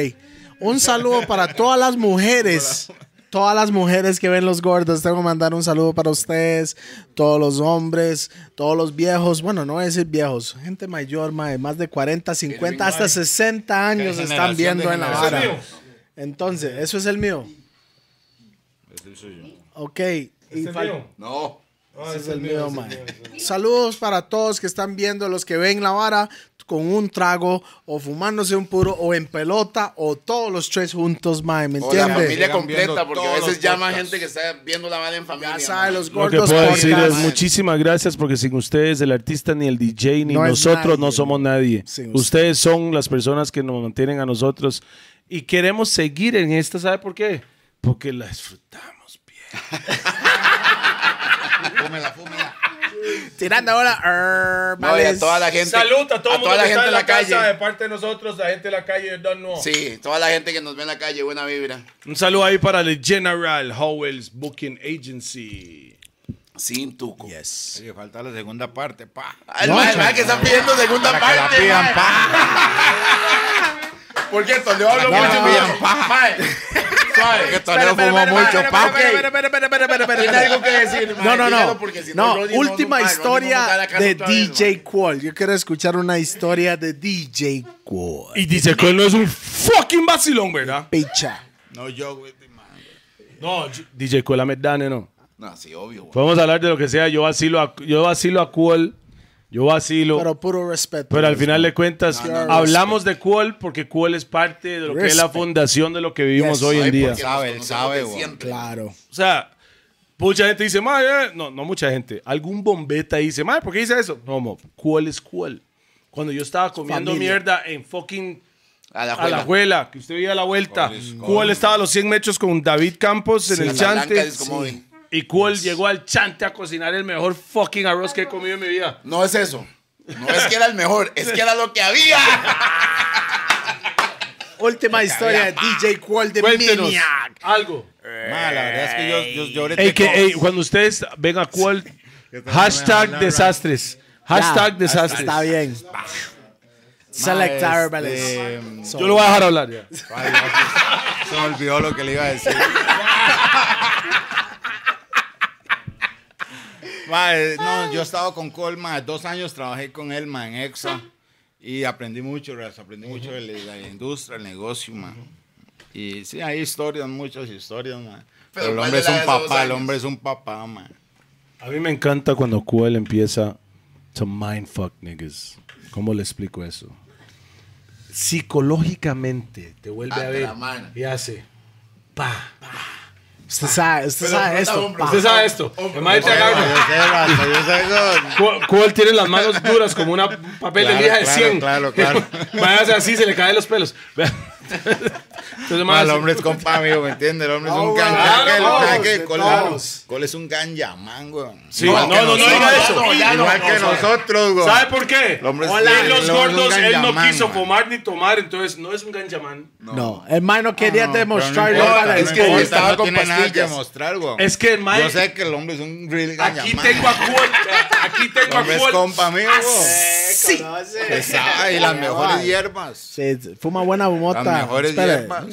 A: Un saludo para todas las
D: [laughs]
A: mujeres. Todas las mujeres que ven los gordos, tengo que mandar un saludo para ustedes, todos los hombres, todos los viejos, bueno, no voy a decir viejos, gente mayor, mae, más de 40, 50, hasta 60 años están
D: generación
A: viendo
D: de
A: en la vara. Entonces, eso es el mío. Ok, y fal-
B: No.
A: ese es el mío, mae. Saludos para todos que están viendo, los que ven la vara con un trago o fumándose un puro o en pelota o todos los tres juntos, mae, ¿me
B: O la
A: entiendes?
B: familia
D: Llegan
B: completa,
D: viendo
B: porque a
D: todos
B: veces
D: los
B: llama
D: podcasts.
B: gente que está viendo la bala en familia.
A: Ya
B: man.
A: sabe, los
C: Lo que
A: gordos
C: puedo decir es
A: podcast.
C: muchísimas gracias porque sin ustedes el artista ni el DJ ni
A: No es
C: nosotros no
A: nadie.
C: somos nadie.
A: Sin
C: Ustedes son las personas que nos mantienen a nosotros y queremos seguir en esta, ¿sabe por qué? Porque la disfrutamos bien.
D: Fúmela, fúmela.
A: Tirando ahora er,
B: No, y a
A: herbales.
B: toda la gente. a toda la gente en la, calle.
C: parte de nosotros, la gente en la calle Don No.
B: Sí, toda la gente que nos ve en la calle, buena vibra.
C: Un saludo ahí para el General Howells Booking Agency.
B: Sin tuco.
D: Sí, que falta la segunda parte, pa.
B: Ah, el man- el man que está pidiendo segunda
D: Para que la
B: parte.
D: pidan,
B: man.
D: pa.
B: Por cierto, le hablo
D: Para que
B: mucho.
D: la pidan, pa.
B: [laughs]
D: Suave, que Toledo fumó mucho, pa.
B: Tiene algo que decir. man,
A: No, no,
B: dígalo,
A: no.
B: porque si
A: No,
B: Roddy
A: última
B: no- man, Roddy no nos da
A: historia
B: la cara
A: de
B: otra vez,
A: DJ
B: man.
A: Qual. Yo quiero escuchar una historia de DJ Qual.
C: Y dice que él no es un fucking vacilón, ¿verdad?
A: Picha.
D: No, yo, güey, te mando.
C: No, DJ Cuela Medane, no.
B: No, sí, obvio. güey.
C: Podemos hablar de lo que sea. Yo vacilo a, yo vacilo a Cuol. Yo vacilo. Pero,
A: Pero puro respeto.
C: al final de cuentas,
A: no, no.
C: hablamos de Cuol porque Cuol es parte de lo que es la
A: Respect.
C: fundación de lo que vivimos
A: Yes.
C: hoy en
B: Ay,
C: día.
B: porque
D: Sabe,
B: nos
D: sabe,
B: conocemos de
D: güey.
B: siempre.
A: Claro.
C: O sea, mucha gente dice, "Ma, eh". no, no mucha gente. Algún bombeta dice, madre, ¿por qué dice eso? No, mo, Cuol es Cuol. Cuando yo estaba comiendo
A: Familia.
C: mierda en fucking
B: A la
C: a la
B: juega.
C: abuela, que usted veía a la vuelta.
D: Goles,
C: Cuol estaba a los 100 metros con David Campos en el chante. Y Cuol llegó al chante a cocinar el mejor fucking arroz que he comido en mi vida.
B: No es eso. No es que era el mejor, es que era lo que [laughs] había.
A: Última historia de DJ Qual de
C: Cuéntenos
A: Maniac.
C: algo.
D: Ma, la verdad es que yo, yo, yo ahorita.
C: Ey, que, ey, cuando ustedes ven a Cuol, hashtag desastres. Hashtag
A: Ya,
C: desastres.
A: Está bien. Select
D: Ma,
A: Herbales.
D: este,
A: So-
C: Yo lo voy a dejar hablar ya.
D: Ay, Dios, se me olvidó lo que le iba a decir. Ma, eh, no, yo he estado con Colma, dos años trabajé con él, ma, en Exa. Y aprendí mucho, Raz, aprendí mucho de la, de la industria, el negocio, ma. Y sí, hay historias, muchas historias, ma. Pero,
B: Pero
D: el
B: ¿cuál
D: hombre
B: de
D: es
B: la
D: un
B: de esos dos
D: papá, el
B: años?
D: hombre es un papá, ma.
C: A mí me encanta cuando Cuel empieza to mindfuck niggas. ¿Cómo le explico eso? Psicológicamente te vuelve
B: Ah,
C: a
B: de
C: ver
B: la mano.
C: y hace pa.
A: Usted sabe, usted sabe esto. pa.
C: Usted sabe esto. El mae te agarra.
B: [laughs]
C: ¿Cuál, cuál tiene las manos duras como una un papel
D: Claro,
C: de lija de
D: claro,
C: 100? [laughs]
D: claro, claro.
C: Mae hace así, se le caen los pelos. [laughs] Entonces, mae,
D: El
C: hace-
D: hombre es compa, amigo, ¿me entiendes? El hombre es un
A: Ahora,
D: ganja.
C: de
D: aquel,
C: todos,
D: aquel,
A: de
D: ¿Cuál
A: todos.
D: es- cuál es un ganja, mango?
C: Sí, no, no, no, diga eso.
D: Igual que nosotros, güey.
C: ¿Sabe por qué?
D: El hombre es-
C: Hola,
D: el
C: los
D: hombre es un
C: gordos, él no
D: ganjamán,
C: quiso
D: man.
C: fumar ni tomar, entonces no es un ganjamán.
A: No, el man no quería demostrarlo
D: importa,
A: para
D: es
A: el
D: que
A: pobre.
D: ahorita
B: estaba
D: no
B: con
D: tiene nada que
B: pastillas.
D: mostrar, güey.
C: Es que el mae-
D: Yo sé que el hombre es un real ganja,
C: Aquí
D: man.
C: tengo a
D: [laughs]
C: Cuot. Aquí
D: El
C: tengo a
D: hombre es
C: Cuot.
D: compa, amigo.
A: Sí.
D: Que sabe, y las mejores hierbas.
A: Sí, fuma buena mota.
D: Las mejores
A: Espere.
D: hierbas.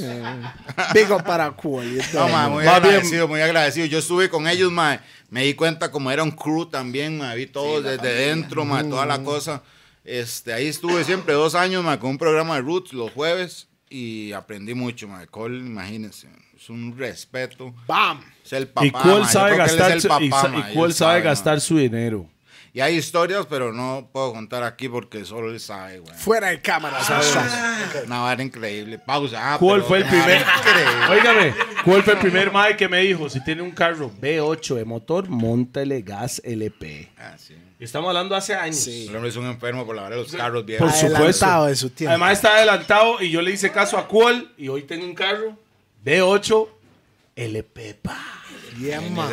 A: Pico para cool.
D: No, ma, muy
A: Más bien-
D: agradecido, muy agradecido. Yo estuve con ellos, ma. Me di cuenta como era un crew también, ma. Vi todo desde dentro, ma, toda la cosa. Este, ahí estuve siempre dos años, ma, con un programa de Roots los jueves y aprendí mucho, ma. Cole, imagínense, es un respeto.
A: Bam.
D: Es el papá,
C: y cuál
D: ma. Yo
C: sabe
D: creo que él
C: gastar,
D: es
C: su,
D: el papá,
C: y sa-
D: ma.
C: y
D: Él
C: cuál sabe
D: ma.
C: gastar su dinero.
D: Y hay historias, pero no puedo contar aquí porque solo él sabe, güey.
A: Fuera de cámara. Sasha.
D: Una vara increíble. Pausa. Ah,
C: ¿Cuál
D: pero
C: fue el
D: una vara
C: primer?
D: increíble.
C: Óigame, ¿cuál fue el primer mae que me dijo? Si tiene un carro B8 de motor, montele gas LP.
D: Ah, sí.
C: Estamos hablando hace años.
D: El hombre es un enfermo por la vara de los carros viejos.
C: Por supuesto.
A: Adelantado de su tiempo.
C: Además está adelantado y yo le hice caso a Cuol y hoy tengo un carro B8 LP. pa.
A: Bien, man.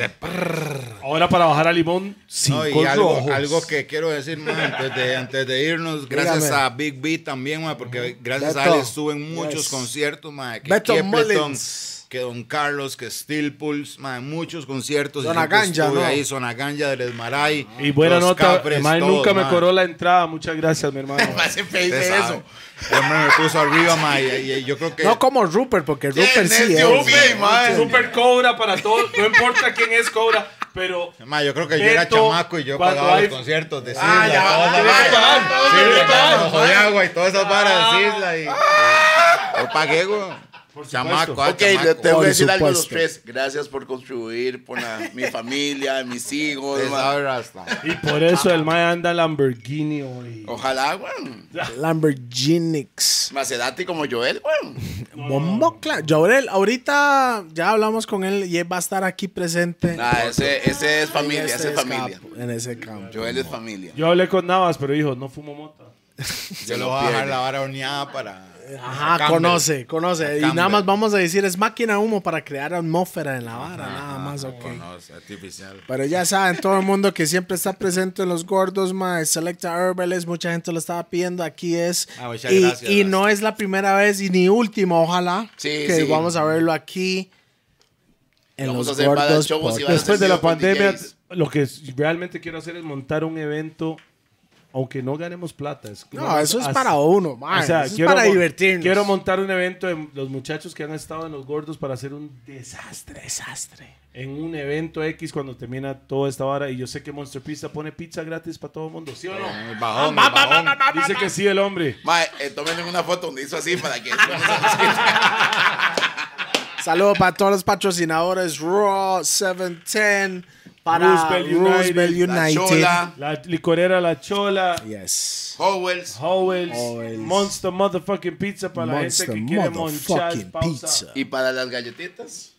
C: Ahora para bajar a Limón, cinco
D: No, y algo,
C: rojos.
D: algo que quiero decir, ma, antes, de, antes
A: [laughs]
D: de irnos, gracias
A: Dígame.
D: a Big B también, ma, porque gracias
A: Beto.
D: a él estuve en muchos
A: Yes.
D: conciertos, ma, que
A: Beto
D: Kiepleton,
A: Mullins.
D: que Don Carlos, que Steel Pulse, ma, en muchos conciertos. y
A: Zona
D: siempre
A: Ganja,
D: estuve
A: ¿no?
D: ahí, Zona Ganja, del Esmaray.
C: Y buena
D: los
C: nota,
D: Capres,
C: mae,
D: todos,
C: nunca me
D: ma.
C: coró la entrada. Muchas gracias, mi
D: [laughs]
C: hermano.
D: Usted sabe. El hombre me puso arriba, ma, y, y yo creo que...
A: No como Rupert, porque Rupert sí eh.
D: necio,
A: es.
D: Rupert, mae.
C: Super cobra para todos. No importa quién es cobra, pero.
D: Ma, yo creo que yo era
C: Beto,
D: chamaco y yo
C: cuando
D: pagaba
C: hay-
D: los conciertos de
B: Ah,
D: Isla,
B: ya,
D: todas
B: ya,
D: esas
B: ya,
D: varas.
B: ya, ya,
D: Sí,
B: ya,
D: Beto,
C: ya.
D: Ojo de agua y todas esas varas de Isla y... Yo pagué, güey. Chamaco, ah,
B: Ok, le
D: chamaco.
B: tengo
A: Por
B: que decir algo a los
A: supuesto.
B: tres. Gracias por contribuir por la- mi familia, mis hijos.
D: Usted
B: ma.
D: sabe, Rasta.
C: Y por eso el mae anda Lamborghini hoy.
B: Ojalá, weón.
A: Lamborghinix.
B: Macerati como Joel, weón.
A: Bombo claro. Yaurel, ahorita ya hablamos con él y él va a estar aquí presente.
D: Ah,
B: Nah, ese, ese
A: en
B: es familia,
A: este
B: ese es familia.
A: escapo- En ese campo.
B: Joel es familia.
C: Yo hablé con Navas, pero dijo, no fumo mota.
D: Yo lo voy a dejar la vara horneada para.
A: Ajá,
D: Campbell.
A: conoce, conoce. Y nada
D: Campbell.
A: más vamos a decir, es máquina de humo para crear atmósfera en la vara, nada más, ok.
D: Conoce, artificial.
A: Pero ya saben, todo el mundo que siempre está presente en los gordos, mae, Selecta Herbales, mucha gente lo estaba pidiendo, aquí es.
D: Ah, muchas
A: y,
D: gracias,
A: y
D: gracias.
A: no es la primera vez y ni última, ojalá,
B: Sí,
A: que
B: sí.
A: vamos a verlo aquí en
B: Vamos a
A: los
B: hacer para
A: gordos.
B: shows y
A: Podcast.
B: van a
C: Después de la
B: Encendido con
C: pandemia,
B: DJs.
C: lo que realmente quiero hacer es montar un evento, aunque no ganemos plata. es-
A: No, eso es
C: as-
A: para uno, mae,
C: o sea,
A: eso es
C: quiero
A: para
C: mon-
A: divertirnos.
C: Quiero montar un evento de los muchachos que han estado en los gordos para hacer un desastre.
A: Desastre.
C: En un evento X cuando termina toda esta vara. Y yo sé que Monster Pizza pone pizza gratis para todo el mundo. ¿Sí o no?
D: El bajón,
A: Ah,
D: el bajón.
C: Dice que sí el hombre.
B: Ma, eh, tómenle una foto donde hizo así para que.
D: Ah,
A: Saludos para todos los patrocinadores, Raw 710, para
C: Roosevelt United,
A: Roosevelt United.
B: La Chola,
C: La licorera La Chola.
A: Yes.
B: Howells.
C: Howells,
A: Howells.
C: Monster Motherfucking Pizza para la
A: Monster
C: gente que quiere
A: motherfucking
C: monchar pausa.
A: pizza.
B: Y para las galletitas.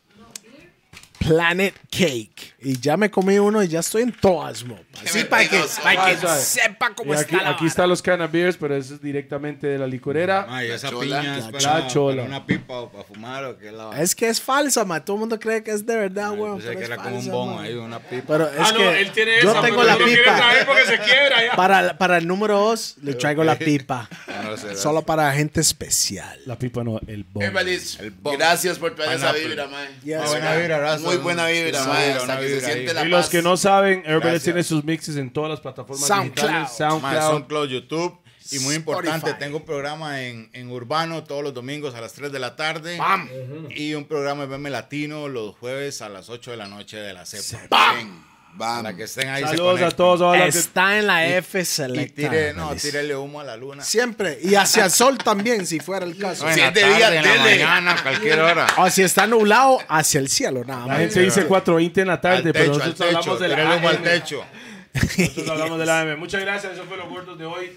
A: Planet Cake. Y ya me comí uno y ya estoy en todas, mo. Así para que,
B: mentiroso.
A: para que
C: Suave.
A: sepa
C: Y
A: cómo
C: aquí,
A: está la
C: aquí
A: vara.
C: están los cannabis, pero eso es directamente de la licorera.
D: Ma, y esa
B: chola.
D: piña es
A: La
D: para,
C: chola.
D: para una pipa o para fumar o que la vara.
A: Es que es falsa, ma. Todo el mundo cree que es de verdad,
D: Yo
A: weón. pero
D: pensé pues, que
A: es
D: era como un
A: falsa,
D: bon
A: ma.
D: ahí, una pipa.
C: Ah,
A: Pero es que yo tengo la pipa.
C: porque se quiebra
A: Para, la- para el número 2 le
D: [laughs]
A: traigo la pipa.
D: No sé,
A: Solo para gente especial.
C: La pipa no, el bomb.
B: Everlis,
D: El bomb.
B: gracias por traer esa
D: Pineapple.
B: vibra, mae.
A: Yes,
D: Muy buena vibra, raza.
B: Muy buena vibra,
D: Esa
B: mae.
D: vibra,
B: Hasta que
D: una
B: se
D: vibra
B: siente
D: ahí.
B: la
C: Y los
B: paz.
C: que no saben, Everlis
D: Gracias.
C: tiene sus mixes en todas las plataformas
A: SoundCloud.
C: digitales.
D: Más
C: SoundCloud.
D: SoundCloud, YouTube. Y muy importante,
A: Spotify.
D: tengo un programa en, en Urbano todos los domingos a las 3 de la tarde. Y un programa de BM Latino los jueves a las 8 de la noche de la CEPA.
B: ¡Bam!
D: Para
B: ¡Bam!
D: que estén ahí. se
C: Saludos a
D: conecten.
C: todos. ahora que-
A: Está en la F
D: Y
A: selecta.
D: tire, no,
A: Everlis.
D: tírele humo a la luna.
A: Siempre. Y hacia el sol también, si fuera el caso.
D: No, en la
B: Siete días,
D: tarde, en la
B: tele.
D: mañana, cualquier hora.
A: O si está nublado, hacia el cielo, nada
C: La
A: más.
C: gente dice 4.20 en la tarde,
D: Al
C: pero
D: techo, al
C: nosotros
D: techo,
C: hablamos de la
D: tírele humo al
C: AM.
D: techo.
C: Nosotros hablamos del AM. E. Muchas gracias, eso fue los gordos de hoy.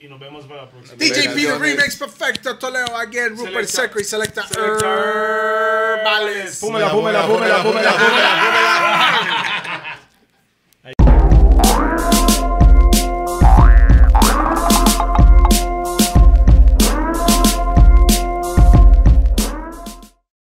C: Y nos vemos para la próxima.
A: DJ Pino
H: Gracias.
A: Remix Perfecto, Toledo again, Rupert
C: Selecta.
A: Secretary, Selecta
C: Selecta.
A: Herbales.
C: Púmela, púmela, púmela, púmela, púmela.